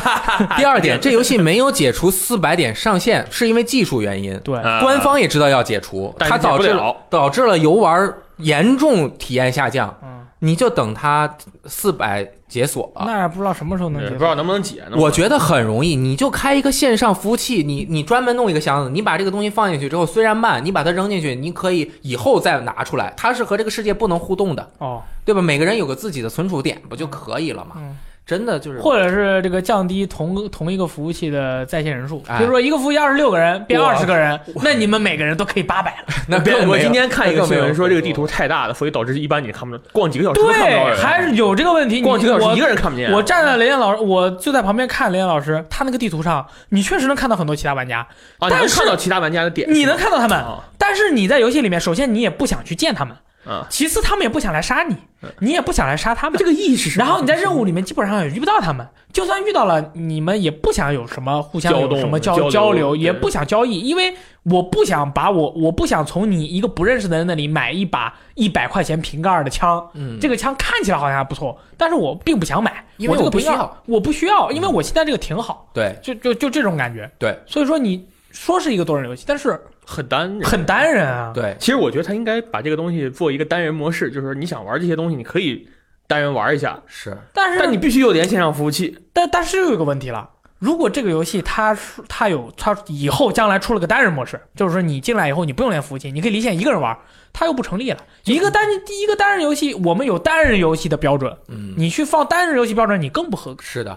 [SPEAKER 2] 第二点，这游戏没有解除四百点上限，是因为技术原因。
[SPEAKER 1] 对，
[SPEAKER 3] 啊
[SPEAKER 2] 官方也知道要解除，
[SPEAKER 3] 但
[SPEAKER 2] 它
[SPEAKER 3] 是解
[SPEAKER 2] 导
[SPEAKER 3] 不
[SPEAKER 2] 致
[SPEAKER 3] 了
[SPEAKER 2] 导致了游玩严重体验下降。
[SPEAKER 1] 嗯，
[SPEAKER 2] 你就等它四百解锁了。
[SPEAKER 1] 那不知道什么时候能
[SPEAKER 3] 对
[SPEAKER 1] 结
[SPEAKER 3] 啊不知
[SPEAKER 1] 束。
[SPEAKER 3] 道能不能解呢？
[SPEAKER 2] 我觉得很容易，你就开一个线上服务器，你你专门弄一个箱子，你把这个东西放进去之后，虽然慢，你把它扔进去，你可以以后再拿出来，它是和这个世界不能互动的，
[SPEAKER 1] 哦，
[SPEAKER 2] 对吧？每个人有个自己的存储点不就可以了吗？
[SPEAKER 1] 嗯，
[SPEAKER 2] 真的就是
[SPEAKER 1] 或者是这个降低同同一个服务器的在线人数，
[SPEAKER 2] 哎
[SPEAKER 1] 比如说一个服务器二十六个人变
[SPEAKER 2] 我
[SPEAKER 1] 二十个人，那你们每个人都可以八百了。
[SPEAKER 2] 那
[SPEAKER 3] 别
[SPEAKER 2] 更没有
[SPEAKER 3] 我今天看一个
[SPEAKER 2] 那更没
[SPEAKER 3] 新
[SPEAKER 2] 有
[SPEAKER 3] 闻说这个地图太大了，所以导致一般你看不到，逛几个小时都看不到
[SPEAKER 1] 对，
[SPEAKER 3] 人，
[SPEAKER 1] 还是有这个问题。你
[SPEAKER 3] 逛几个小
[SPEAKER 1] 我
[SPEAKER 3] 时一个人看不见。
[SPEAKER 1] 我站在雷燕老师，我就在旁边看雷燕老师，他那个地图上，你确实能看到很多其他玩家，
[SPEAKER 3] 啊，你
[SPEAKER 1] 但
[SPEAKER 3] 能
[SPEAKER 1] 是
[SPEAKER 3] 看到其他玩家的点，
[SPEAKER 1] 你能看到他们，
[SPEAKER 3] 啊
[SPEAKER 1] 但是你在游戏里面，首先你也不想去见他们，
[SPEAKER 3] 啊，
[SPEAKER 1] 其次他们也不想来杀你，
[SPEAKER 3] 嗯
[SPEAKER 1] 你也不想来杀他们。
[SPEAKER 3] 这个意识是什么。
[SPEAKER 1] 然后你在任务里面基本上也遇不到他们，就算遇到了，你们也不想有什么互相
[SPEAKER 3] 交
[SPEAKER 1] 有
[SPEAKER 3] 动
[SPEAKER 1] 什么
[SPEAKER 3] 交
[SPEAKER 1] 交
[SPEAKER 3] 流
[SPEAKER 1] 流，
[SPEAKER 3] 对
[SPEAKER 1] 也不想交易，因为我不想把我我不想从你一个不认识的人那里买一把一百块钱瓶盖的枪，
[SPEAKER 2] 嗯，
[SPEAKER 1] 这个枪看起来好像还不错，但是我并不想买，
[SPEAKER 2] 因为
[SPEAKER 1] 我这个
[SPEAKER 2] 我不
[SPEAKER 1] 不
[SPEAKER 2] 需要，
[SPEAKER 1] 我不需要，因为我现在这个挺好，
[SPEAKER 2] 对
[SPEAKER 1] 就就就这种感觉。
[SPEAKER 2] 对
[SPEAKER 1] 所以说你说是一个多人游戏，但是
[SPEAKER 3] 很单人。
[SPEAKER 1] 很单人啊。
[SPEAKER 2] 对，
[SPEAKER 3] 其实我觉得他应该把这个东西做一个单人模式，就是你想玩这些东西，你可以单人玩一下，
[SPEAKER 2] 是
[SPEAKER 1] 但是
[SPEAKER 3] 但你必须有连线上服务器。
[SPEAKER 1] 但但是又有一个问题了，如果这个游戏它是它有它以后将来出了个单人模式，就是说你进来以后你不用连服务器，你可以离线一个人玩，它又不成立了。一个单第一个单人游戏，我们有单人游戏的标准，
[SPEAKER 2] 嗯
[SPEAKER 1] 你去放单人游戏标准，你更不合格。
[SPEAKER 2] 是的，
[SPEAKER 3] 因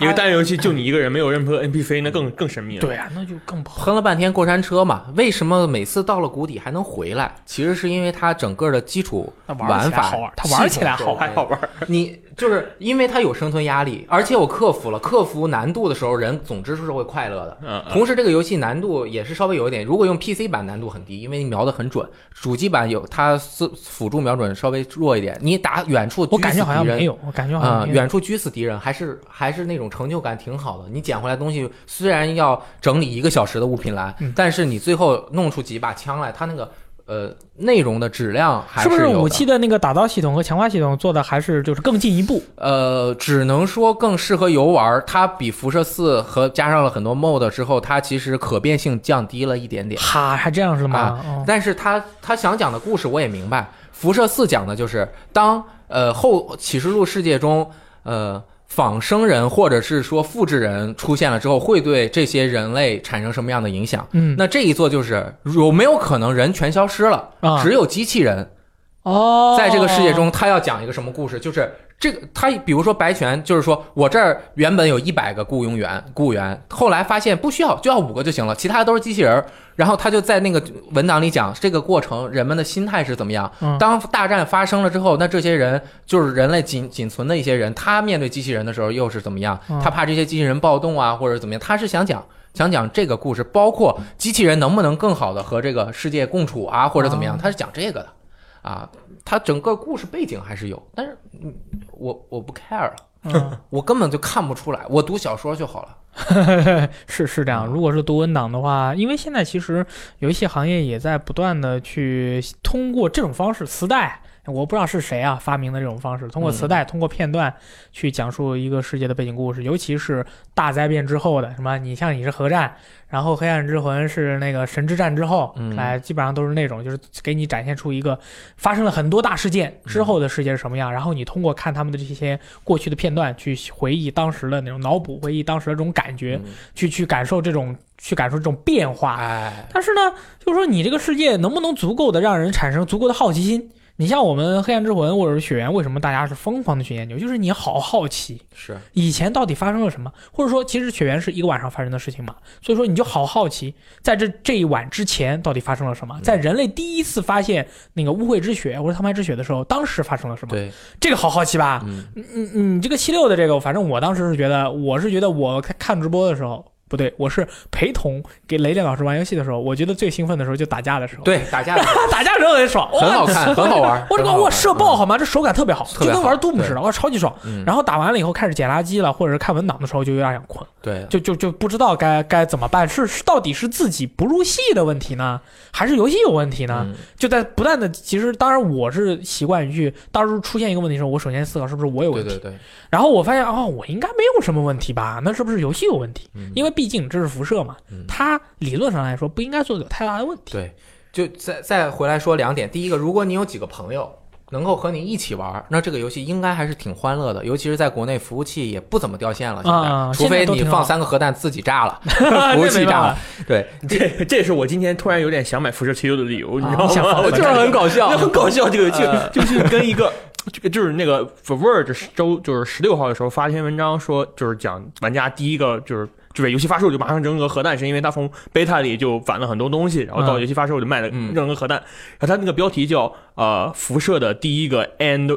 [SPEAKER 2] 它
[SPEAKER 3] 为单人游戏就你一个人，没有任何 NPC，那更更神秘了。
[SPEAKER 1] 对啊，那就更不合格。
[SPEAKER 2] 喷了半天过山车嘛，为什么每次到了谷底还能回来？其实是因为它整个的基础
[SPEAKER 1] 那玩起
[SPEAKER 2] 玩
[SPEAKER 1] 来
[SPEAKER 2] 法
[SPEAKER 1] 好玩，它玩起来好
[SPEAKER 3] 好
[SPEAKER 1] 玩。
[SPEAKER 3] 还好玩，
[SPEAKER 2] 你就是因为它有生存压力，而且我克服了，克服难度的时候，人总之是会快乐的。
[SPEAKER 3] 嗯，嗯
[SPEAKER 2] 同时，这个游戏难度也是稍微有一点，如果用 PC 版难度很低，因为你瞄的很准；主机版有它是辅助瞄准稍微弱一点，你打远处
[SPEAKER 1] 我感觉好像没
[SPEAKER 2] 有。
[SPEAKER 1] 有，我感觉好
[SPEAKER 2] 啊、
[SPEAKER 1] 像没有。
[SPEAKER 2] 远处狙死敌人还是还是那种成就感挺好的。你捡回来的东西虽然要整理一个小时的物品栏，
[SPEAKER 1] 嗯
[SPEAKER 2] 但是你最后弄出几把枪来，它那个呃内容的质量还
[SPEAKER 1] 是不
[SPEAKER 2] 是
[SPEAKER 1] 是
[SPEAKER 2] 有的
[SPEAKER 1] 武器的那个打造系统和强化系统做的还是就是更进一步？
[SPEAKER 2] 呃，只能说更适合游玩儿。它比辐射四和加上了很多 mod 之后，它其实可变性降低了一点点。
[SPEAKER 1] 哈，还这样是吗
[SPEAKER 2] 啊？
[SPEAKER 1] 哦
[SPEAKER 2] 但是他他想讲的故事我也明白，辐射四讲的就是当呃后启示录世界中呃仿生人或者是说复制人出现了之后，会对这些人类产生什么样的影响？
[SPEAKER 1] 嗯，
[SPEAKER 2] 那这一座就是有没有可能人全消失了，
[SPEAKER 1] 啊
[SPEAKER 2] 只有机器人
[SPEAKER 1] 哦，
[SPEAKER 2] 在这个世界中，他要讲一个什么故事？就是这个，他比如说白泉，就是说我这儿原本有一百个雇佣员，雇员后来发现不需要，就要五个就行了，其他都是机器人儿。然后他就在那个文档里讲这个过程，人们的心态是怎么样
[SPEAKER 1] 嗯。
[SPEAKER 2] 当大战发生了之后，那这些人就是人类仅仅存的一些人，他面对机器人的时候又是怎么样
[SPEAKER 1] 嗯？
[SPEAKER 2] 他怕这些机器人暴动啊，或者怎么样？他是想讲。想讲这个故事，包括机器人能不能更好的和这个世界共处啊，或者怎么样，
[SPEAKER 1] 哦
[SPEAKER 2] 他是讲这个的。啊，它整个故事背景还是有，但是嗯我我不 care 了，
[SPEAKER 1] 嗯。
[SPEAKER 2] 我根本就看不出来，我读小说就好了。
[SPEAKER 1] 是是这样，
[SPEAKER 2] 嗯
[SPEAKER 1] 如果是读文档的话，因为现在其实游戏行业也在不断的去通过这种方式，磁带我不知道是谁啊发明的这种方式，通过
[SPEAKER 2] 嗯
[SPEAKER 1] 磁带，通过片段去讲述一个世界的背景故事，尤其是大灾变之后的什么，你像你是核战，然后黑暗之魂是那个神之战之后，
[SPEAKER 2] 嗯
[SPEAKER 1] 哎，基本上都是那种就是给你展现出一个发生了很多大事件之后的世界是什么样，然后你通过看他们的这些过去的片段去回忆当时的那种脑补，回忆当时的这种感觉，
[SPEAKER 2] 嗯
[SPEAKER 1] 去去感受这种去感受这种变化，
[SPEAKER 2] 哎，
[SPEAKER 1] 但是呢，就是说你这个世界能不能足够的让人产生足够的好奇心？你像我们《黑暗之魂》或者是《血缘》，为什么大家是疯狂的去研究？就是你好好奇
[SPEAKER 2] 是
[SPEAKER 1] 以前到底发生了什么，或者说其实《血缘》是一个晚上发生的事情嘛，所以说你就好好奇，在这这一晚之前到底发生了什么？
[SPEAKER 2] 嗯
[SPEAKER 1] 在人类第一次发现那个污秽之血或者他妈之血的时候，当时发生了什么？
[SPEAKER 2] 对，
[SPEAKER 1] 这个好好奇吧？
[SPEAKER 2] 嗯，
[SPEAKER 1] 嗯嗯嗯，这个七六的这个，反正我当时是觉得，我是觉得我看看直播的时候不对，我是陪同给雷电老师玩游戏的时候，我觉得最兴奋的时候就打架的时候，，
[SPEAKER 2] 对，打架的时候
[SPEAKER 1] 打架的时候很爽，
[SPEAKER 2] 很好
[SPEAKER 1] 哇
[SPEAKER 2] 看，很好玩，
[SPEAKER 1] 我这
[SPEAKER 2] 很
[SPEAKER 1] 个
[SPEAKER 2] 好玩
[SPEAKER 1] 我射爆，好吗？这手感特别好，
[SPEAKER 2] 特
[SPEAKER 1] 就
[SPEAKER 2] 别好
[SPEAKER 1] 跟玩杜牧似的，哇，超级爽。
[SPEAKER 2] 嗯，
[SPEAKER 1] 然后打完了以后开始捡垃圾了，或者是看文档的时候就有点想困，
[SPEAKER 2] 对，
[SPEAKER 1] 就就就不知道该该怎么办，是是到底是自己不入戏的问题呢，还是游戏有问题呢？
[SPEAKER 2] 嗯
[SPEAKER 1] 就在不断的，其实当然我是习惯于去，当时出现一个问题的时候，我首先思考是不是我有问
[SPEAKER 2] 对
[SPEAKER 1] 题，
[SPEAKER 2] 对对，
[SPEAKER 1] 然后我发现哦，我应该没有什么问题吧？那是不是游戏有问题？
[SPEAKER 2] 嗯
[SPEAKER 1] 因为毕竟这是辐射嘛
[SPEAKER 2] 嗯，
[SPEAKER 1] 它理论上来说不应该做有太大的问 题。
[SPEAKER 2] 对，就再再回来说两点。第一个，如果你有几个朋友能够和你一起玩，那这个游戏应该还是挺欢乐的，尤其是在国内服务器也不怎么掉线了，现在，
[SPEAKER 1] 啊
[SPEAKER 2] 除
[SPEAKER 1] 现在
[SPEAKER 2] 非
[SPEAKER 1] 都
[SPEAKER 2] 你
[SPEAKER 1] 挺好
[SPEAKER 2] 放三个核弹自己炸 了，
[SPEAKER 1] 这
[SPEAKER 2] 服务
[SPEAKER 1] 没
[SPEAKER 2] 器
[SPEAKER 1] 办
[SPEAKER 2] 炸
[SPEAKER 1] 法
[SPEAKER 2] 了。对，
[SPEAKER 3] 这这是我今天突然有点想买辐射七六的理由，你知道
[SPEAKER 1] 啊你想
[SPEAKER 3] 吗？
[SPEAKER 1] 放
[SPEAKER 2] 哦
[SPEAKER 3] 我
[SPEAKER 1] 回
[SPEAKER 3] 就
[SPEAKER 1] 去
[SPEAKER 3] 是很搞
[SPEAKER 2] 搞笑
[SPEAKER 3] 就很 搞笑，这个
[SPEAKER 2] 呃
[SPEAKER 3] 就就是跟一个。就就是那个 The Verge 周就是十六号的时候发一篇文章说，就是讲玩家第一个就是就是游戏发售就马上扔个核弹，是因为他从 beta 里就反了很多东西，然后
[SPEAKER 1] 嗯
[SPEAKER 3] 到游戏发售就卖了
[SPEAKER 2] 嗯
[SPEAKER 3] 扔了个核弹，然后他那个标题叫呃辐射的第一个 end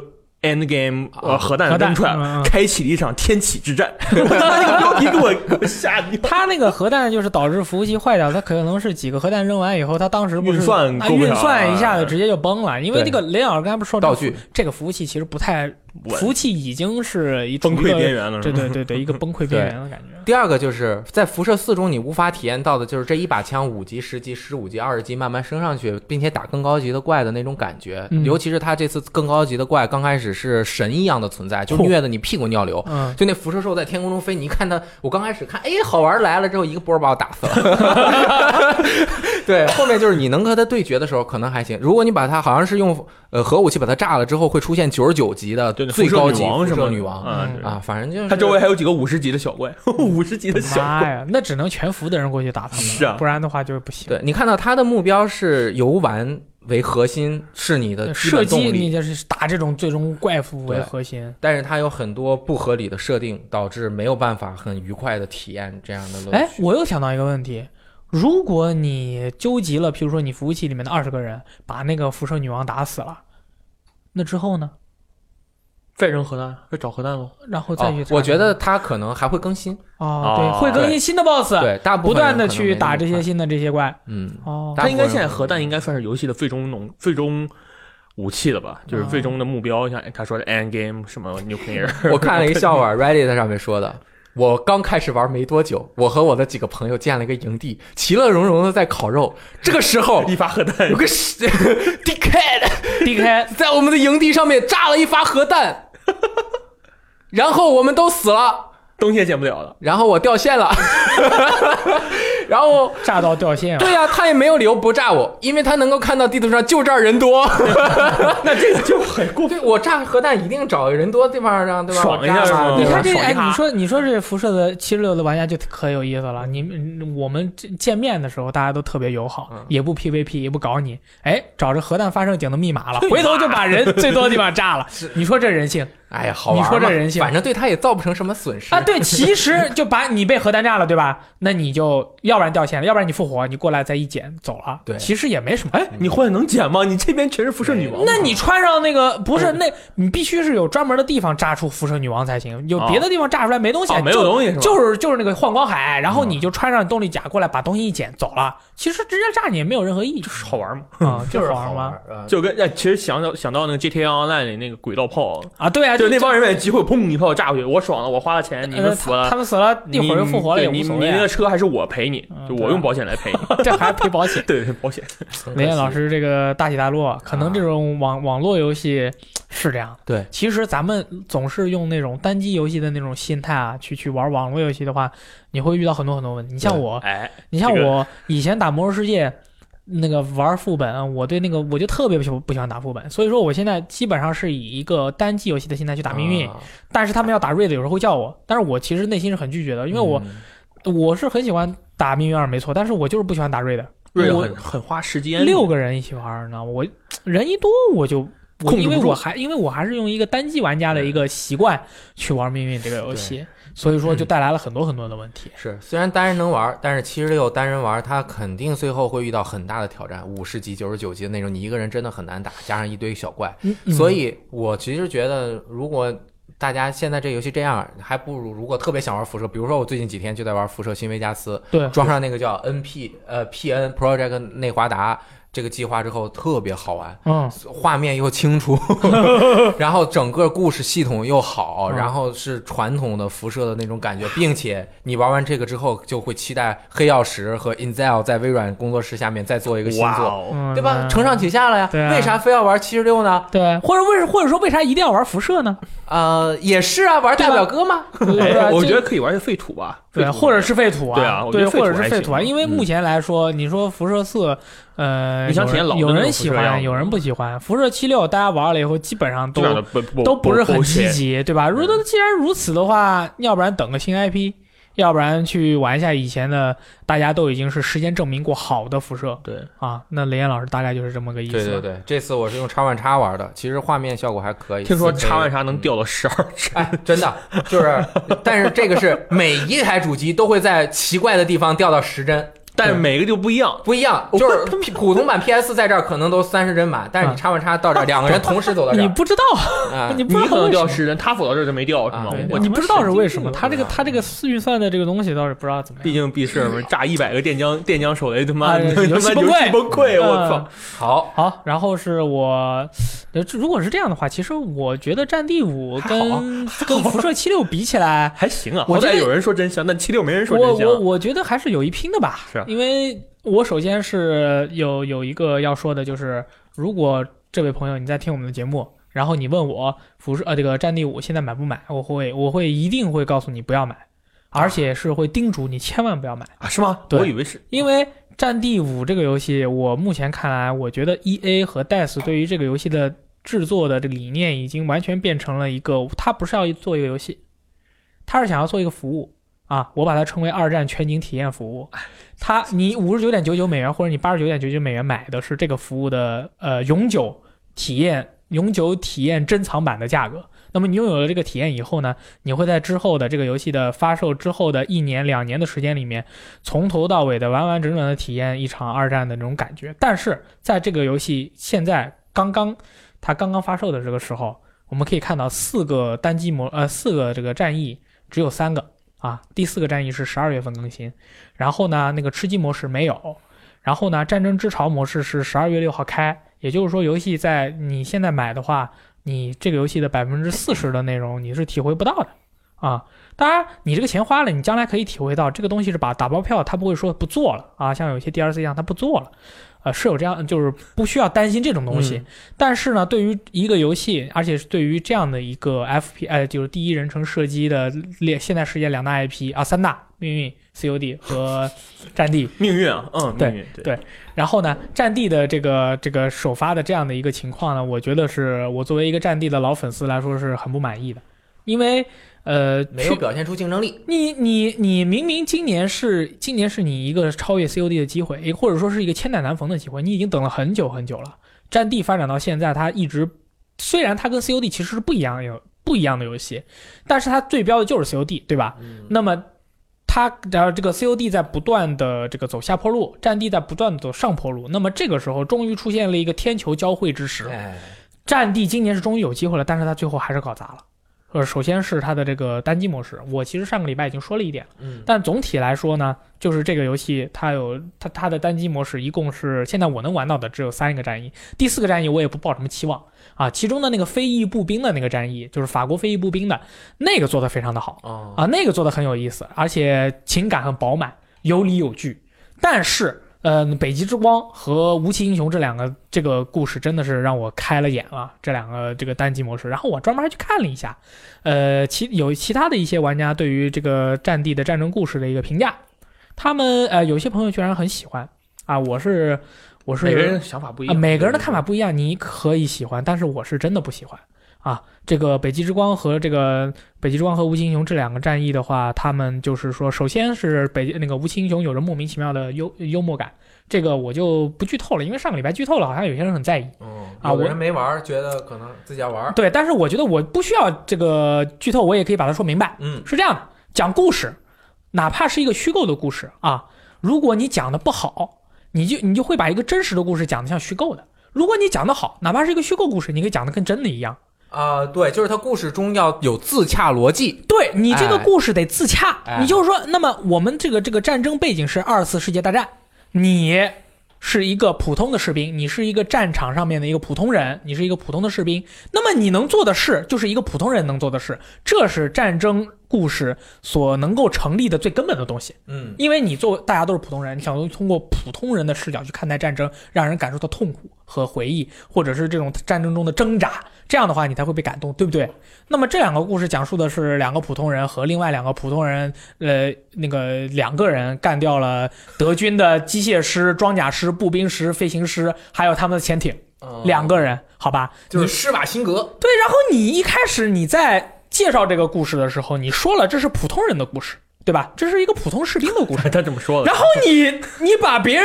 [SPEAKER 3] end game 呃
[SPEAKER 2] 啊
[SPEAKER 3] 核弹
[SPEAKER 1] 核弹
[SPEAKER 3] 扔出来
[SPEAKER 1] 嗯嗯
[SPEAKER 3] 了，开启了一场天启之战， 我当时那个标题给我给我吓一跳，
[SPEAKER 1] 它那个核弹就是导致服务器坏掉，它可能是几个核弹扔完以后，它当时不是
[SPEAKER 3] 运算
[SPEAKER 1] 啊
[SPEAKER 3] 够不
[SPEAKER 1] 运
[SPEAKER 3] 了
[SPEAKER 1] 算一下子直接就崩了，因为那
[SPEAKER 2] 对
[SPEAKER 1] 个雷老师刚才不是说
[SPEAKER 2] 道具
[SPEAKER 1] 这个服务器其实不太，
[SPEAKER 3] 我
[SPEAKER 1] 服务器已经是一
[SPEAKER 3] 崩溃边
[SPEAKER 1] 缘，
[SPEAKER 3] 缘 了，
[SPEAKER 1] 对对 对对，一个崩溃边缘的感觉。
[SPEAKER 2] 第二个就是在辐射四中，你无法体验到的就是这一把枪五级、十级、十五级、二十级慢慢升上去，并且打更高级的怪的那种感觉。
[SPEAKER 1] 嗯
[SPEAKER 2] 尤其是他这次更高级的怪，刚开始是神一样的存在，就
[SPEAKER 1] 嚯
[SPEAKER 2] 虐得你屁滚尿流。
[SPEAKER 1] 嗯，
[SPEAKER 2] 就那辐射兽在天空中飞，你一看它，我刚开始看，哎，好玩来了之后，一个波儿把我打死了。 对，后面就是你能和它对决的时候，可能还行。如果你把它好像是用呃核武器把它炸了之后，会出现九十九级的
[SPEAKER 3] 对，
[SPEAKER 2] 最高级
[SPEAKER 3] 辐射女王
[SPEAKER 2] 辐
[SPEAKER 3] 什
[SPEAKER 2] 射
[SPEAKER 3] 么
[SPEAKER 2] 女王
[SPEAKER 3] 啊，
[SPEAKER 1] 嗯
[SPEAKER 3] 对
[SPEAKER 2] 啊，反正就是
[SPEAKER 3] 他周围还有几个五十级的小怪，五十级的小
[SPEAKER 1] 妈
[SPEAKER 3] 怪，
[SPEAKER 1] 呀，那只能全服的人过去打他们了，
[SPEAKER 3] 是啊
[SPEAKER 1] 不然的话就不行。
[SPEAKER 2] 对你看到他的目标是游玩为核心，是你的基
[SPEAKER 1] 射
[SPEAKER 2] 本
[SPEAKER 1] 击
[SPEAKER 2] 动
[SPEAKER 1] 你
[SPEAKER 2] 力，
[SPEAKER 1] 就是打这种最终怪服为
[SPEAKER 2] 对
[SPEAKER 1] 核心。
[SPEAKER 2] 但是它有很多不合理的设定，导致没有办法很愉快的体验这样的乐趣。哦
[SPEAKER 1] 哎，我又想到一个问题：如果你纠集了，譬如说你服务器里面的二十个人，把那个辐射女王打死了，那之后呢？
[SPEAKER 3] 再扔核弹，要找核弹喽。
[SPEAKER 1] 然后再
[SPEAKER 2] 哦
[SPEAKER 1] 去、，
[SPEAKER 2] 我觉得它可能还会更新，
[SPEAKER 1] 哦，对，会更新新的 BOSS，
[SPEAKER 2] 对，大
[SPEAKER 1] 不
[SPEAKER 2] 部分人
[SPEAKER 1] 断的
[SPEAKER 2] 可能没
[SPEAKER 1] 去
[SPEAKER 2] 那
[SPEAKER 1] 打
[SPEAKER 2] 么
[SPEAKER 1] 这些
[SPEAKER 2] 快，
[SPEAKER 1] 新的这些怪。
[SPEAKER 2] 嗯，
[SPEAKER 1] 哦，
[SPEAKER 2] 大
[SPEAKER 3] 他应该
[SPEAKER 2] 部分人
[SPEAKER 3] 现在核弹应该算是游戏的最终农最终武器了吧？就是最终的目标，像哎他说的 end game 什么 nuclear， ，
[SPEAKER 2] 我看了一笑话，Reddit 上面说的。我刚开始玩没多久，我和我的几个朋友建了一个营地，其乐融融的在烤肉。这个时候
[SPEAKER 3] 一发核弹
[SPEAKER 2] 有，个 dickhead
[SPEAKER 1] D K
[SPEAKER 2] 在我们的营地上面炸了一发核弹，然后我们都死了，
[SPEAKER 3] 东西也捡不了了。
[SPEAKER 2] 然后我掉线了， 然 后
[SPEAKER 1] 炸到掉线啊了。
[SPEAKER 2] 对呀、他也没有理由不炸我，因为他能够看到地图上就这儿人多，
[SPEAKER 3] 那这个就很过 分。
[SPEAKER 2] 对我炸核弹一定找人多地方让对吧？
[SPEAKER 3] 爽一下
[SPEAKER 2] 我炸
[SPEAKER 3] 是
[SPEAKER 2] 嘛对
[SPEAKER 3] 吗
[SPEAKER 2] 嗯
[SPEAKER 1] 你
[SPEAKER 2] 吧
[SPEAKER 1] 看这
[SPEAKER 3] 爽一
[SPEAKER 1] 哎，
[SPEAKER 3] 哈
[SPEAKER 1] 你说你说这辐射的七十六的玩家就可有意思了。你们我们这见面的时候大家都特别友好
[SPEAKER 2] 嗯，
[SPEAKER 1] 也不 PVP，也不搞你。哎，找着核弹发射井的密码了，回头就把人最多的地方 炸了。你说这人性
[SPEAKER 2] 哎呀，好玩嘛
[SPEAKER 1] 你说这人性
[SPEAKER 2] 反正对他也造不成什么损失
[SPEAKER 1] 啊？对，其实就把你被核弹炸了，对吧？那你就要不然掉线了，要不然你复活，你过来再一捡走了。
[SPEAKER 2] 对
[SPEAKER 1] 其实也没什么。
[SPEAKER 3] 哎，你换能捡吗？你这边全是辐射女王吗。
[SPEAKER 1] 那你穿上那个不是那，你必须是有专门的地方炸出辐射女王才行，有
[SPEAKER 3] 哦
[SPEAKER 1] 别的地方炸出来没东西，
[SPEAKER 3] 哦没有
[SPEAKER 1] 就
[SPEAKER 3] 东西是吧
[SPEAKER 1] 就是就是那个幻光海，然后你就穿上动力甲过来把东西一捡走了，其实直接炸你也没有任何意义
[SPEAKER 3] 好玩吗？
[SPEAKER 1] 啊，
[SPEAKER 2] 就
[SPEAKER 1] 嗯 就是好玩吗？
[SPEAKER 2] 啊！
[SPEAKER 3] 就跟哎，其实想到想到那个 GTA Online 里那个轨道炮，
[SPEAKER 1] 啊，对啊，啊，
[SPEAKER 3] 就那帮人们机会，砰一炮炸过去，我爽了，我花了钱，你们
[SPEAKER 1] 呃
[SPEAKER 3] 死
[SPEAKER 1] 他
[SPEAKER 3] 了
[SPEAKER 1] 他。们死了一会儿又复活了也无
[SPEAKER 3] 你你
[SPEAKER 1] 所
[SPEAKER 3] 你
[SPEAKER 1] 谓
[SPEAKER 3] 那
[SPEAKER 1] 啊
[SPEAKER 3] 个，车还是我赔你，
[SPEAKER 1] 嗯
[SPEAKER 3] 就
[SPEAKER 1] 对
[SPEAKER 3] 我用保险来 赔你。
[SPEAKER 1] 这还赔保险。
[SPEAKER 3] 对对，啊保险。
[SPEAKER 1] 梅艳老师这个大起大落，可能这种网网络游戏是这样的。
[SPEAKER 2] 对，
[SPEAKER 1] 其实咱们总是用那种单机游戏的那种心态啊，去去玩网络游戏的话，你会遇到很多很多问题。你像我，
[SPEAKER 3] 哎，
[SPEAKER 1] 你像
[SPEAKER 3] 这个
[SPEAKER 1] 我以前打《魔兽世界》。那个玩副本，啊我对那个我就特别不喜不喜欢打副本，所以说我现在基本上是以一个单机游戏的心态去打命运。
[SPEAKER 2] 啊
[SPEAKER 1] 但是他们要打瑞的，有时候会叫我，但是我其实内心是很拒绝的，因为我、
[SPEAKER 2] 嗯
[SPEAKER 1] 我是很喜欢打命运二没错，但是我就是不喜欢打瑞的。
[SPEAKER 3] 瑞
[SPEAKER 1] 我
[SPEAKER 3] 很很花时间。
[SPEAKER 1] 六个人一起玩儿呢，我人一多我就。我
[SPEAKER 3] 控制
[SPEAKER 1] 因
[SPEAKER 3] 不
[SPEAKER 1] 为
[SPEAKER 3] 住
[SPEAKER 1] 我还因为我还是用一个单机玩家的一个习惯去玩命运这个游戏，所以说
[SPEAKER 3] 嗯
[SPEAKER 1] 就带来了很多很多的问题。
[SPEAKER 2] 是，虽然单人能玩，但是七十六单人玩，他肯定最后会遇到很大的挑战，五十级、九十九级的那种，你一个人真的很难打，加上一堆小怪。
[SPEAKER 1] 嗯嗯
[SPEAKER 2] 所以我其实觉得，如果大家现在这游戏这样，还不如如果特别想玩辐射，比如说我最近几天就在玩辐射新维加斯，
[SPEAKER 1] 对
[SPEAKER 2] 装上那个叫 NP 呃 PN Project 内华达这个计划之后，特别好玩。
[SPEAKER 1] 嗯，
[SPEAKER 2] 画面又清 楚，然后整个故事系统又好，
[SPEAKER 1] 嗯
[SPEAKER 2] 然后是传统的辐射的那种感觉，并且你玩完这个之后，就会期待黑曜石和 Inzel 在微软工作室下面再做一个新
[SPEAKER 3] 哇
[SPEAKER 2] 作，
[SPEAKER 3] 哦，
[SPEAKER 1] 嗯
[SPEAKER 2] 对吧？
[SPEAKER 1] 嗯
[SPEAKER 2] 承上启下了呀。
[SPEAKER 1] 对啊
[SPEAKER 2] 为啥非要玩七十六呢？
[SPEAKER 1] 对，或者为或者说为啥一定要玩辐射 呢？
[SPEAKER 2] 呃，也是啊，玩大表哥嘛。
[SPEAKER 1] 对吧
[SPEAKER 3] 哎，我
[SPEAKER 1] 就
[SPEAKER 3] 觉得可以玩一个废土吧，
[SPEAKER 1] 啊对，
[SPEAKER 3] 废土
[SPEAKER 1] 或者是废土啊，
[SPEAKER 3] 对啊我觉
[SPEAKER 1] 对，
[SPEAKER 3] 得废
[SPEAKER 1] 或
[SPEAKER 3] 土
[SPEAKER 1] 者是
[SPEAKER 3] 还
[SPEAKER 1] 废土啊，
[SPEAKER 3] 行嗯
[SPEAKER 1] 因为目前来说，你说辐射四，呃，
[SPEAKER 3] 你想体验老的
[SPEAKER 1] 有人
[SPEAKER 3] 那
[SPEAKER 1] 有人
[SPEAKER 3] 种
[SPEAKER 1] 喜
[SPEAKER 3] 辐射样
[SPEAKER 1] 欢，
[SPEAKER 3] 子
[SPEAKER 1] 有人不喜欢。辐射七六大家玩了以后，基本上
[SPEAKER 3] 基
[SPEAKER 1] 都
[SPEAKER 3] 本上不不
[SPEAKER 1] 都不是很积。
[SPEAKER 3] 不
[SPEAKER 1] 极，对吧？如果既然如此的话，要不然等个新 IP，要不然去玩一下以前的，大家都已经是时间证明过好的辐射
[SPEAKER 3] 对，
[SPEAKER 1] 啊。那雷燕老师大概就是这么个意思。
[SPEAKER 2] 对对对， 这次我是用叉万叉玩的，其实画面效果还可以。
[SPEAKER 3] 听说
[SPEAKER 2] 4K
[SPEAKER 3] 插万啥
[SPEAKER 1] 嗯
[SPEAKER 3] 能掉到十二只，
[SPEAKER 2] 哎，真的就是， 但是这个是每一台主机都会在奇怪的地方掉到十帧，
[SPEAKER 3] 但是每个就不一样。
[SPEAKER 2] 不一样，就是 P- 普通版 PS 在这儿可能都三十帧满，但是你叉万叉 到这儿，两个人同时走到这
[SPEAKER 1] 你
[SPEAKER 2] 儿
[SPEAKER 1] 不知道，
[SPEAKER 2] 啊，
[SPEAKER 1] 嗯你不
[SPEAKER 3] 你
[SPEAKER 1] 知
[SPEAKER 3] 可
[SPEAKER 1] 道
[SPEAKER 3] 能
[SPEAKER 1] 为什
[SPEAKER 3] 掉
[SPEAKER 1] 么
[SPEAKER 3] 十人，他走到这儿就没掉，是吗
[SPEAKER 2] 啊？
[SPEAKER 3] 我
[SPEAKER 1] 你不知道是为什么，
[SPEAKER 3] 他
[SPEAKER 1] 他这个他这个运算的这个东西倒是不知道怎么
[SPEAKER 3] 毕
[SPEAKER 1] 样。
[SPEAKER 3] 竟必胜嘛，炸一百个电浆电浆手雷，他妈
[SPEAKER 1] 哎
[SPEAKER 3] 他妈
[SPEAKER 1] 游
[SPEAKER 3] 游
[SPEAKER 1] 戏
[SPEAKER 3] 戏
[SPEAKER 1] 崩
[SPEAKER 3] 崩
[SPEAKER 1] 溃
[SPEAKER 3] 溃，我
[SPEAKER 1] 嗯
[SPEAKER 3] 操！
[SPEAKER 2] 好，
[SPEAKER 1] 好，然后是我，呃这如果是这样的话，其实我觉得《战地五》跟跟《辐射七六》比起来，
[SPEAKER 3] 还行啊，
[SPEAKER 1] 我
[SPEAKER 3] 好
[SPEAKER 1] 觉得
[SPEAKER 3] 歹有人说真香，但七六没人说
[SPEAKER 1] 我
[SPEAKER 3] 真
[SPEAKER 1] 我
[SPEAKER 3] 香。
[SPEAKER 1] 我觉得还是有一拼的吧，
[SPEAKER 3] 是啊
[SPEAKER 1] 因为我首先是有有一个要说的，就是如果这位朋友你在听我们的节目，然后你问我辐射呃这个战地五现在买不买，我会我会一定会告诉你不要买，而且是会叮嘱你千万不要买，
[SPEAKER 3] 啊，是吗？
[SPEAKER 1] 对
[SPEAKER 3] 我以为是，
[SPEAKER 1] 因为战地五这个游戏，我目前看来，我觉得 E A 和 DICE 对于这个游戏的制作的这个理念已经完全变成了一个，它不是要做一个游戏，它是想要做一个服务啊，我把它称为二战全景体验服务。它你五十九点九九美元或者你八十九点九九美元买的是这个服务的呃永久体验。永久体验珍藏版的价格，那么你拥有了这个体验以后呢，你会在之后的这个游戏的发售之后的一年、两年的时间里面，从头到尾的完完整整的体验一场二战的那种感觉。但是在这个游戏现在刚刚它刚刚发售的这个时候，我们可以看到四个单机模呃四个这个战役只有三个啊，第四个战役是十二月份更新，然后呢那个吃鸡模式没有，然后呢战争之潮模式是十二月六号开，也就是说游戏在你现在买的话，你这个游戏的百分之四十的内容你是体会不到的啊。当然，你这个钱花了，你将来可以体会到这个东西是把打包票，他不会说不做了啊，像有些 DLC 一样，他不做了，呃，是有这样，就是不需要担心这种东西。但是呢，对于一个游戏，而且是对于这样的一个 FP，呃，就是第一人称射击的列现在世界两大 IP 啊，三大命运、COD 和战地，
[SPEAKER 3] 命运啊，嗯，
[SPEAKER 1] 对
[SPEAKER 3] 命运，
[SPEAKER 1] 对然后呢，战地的这个这个首发的这样的一个情况呢，我觉得是我作为一个战地的老粉丝来说是很不满意的，因为呃，
[SPEAKER 2] 没
[SPEAKER 1] 去
[SPEAKER 2] 有表现出竞争力。
[SPEAKER 1] 你你你明明今年是今年是你一个超越 COD 的机会，也或者说是一个千载难逢的机会，你已经等了很久很久了。战地发展到现在，它一直虽然它跟 COD 其实是不一样有不一样的游戏，但是它对标的就是 COD，对吧？那么它然后这个 COD 在不断的这个走下坡路，战地在不断的走上坡路。那么这个时候，终于出现了一个天球交汇之时，
[SPEAKER 2] 哎，
[SPEAKER 1] 战地今年是终于有机会了，但是他最后还是搞砸了。呃，首先是它的这个单机模式，我其实上个礼拜已经说了一点了，
[SPEAKER 2] 嗯
[SPEAKER 1] 但总体来说呢，就是这个游戏它有它它的单机模式，一共是现在我能玩到的只有三个战役，第四个战役我也不抱什么期望啊。其中的那个非裔步兵的那个战役，就是法国非裔步兵的那个做得非常的好，
[SPEAKER 2] 哦，
[SPEAKER 1] 啊，那个做的很有意思，而且情感很饱满，有理有据。但是，呃，北极之光和无期英雄这两个这个故事真的是让我开了眼了，这两个这个单机模式。然后我专门还去看了一下，呃，其有其他的一些玩家对于这个战地的战争故事的一个评价，他们呃有些朋友居然很喜欢啊，我是我是
[SPEAKER 3] 每个人想法不一
[SPEAKER 1] 啊，
[SPEAKER 3] 样，
[SPEAKER 1] 每个人的看法不一样，你可以喜欢，但是我是真的不喜欢啊。这个北极之光和这个北极之光和无期英雄这两个战役的话，他们就是说，首先是北那个无期英雄有着莫名其妙的幽幽默感，这个我就不剧透了，因为上个礼拜剧透了，好像有些人很在意。
[SPEAKER 2] 嗯
[SPEAKER 1] 啊
[SPEAKER 2] 有的
[SPEAKER 1] 我
[SPEAKER 2] 人没玩儿，觉得可能自己要玩儿，
[SPEAKER 1] 对，但是我觉得我不需要这个剧透，我也可以把它说明白。
[SPEAKER 2] 嗯
[SPEAKER 1] 是这样的，讲故事，哪怕是一个虚构的故事啊，如果你讲的不好，你就你就会把一个真实的故事讲得像虚构的；如果你讲得好，哪怕是一个虚构故事，你可以讲得跟真的一样。
[SPEAKER 2] 啊、对，就是它故事中要有自洽逻辑，
[SPEAKER 1] 对你这个
[SPEAKER 2] 哎
[SPEAKER 1] 故事得自洽，
[SPEAKER 2] 哎
[SPEAKER 1] 你就是说，那么我们这个这个战争背景是二次世界大战，你是一个普通的士兵，你是一个战场上面的一个普通人，你是一个普通的士兵，那么你能做的事就是一个普通人能做的事，这是战争故事所能够成立的最根本的东西。
[SPEAKER 2] 嗯
[SPEAKER 1] 因为你作为大家都是普通人，你想通过普通人的视角去看待战争，让人感受到痛苦和回忆，或者是这种战争中的挣扎，这样的话你才会被感动，对不对？那么这两个故事讲述的是两个普通人和另外两个普通人，呃，那个两个人干掉了德军的机械师、装甲师、步兵师、飞行师，还有他们的潜艇，两个人，好吧？
[SPEAKER 2] 呃就是施瓦辛格，
[SPEAKER 1] 对，然后你一开始你在介绍这个故事的时候，你说了这是普通人的故事，对吧？这是一个普通士兵的故事。
[SPEAKER 3] 他这么说的。
[SPEAKER 1] 然后你你把别人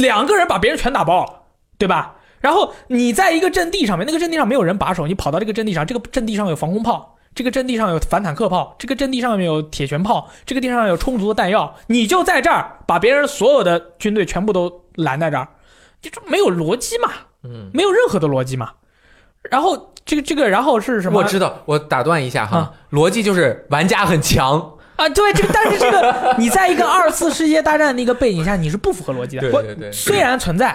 [SPEAKER 1] 两个人把别人全打爆了，对吧？然后你在一个阵地上面，那个阵地上没有人把守，你跑到这个阵地上，这个阵地上有防空炮，这个阵地上有反坦克炮，这个阵地上面有铁拳炮，这个地上有充足的弹药，你就在这儿把别人所有的军队全部都拦在这儿，就这没有逻辑嘛，
[SPEAKER 2] 嗯，
[SPEAKER 1] 没有任何的逻辑嘛。然后这个这个，然后是什么？
[SPEAKER 2] 我知道，我打断一下哈，
[SPEAKER 1] 啊
[SPEAKER 2] 逻辑就是玩家很强，
[SPEAKER 1] 啊，对这个，但是这个你在一个二次世界大战的一个背景下，你是不符合逻辑的。
[SPEAKER 2] 对
[SPEAKER 1] 我
[SPEAKER 2] 对对
[SPEAKER 1] 虽然存在，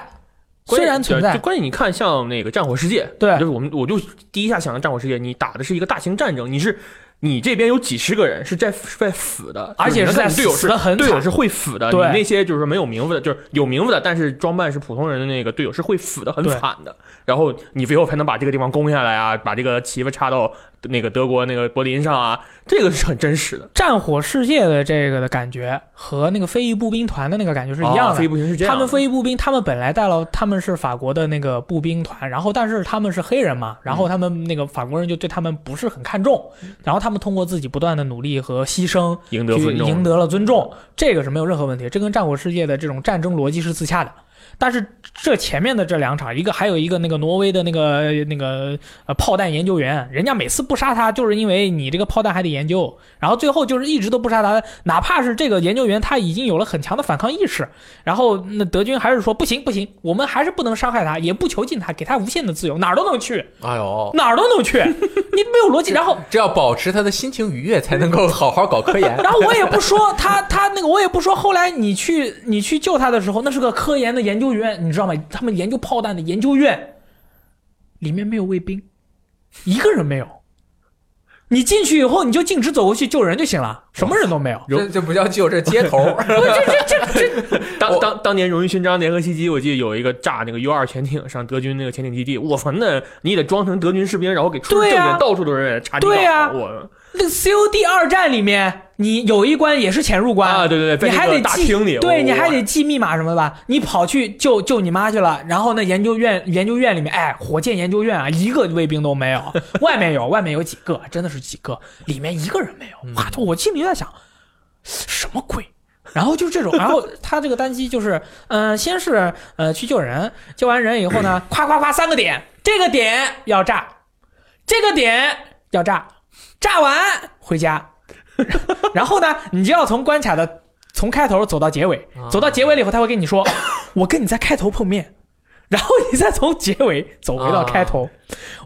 [SPEAKER 3] 关
[SPEAKER 1] 虽
[SPEAKER 3] 键
[SPEAKER 1] 然存
[SPEAKER 3] 对
[SPEAKER 1] 在
[SPEAKER 3] 就，关键你看像那个《战火世界》，
[SPEAKER 1] 对
[SPEAKER 3] 就是我们我就第一下想到《战火世界》，你打的是一个大型战争，你是你这边有几十个人是在是在死的，
[SPEAKER 1] 而且
[SPEAKER 3] 就是是
[SPEAKER 1] 在
[SPEAKER 3] 你队友
[SPEAKER 1] 死
[SPEAKER 3] 是
[SPEAKER 1] 的很
[SPEAKER 3] 队友
[SPEAKER 1] 惨。
[SPEAKER 3] 是会死的，你
[SPEAKER 1] 对
[SPEAKER 3] 那些就是说没有名分的，就是有名分的，但是装扮是普通人的那个队友是会死的，很
[SPEAKER 1] 对
[SPEAKER 3] 惨的。然后你最后才能把这个地方攻下来啊，把这个旗子插到那个德国那个柏林上啊，这个是很真实的，
[SPEAKER 1] 战火世界的这个的感觉和那个飞翼步兵团的那个感觉是一样
[SPEAKER 3] 啊
[SPEAKER 1] 的。
[SPEAKER 3] 飞不行是这样
[SPEAKER 1] 他
[SPEAKER 3] 的，
[SPEAKER 1] 们飞翼步兵，他们本来带了，他们是法国的那个步兵团，然后但是他们是黑人
[SPEAKER 3] 嗯
[SPEAKER 1] 嘛，然后他们那个法国人就对他们不是很看重，然后他们通过自己不断的努力和牺牲，
[SPEAKER 3] 赢得
[SPEAKER 1] 去
[SPEAKER 3] 分
[SPEAKER 1] 赢
[SPEAKER 3] 众，
[SPEAKER 1] 得了尊重，这个是没有任何问题，这跟战火世界的这种战争逻辑是自洽的。但是这前面的这两场，一个还有一个那个挪威的那个那个呃炮弹研究员，人家每次不杀他，就是因为你这个炮弹还得研究，然后最后就是一直都不杀他，哪怕是这个研究员他已经有了很强的反抗意识，然后那德军还是说不行不行，我们还是不能伤害他，也不囚禁他，给他无限的自由，哪儿都能去，
[SPEAKER 2] 哎呦，
[SPEAKER 1] 哪儿都能去， 你没有逻辑，然后。
[SPEAKER 2] 这要保持他的心情愉悦，才能够好好搞科研
[SPEAKER 1] 然后我也不说他，他那个我也不说。后来你去你去救他的时候，那是个科研的研究员，你知道吗？他们研究炮弹的研究院，里面没有卫兵，一个人没有。你进去以后，你就径直走过去救人就行了，什么人都没 有。
[SPEAKER 2] 这这不叫救，这街头。
[SPEAKER 1] 不是这这这这，
[SPEAKER 3] 当
[SPEAKER 2] 我
[SPEAKER 3] 当当年荣誉勋章联合袭击，我记得有一个炸那个 U 二潜艇上德军那个潜艇基地，我操，那你也得装成德军士兵，然后给出入
[SPEAKER 1] 对
[SPEAKER 3] 证
[SPEAKER 1] 呀
[SPEAKER 3] 件，到处都是人员查地
[SPEAKER 1] 对呀
[SPEAKER 3] 道。我啊
[SPEAKER 1] 那个 COD 二战里面，你有一关也是潜入关
[SPEAKER 3] 啊，对对对，
[SPEAKER 1] 你
[SPEAKER 3] 在
[SPEAKER 1] 还
[SPEAKER 3] 那个
[SPEAKER 1] 得
[SPEAKER 3] 大
[SPEAKER 1] 记
[SPEAKER 3] 厅里，哦
[SPEAKER 1] 对
[SPEAKER 3] 我
[SPEAKER 1] 你还得记密码什么的吧？你跑去救救你妈去了，然后那研究院研究院里面，哎，火箭研究院啊，一个卫兵都没有，外面有，外面有几个，真的是几个，里面一个人没
[SPEAKER 3] 嗯
[SPEAKER 1] 有。哇，我心里就在想，什么鬼？然后就是这种，然后他这个单机就是，嗯、先是呃去救人，救完人以后 呢，夸夸夸三个点，这个点要炸，这个点要炸，炸完回家， 然后呢，你就要从关卡的从开头走到结尾
[SPEAKER 2] 啊，
[SPEAKER 1] 走到结尾了以后，他会跟你说，我跟你在开头碰面，然后你再从结尾走回到开
[SPEAKER 2] 啊
[SPEAKER 1] 头，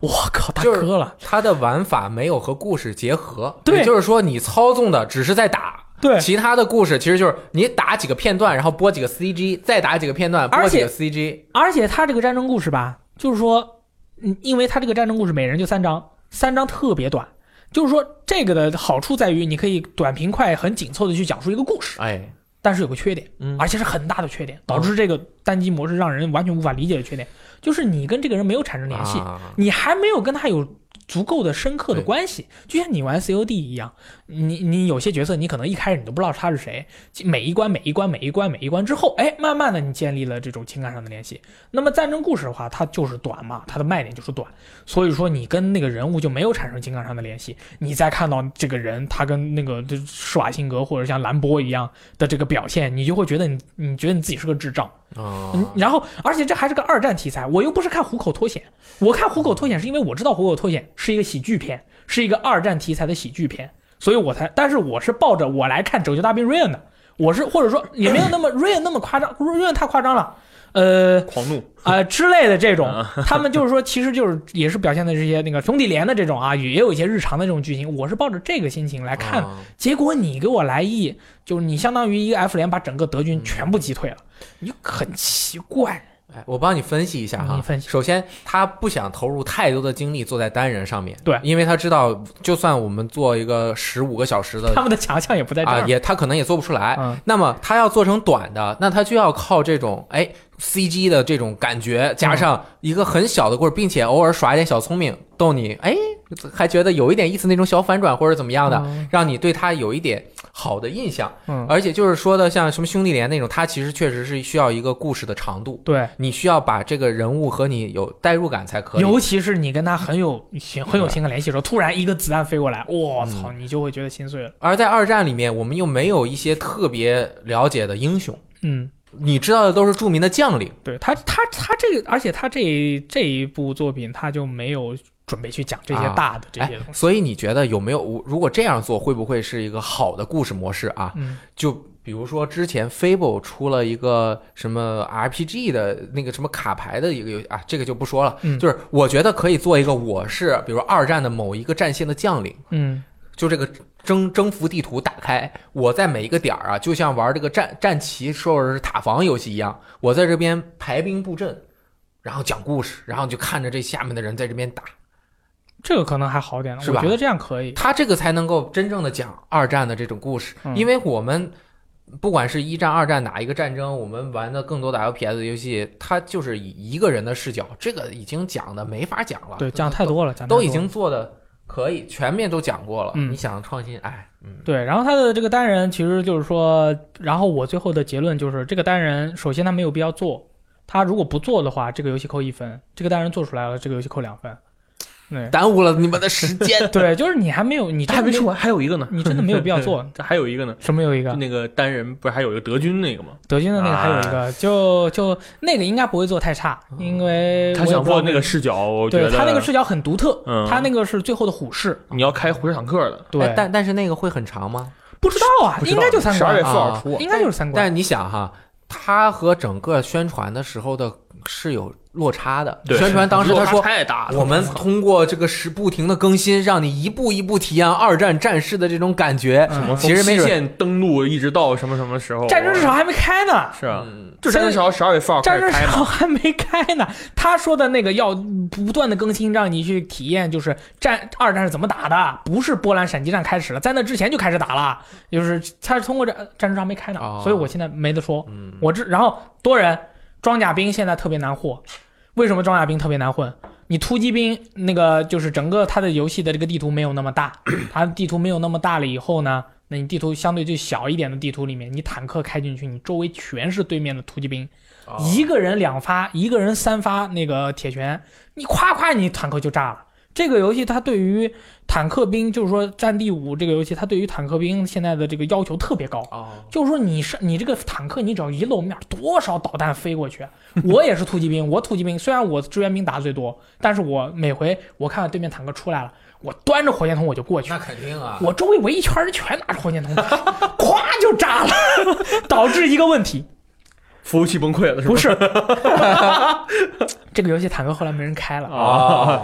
[SPEAKER 1] 我靠，大
[SPEAKER 2] 就是
[SPEAKER 1] 哥了，
[SPEAKER 2] 它的玩法没有和故事结合，
[SPEAKER 1] 对
[SPEAKER 2] 也就是说你操纵的只是在打。
[SPEAKER 1] 对
[SPEAKER 2] 其他的故事其实就是你打几个片段，然后播几个 CG，再打几个片段，播
[SPEAKER 1] 而
[SPEAKER 2] 几
[SPEAKER 1] 且
[SPEAKER 2] 个 CG。
[SPEAKER 1] 而且他这个战争故事吧，就是说，嗯，因为他这个战争故事每人就三章，三章特别短，就是说这个的好处在于你可以短平快、很紧凑的去讲述一个故事，
[SPEAKER 2] 哎，
[SPEAKER 1] 但是有个缺点，
[SPEAKER 2] 嗯
[SPEAKER 1] 而且是很大的缺点，导致这个单机模式让人完全无法理解的缺点，就是你跟这个人没有产生联系，
[SPEAKER 2] 啊
[SPEAKER 1] 你还没有跟他有足够的深刻的
[SPEAKER 2] 对
[SPEAKER 1] 关系，就像你玩 COD 一样，你你有些角色你可能一开始你都不知道他是谁，每一关每一关每一关每一关之后，哎，慢慢的你建立了这种情感上的联系。那么战争故事的话，它就是短嘛，它的卖点就是短，所以说你跟那个人物就没有产生情感上的联系。你再看到这个人他跟那个就是施瓦辛格或者像兰博一样的这个表现，你就会觉得你你觉得你自己是个智障。
[SPEAKER 2] 啊
[SPEAKER 1] 嗯，然后，而且这还是个二战题材，我又不是看《虎口脱险》，我看《虎口脱险》是因为我知道《虎口脱险》是一个喜剧片，是一个二战题材的喜剧片，所以我才，但是我是抱着我来看《拯救大兵瑞恩》的，我是或者说也没有那么瑞恩那么夸张，瑞恩太夸张了，呃
[SPEAKER 3] 狂怒，
[SPEAKER 1] 呃之类的这种， 他们就是说，其实就是也是表现的这些那个兄弟连的这种啊，也有一些日常的这种剧情，我是抱着这个心情来看
[SPEAKER 2] 啊
[SPEAKER 1] 结果你给我来一，就是你相当于一个 F 连把整个德军全部击退了，你就很奇怪。
[SPEAKER 2] 哎，我帮你分析一下哈。
[SPEAKER 1] 你分析
[SPEAKER 2] 首先，他不想投入太多的精力坐在单人上面，
[SPEAKER 1] 对
[SPEAKER 2] 因为他知道，就算我们做一个十五个小时的
[SPEAKER 1] 他们的强项也不在这
[SPEAKER 2] 呃啊，
[SPEAKER 1] 儿。
[SPEAKER 2] 也他可能也做不出来。
[SPEAKER 1] 嗯
[SPEAKER 2] 那么他要做成短的，那他就要靠这种哎 CG 的这种感觉，加
[SPEAKER 1] 嗯
[SPEAKER 2] 上一个很小的故事，并且偶尔耍一点小聪明，逗你哎还觉得有一点意思那种小反转或者怎么样的，
[SPEAKER 1] 嗯
[SPEAKER 2] 让你对他有一点好的印象。
[SPEAKER 1] 嗯
[SPEAKER 2] 而且就是说的像什么兄弟连那种，它其实确实是需要一个故事的长度。
[SPEAKER 1] 对，
[SPEAKER 2] 你需要把这个人物和你有代入感才可以。
[SPEAKER 1] 尤其是你跟他很有情很有情感联系的时候，突然一个子弹飞过来，我
[SPEAKER 2] 嗯
[SPEAKER 1] 操，你就会觉得心碎了。
[SPEAKER 2] 而在二战里面，我们又没有一些特别了解的英雄，
[SPEAKER 1] 嗯，
[SPEAKER 2] 你知道的都是著名的将领。
[SPEAKER 1] 对他，他他这个，而且他这这一部作品，他就没有准备去讲这些
[SPEAKER 2] 啊
[SPEAKER 1] 大的这
[SPEAKER 2] 哎
[SPEAKER 1] 些东，西。
[SPEAKER 2] 所以你觉得有没有？我如果这样做，会不会是一个好的故事模式啊？
[SPEAKER 1] 嗯，
[SPEAKER 2] 就比如说之前 Fable 出了一个什么 RPG 的那个什么卡牌的一个游戏啊，这个就不说了。
[SPEAKER 1] 嗯
[SPEAKER 2] 就是我觉得可以做一个，我是比如二战的某一个战线的将领，
[SPEAKER 1] 嗯，
[SPEAKER 2] 就这个征征服地图打开，我在每一个点儿啊，就像玩这个战战棋或者是塔防游戏一样，我在这边排兵布阵，然后讲故事，然后就看着这下面的人在这边打，
[SPEAKER 1] 这个可能还好点了，
[SPEAKER 2] 是
[SPEAKER 1] 我
[SPEAKER 2] 吧
[SPEAKER 1] 觉得这样可以。
[SPEAKER 2] 他这个才能够真正的讲二战的这种故事，
[SPEAKER 1] 嗯
[SPEAKER 2] 因为我们。不管是一战、二战哪一个战争，我们玩的更多的 LPS 游戏，它就是以一个人的视角，这个已经讲的没法讲了。
[SPEAKER 1] 对，讲太多了，讲太
[SPEAKER 2] 都
[SPEAKER 1] 多
[SPEAKER 2] 已
[SPEAKER 1] 了
[SPEAKER 2] 经做的可以全面都讲过了。
[SPEAKER 1] 嗯
[SPEAKER 2] 你想创新，哎，嗯，
[SPEAKER 1] 对，然后他的这个单人其实就是说，然后我最后的结论就是，这个单人首先他没有必要做，他如果不做的话，这个游戏扣一分；这个单人做出来了，这个游戏扣两分。对
[SPEAKER 2] 耽误了你们的时 间。哎
[SPEAKER 1] 对，就是你还没有，你真
[SPEAKER 3] 还
[SPEAKER 1] 的
[SPEAKER 3] 没说
[SPEAKER 1] 有，
[SPEAKER 3] 完，还有一个呢，。
[SPEAKER 1] 你真的没有必要做
[SPEAKER 3] 这还有一个呢，
[SPEAKER 1] 什么有一
[SPEAKER 3] 就
[SPEAKER 1] 个
[SPEAKER 3] 那个单人不是还有一个德军那个吗？
[SPEAKER 1] 德军的那个，还有一
[SPEAKER 3] 啊
[SPEAKER 1] 个就就那个应该不会做太差，因为
[SPEAKER 3] 嗯他
[SPEAKER 1] 我也
[SPEAKER 3] 想
[SPEAKER 1] 不知道
[SPEAKER 3] 做那个视角，我觉
[SPEAKER 1] 对
[SPEAKER 3] 得
[SPEAKER 1] 他那个视角很独特，
[SPEAKER 3] 嗯
[SPEAKER 1] 他那个是最后的虎视，
[SPEAKER 3] 你要开火车坦克的，
[SPEAKER 1] 对
[SPEAKER 2] 哎，但但是那个会很长吗？
[SPEAKER 1] 不知道啊，
[SPEAKER 3] 不知
[SPEAKER 1] 应
[SPEAKER 3] 道
[SPEAKER 1] 该就三
[SPEAKER 3] 十二月
[SPEAKER 1] 关
[SPEAKER 3] 四
[SPEAKER 1] 啊，
[SPEAKER 3] 号出，
[SPEAKER 1] 应该就是三
[SPEAKER 2] 但
[SPEAKER 1] 关
[SPEAKER 2] 是。你想哈，它和整个宣传的时候的是有落差的。
[SPEAKER 3] 对，
[SPEAKER 2] 宣传当时他
[SPEAKER 3] 落
[SPEAKER 2] 说
[SPEAKER 3] 差。太大了，
[SPEAKER 2] 我们通过这个是不停的更新，让你一步一步体验二战战士的这种感觉。
[SPEAKER 1] 嗯
[SPEAKER 3] 我
[SPEAKER 2] 其实没
[SPEAKER 3] 从西
[SPEAKER 2] 准，
[SPEAKER 3] 线登陆一直到什么什么时候？
[SPEAKER 1] 战争至少还没开呢，
[SPEAKER 3] 是啊，
[SPEAKER 2] 嗯，
[SPEAKER 3] 就战争至少十二月四号开
[SPEAKER 1] 战
[SPEAKER 3] 始
[SPEAKER 1] 争
[SPEAKER 3] 开
[SPEAKER 1] 场
[SPEAKER 3] 嘛，
[SPEAKER 1] 还没开呢，他说的那个要不断的更新，让你去体验，就是战二战是怎么打的，不是波兰闪击战开始了，在那之前就开始打了，就是他是通过这呃战争还没开呢，
[SPEAKER 2] 哦
[SPEAKER 1] 所以我现在没得说。
[SPEAKER 2] 嗯
[SPEAKER 1] 我这然后多人装甲兵现在特别难混，为什么装甲兵特别难混？你突击兵那个就是整个它的游戏的这个地图没有那么 大，它地图没有那么大了以后呢，那你地图相对就小一点的地图里面，你坦克开进去，你周围全是对面的突击兵，
[SPEAKER 2] 哦
[SPEAKER 1] 一个人两发，一个人三发那个铁拳，你夸夸你坦克就炸了。这个游戏它对于坦克兵，就是说《战地五》这个游戏，它对于坦克兵现在的这个要求特别高。
[SPEAKER 2] 哦，
[SPEAKER 1] 就是说你是你这个坦克，你只要一露面，多少导弹飞过去。我也是突击兵，我突击兵虽然我支援兵打的最多，但是我每回我看到对面坦克出来了，我端着火箭筒我就过去
[SPEAKER 2] 那。肯定啊，
[SPEAKER 1] 我周围围一 圈人全拿着火箭筒打，咵就炸了，导致一个问题，
[SPEAKER 3] 服务器崩溃了，是吧？
[SPEAKER 1] 不是，这个游戏坦克后来没人开了，
[SPEAKER 2] 哦，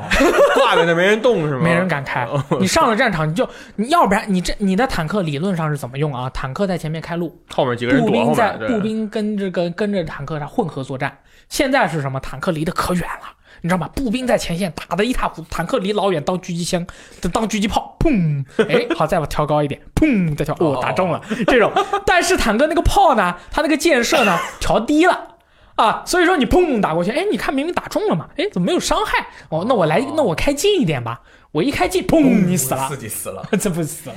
[SPEAKER 3] 啊挂在那没人动是吗？哦
[SPEAKER 1] 没人敢开。你上了战场，你就你要不然你这你的坦克理论上是怎么用啊？坦克在前面开路，
[SPEAKER 3] 后面几个人
[SPEAKER 1] 步
[SPEAKER 3] 躲
[SPEAKER 1] 兵
[SPEAKER 3] 后
[SPEAKER 1] 在
[SPEAKER 3] 面，对
[SPEAKER 1] 步兵跟这个跟着坦克上混合作战。现在是什么？坦克离得可远了，你知道吗？步兵在前线打得一塌糊涂，坦克离老远当狙击枪，当狙击炮，砰！哎，好，再把调高一点，砰！再调，哦，打中了这种。但是坦克那个炮呢，它那个箭射呢调低了。啊，所以说你砰打过去，哎，你看明明打中了嘛，哎，怎么没有伤害？哦，那我来，那我开近一点吧，我一开近，砰，你
[SPEAKER 3] 哦
[SPEAKER 1] 死了
[SPEAKER 2] 自，己死了。
[SPEAKER 1] 这不死了。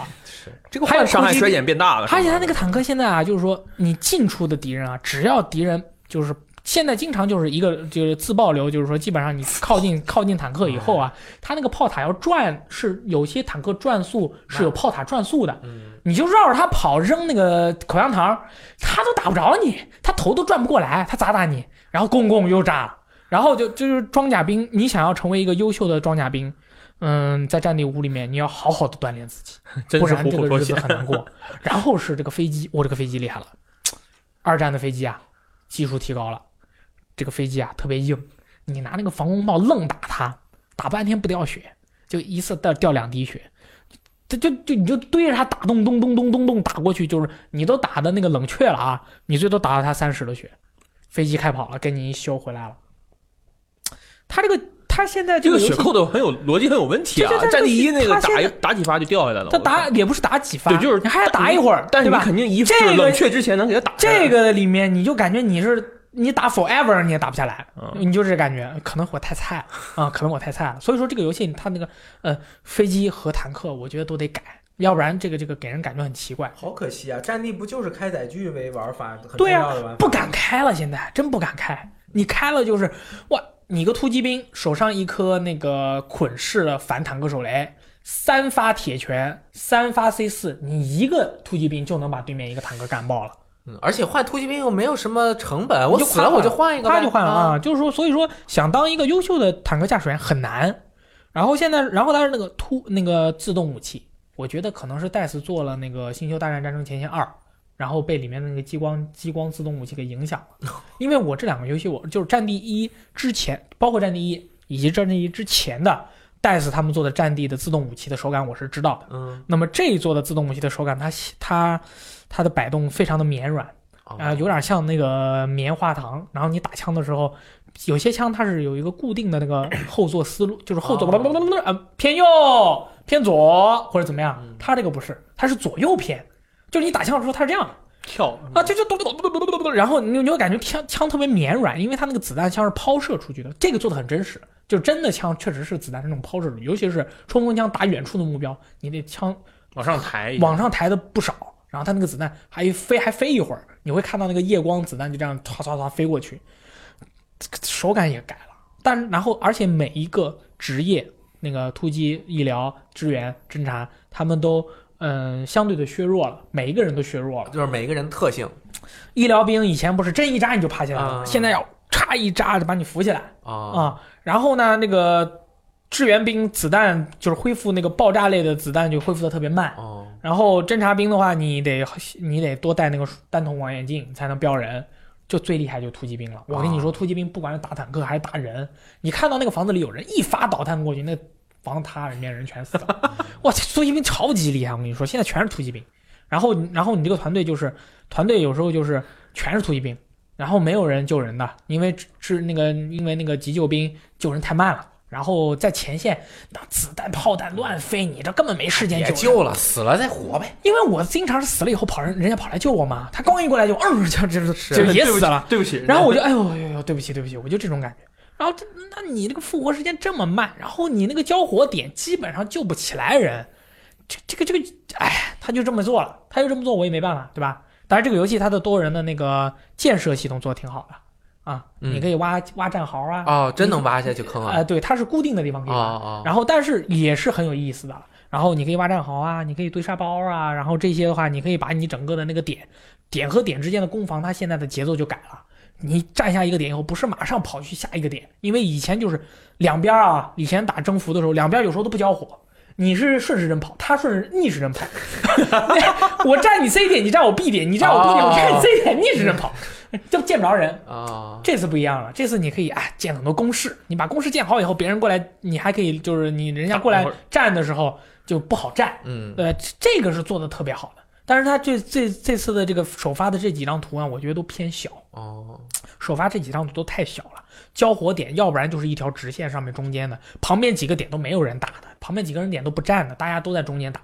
[SPEAKER 2] 这个
[SPEAKER 1] 还有
[SPEAKER 3] 伤害
[SPEAKER 1] 突击
[SPEAKER 3] 衰减变大了。 是吧
[SPEAKER 1] 而且他那个坦克现在啊，就是说你进出的敌人啊，只要敌人就是现在经常就是一个就是自爆流，就是说基本上你靠近靠近坦克以后啊，他那个炮塔要转是有些坦克转速是有炮塔转速的，
[SPEAKER 2] 嗯
[SPEAKER 1] 你就绕着他跑扔那个口香糖，他都打不着你，他头都转不过来，他咋打你？然后咣咣又炸了，然后就就是装甲兵，你想要成为一个优秀的装甲兵。嗯，在战地五里面，你要好好的锻炼自己。
[SPEAKER 3] 真
[SPEAKER 1] 不
[SPEAKER 3] 是
[SPEAKER 1] 然
[SPEAKER 3] 虎
[SPEAKER 1] 这
[SPEAKER 3] 口
[SPEAKER 1] 个
[SPEAKER 3] 脱
[SPEAKER 1] 日子
[SPEAKER 3] 险。
[SPEAKER 1] 很难过。 然后是这个飞机，我这个飞机厉害了，二战的飞机啊，技术提高了，这个飞机啊特别硬，你拿那个防空炮愣打它，打半天不掉血，就一次掉掉两滴血。这就就你就对着它打，咚咚咚咚咚咚打过去，就是你都打的那个冷却了啊，你最多打到它三十的血，飞机开跑了，给你一修回来了。他这个他现在
[SPEAKER 3] 这
[SPEAKER 1] 个
[SPEAKER 3] 个
[SPEAKER 1] 游戏
[SPEAKER 3] 血扣的很有逻辑，很有问题啊
[SPEAKER 1] 对对！对
[SPEAKER 3] 战地一那个
[SPEAKER 1] 他现
[SPEAKER 3] 打
[SPEAKER 1] 在
[SPEAKER 3] 一打几发就掉下来了，
[SPEAKER 1] 他
[SPEAKER 3] 我
[SPEAKER 1] 打
[SPEAKER 3] 靠，
[SPEAKER 1] 也不是打几发，
[SPEAKER 3] 对就是
[SPEAKER 1] 你还要打一会儿，
[SPEAKER 3] 但
[SPEAKER 1] 对
[SPEAKER 3] 是你
[SPEAKER 1] 吧？
[SPEAKER 3] 肯定一
[SPEAKER 1] 这个
[SPEAKER 3] 就是冷却之前能给他打下来
[SPEAKER 1] 这个里面你就感觉你是你打 forever 你也打不下来，
[SPEAKER 3] 嗯
[SPEAKER 1] 你就这感觉，可能我太菜了 啊，可能我太菜了。所以说这个游戏它那个呃飞机和坦克，我觉得都得改，要不然这个这个给人感觉很奇怪。
[SPEAKER 4] 好可惜啊！战地不就是开载具为玩法很重
[SPEAKER 1] 对呀、
[SPEAKER 4] 要的玩法？
[SPEAKER 1] 不敢开了，现在真不敢开。你开了就是哇，你个突击兵手上一颗那个捆式的反坦克手雷，三发铁拳，三发 C 四，你一个突击兵就能把对面一个坦克干爆了。
[SPEAKER 2] 嗯而且换突击兵又没有什么成本，我
[SPEAKER 1] 你就
[SPEAKER 2] 死了
[SPEAKER 1] 换
[SPEAKER 2] 我就换一个呗，
[SPEAKER 1] 他就换了啊，就是说，所以说想当一个优秀的坦克驾驶员很难。然后现在，然后但是那个突那个自动武器，我觉得可能是戴斯做了那个《星球大战：战争前线二》，然后被里面的那个激光激光自动武器给影响了。因为我这两个游戏，我就是《战地一》之前，包括《战地一》以及《战地一》之前的戴斯他们做的《战地》的自动武器的手感，我是知道的。
[SPEAKER 2] 嗯
[SPEAKER 1] 那么这一座的自动武器的手感，它它它的摆动非常的绵软。
[SPEAKER 2] 哦
[SPEAKER 1] 啊、有点像那个棉花糖。然后你打枪的时候，有些枪它是有一个固定的那个后座思路，就是后座
[SPEAKER 2] 哦
[SPEAKER 1] 不不不不啊偏右、偏左或者怎么样。它这个不是，它是左右偏，就是你打枪的时候它是这样的
[SPEAKER 3] 跳
[SPEAKER 1] 啊，就就咚咚咚咚咚咚咚，然后你你就感觉枪枪特别绵软，因为它那个子弹枪是抛射出去的，这个做的很真实。就真的枪确实是子弹是那种抛射出去，尤其是冲锋枪打远处的目标，你那枪
[SPEAKER 3] 往上抬
[SPEAKER 2] 哎
[SPEAKER 3] 一下，
[SPEAKER 1] 往上抬的不少，然后它那个子弹还飞还飞一会儿，你会看到那个夜光子弹就这样唰唰唰飞过去，这个手感也改了。但然后而且每一个职业，那个突击、医疗、支援、侦察，他们都嗯相对的削弱了，每一个人都削弱了。
[SPEAKER 2] 就是每个人特性
[SPEAKER 1] 医疗兵以前不是针一扎你就爬起来了，
[SPEAKER 2] 啊
[SPEAKER 1] 现在要插一扎就把你扶起来。
[SPEAKER 2] 啊
[SPEAKER 1] 啊，然后呢，那个支援兵子弹就是恢复那个爆炸类的子弹就恢复的特别慢。
[SPEAKER 2] 哦
[SPEAKER 1] 然后侦察兵的话，你得你得多戴那个单筒望远镜才能标人。就最厉害就是突击兵了。我跟你说，突击兵不管是打坦克还是打人，你看到那个房子里有人一发导弹过去，那房子塌了，里面人全死了。 哇，这突击兵超级厉害！我跟你说，现在全是突击兵。然后然后你这个团队就是团队有时候就是全是突击兵，然后没有人救人的，因为是那个因为那个急救兵救人太慢了。然后在前线，那子弹炮弹乱飞，你这根本没时间
[SPEAKER 2] 别
[SPEAKER 1] 人
[SPEAKER 2] 救了，死了再活呗。
[SPEAKER 1] 因为我经常是死了以后跑人，人家跑来救我嘛，他刚一过来就嗯，就就就也死了。
[SPEAKER 3] 对不起。对不起
[SPEAKER 1] 然后我就哎呦哎呦，对不起对不起，我就这种感觉。然后这那你这个复活时间这么慢，然后你那个交火点基本上救不起来人，这这个这个，哎，他就这么做了，他就这么做，我也没办法，对吧？当然这个游戏它的多人的那个建设系统做的挺好的啊，
[SPEAKER 2] 嗯
[SPEAKER 1] 你可以挖挖战壕啊，
[SPEAKER 2] 哦，真能挖下去坑啊！
[SPEAKER 1] 呃，对，它是固定的地方可以
[SPEAKER 2] 哦
[SPEAKER 3] 啊
[SPEAKER 1] 挖。
[SPEAKER 2] 哦，
[SPEAKER 1] 然后但是也是很有意思的。然后你可以挖战壕啊，你可以堆沙包啊，然后这些的话，你可以把你整个的那个点点和点之间的攻防，它现在的节奏就改了。你站下一个点以后，不是马上跑去下一个点，因为以前就是两边啊，以前打征服的时候，两边有时候都不交火，你是顺时针跑，他顺时逆时针跑。 我站你 C 点，你站我 B 点，你站我 B 点，我站你 C 点，逆时针跑， 就见不着人。
[SPEAKER 2] 啊，
[SPEAKER 1] 这次不一样了，这次你可以哎建很多公式，你把公式建好以后，别人过来，你还可以就是你人家过来站的时候就不好站。
[SPEAKER 2] 嗯，
[SPEAKER 1] 呃，这个是做的特别好的。但是他这这这次的这个首发的这几张图案，我觉得都偏小，
[SPEAKER 2] 哦，
[SPEAKER 1] 首发这几张图都太小了。交火点，要不然就是一条直线上面中间的，旁边几个点都没有人打的，旁边几个人点都不占的，大家都在中间打。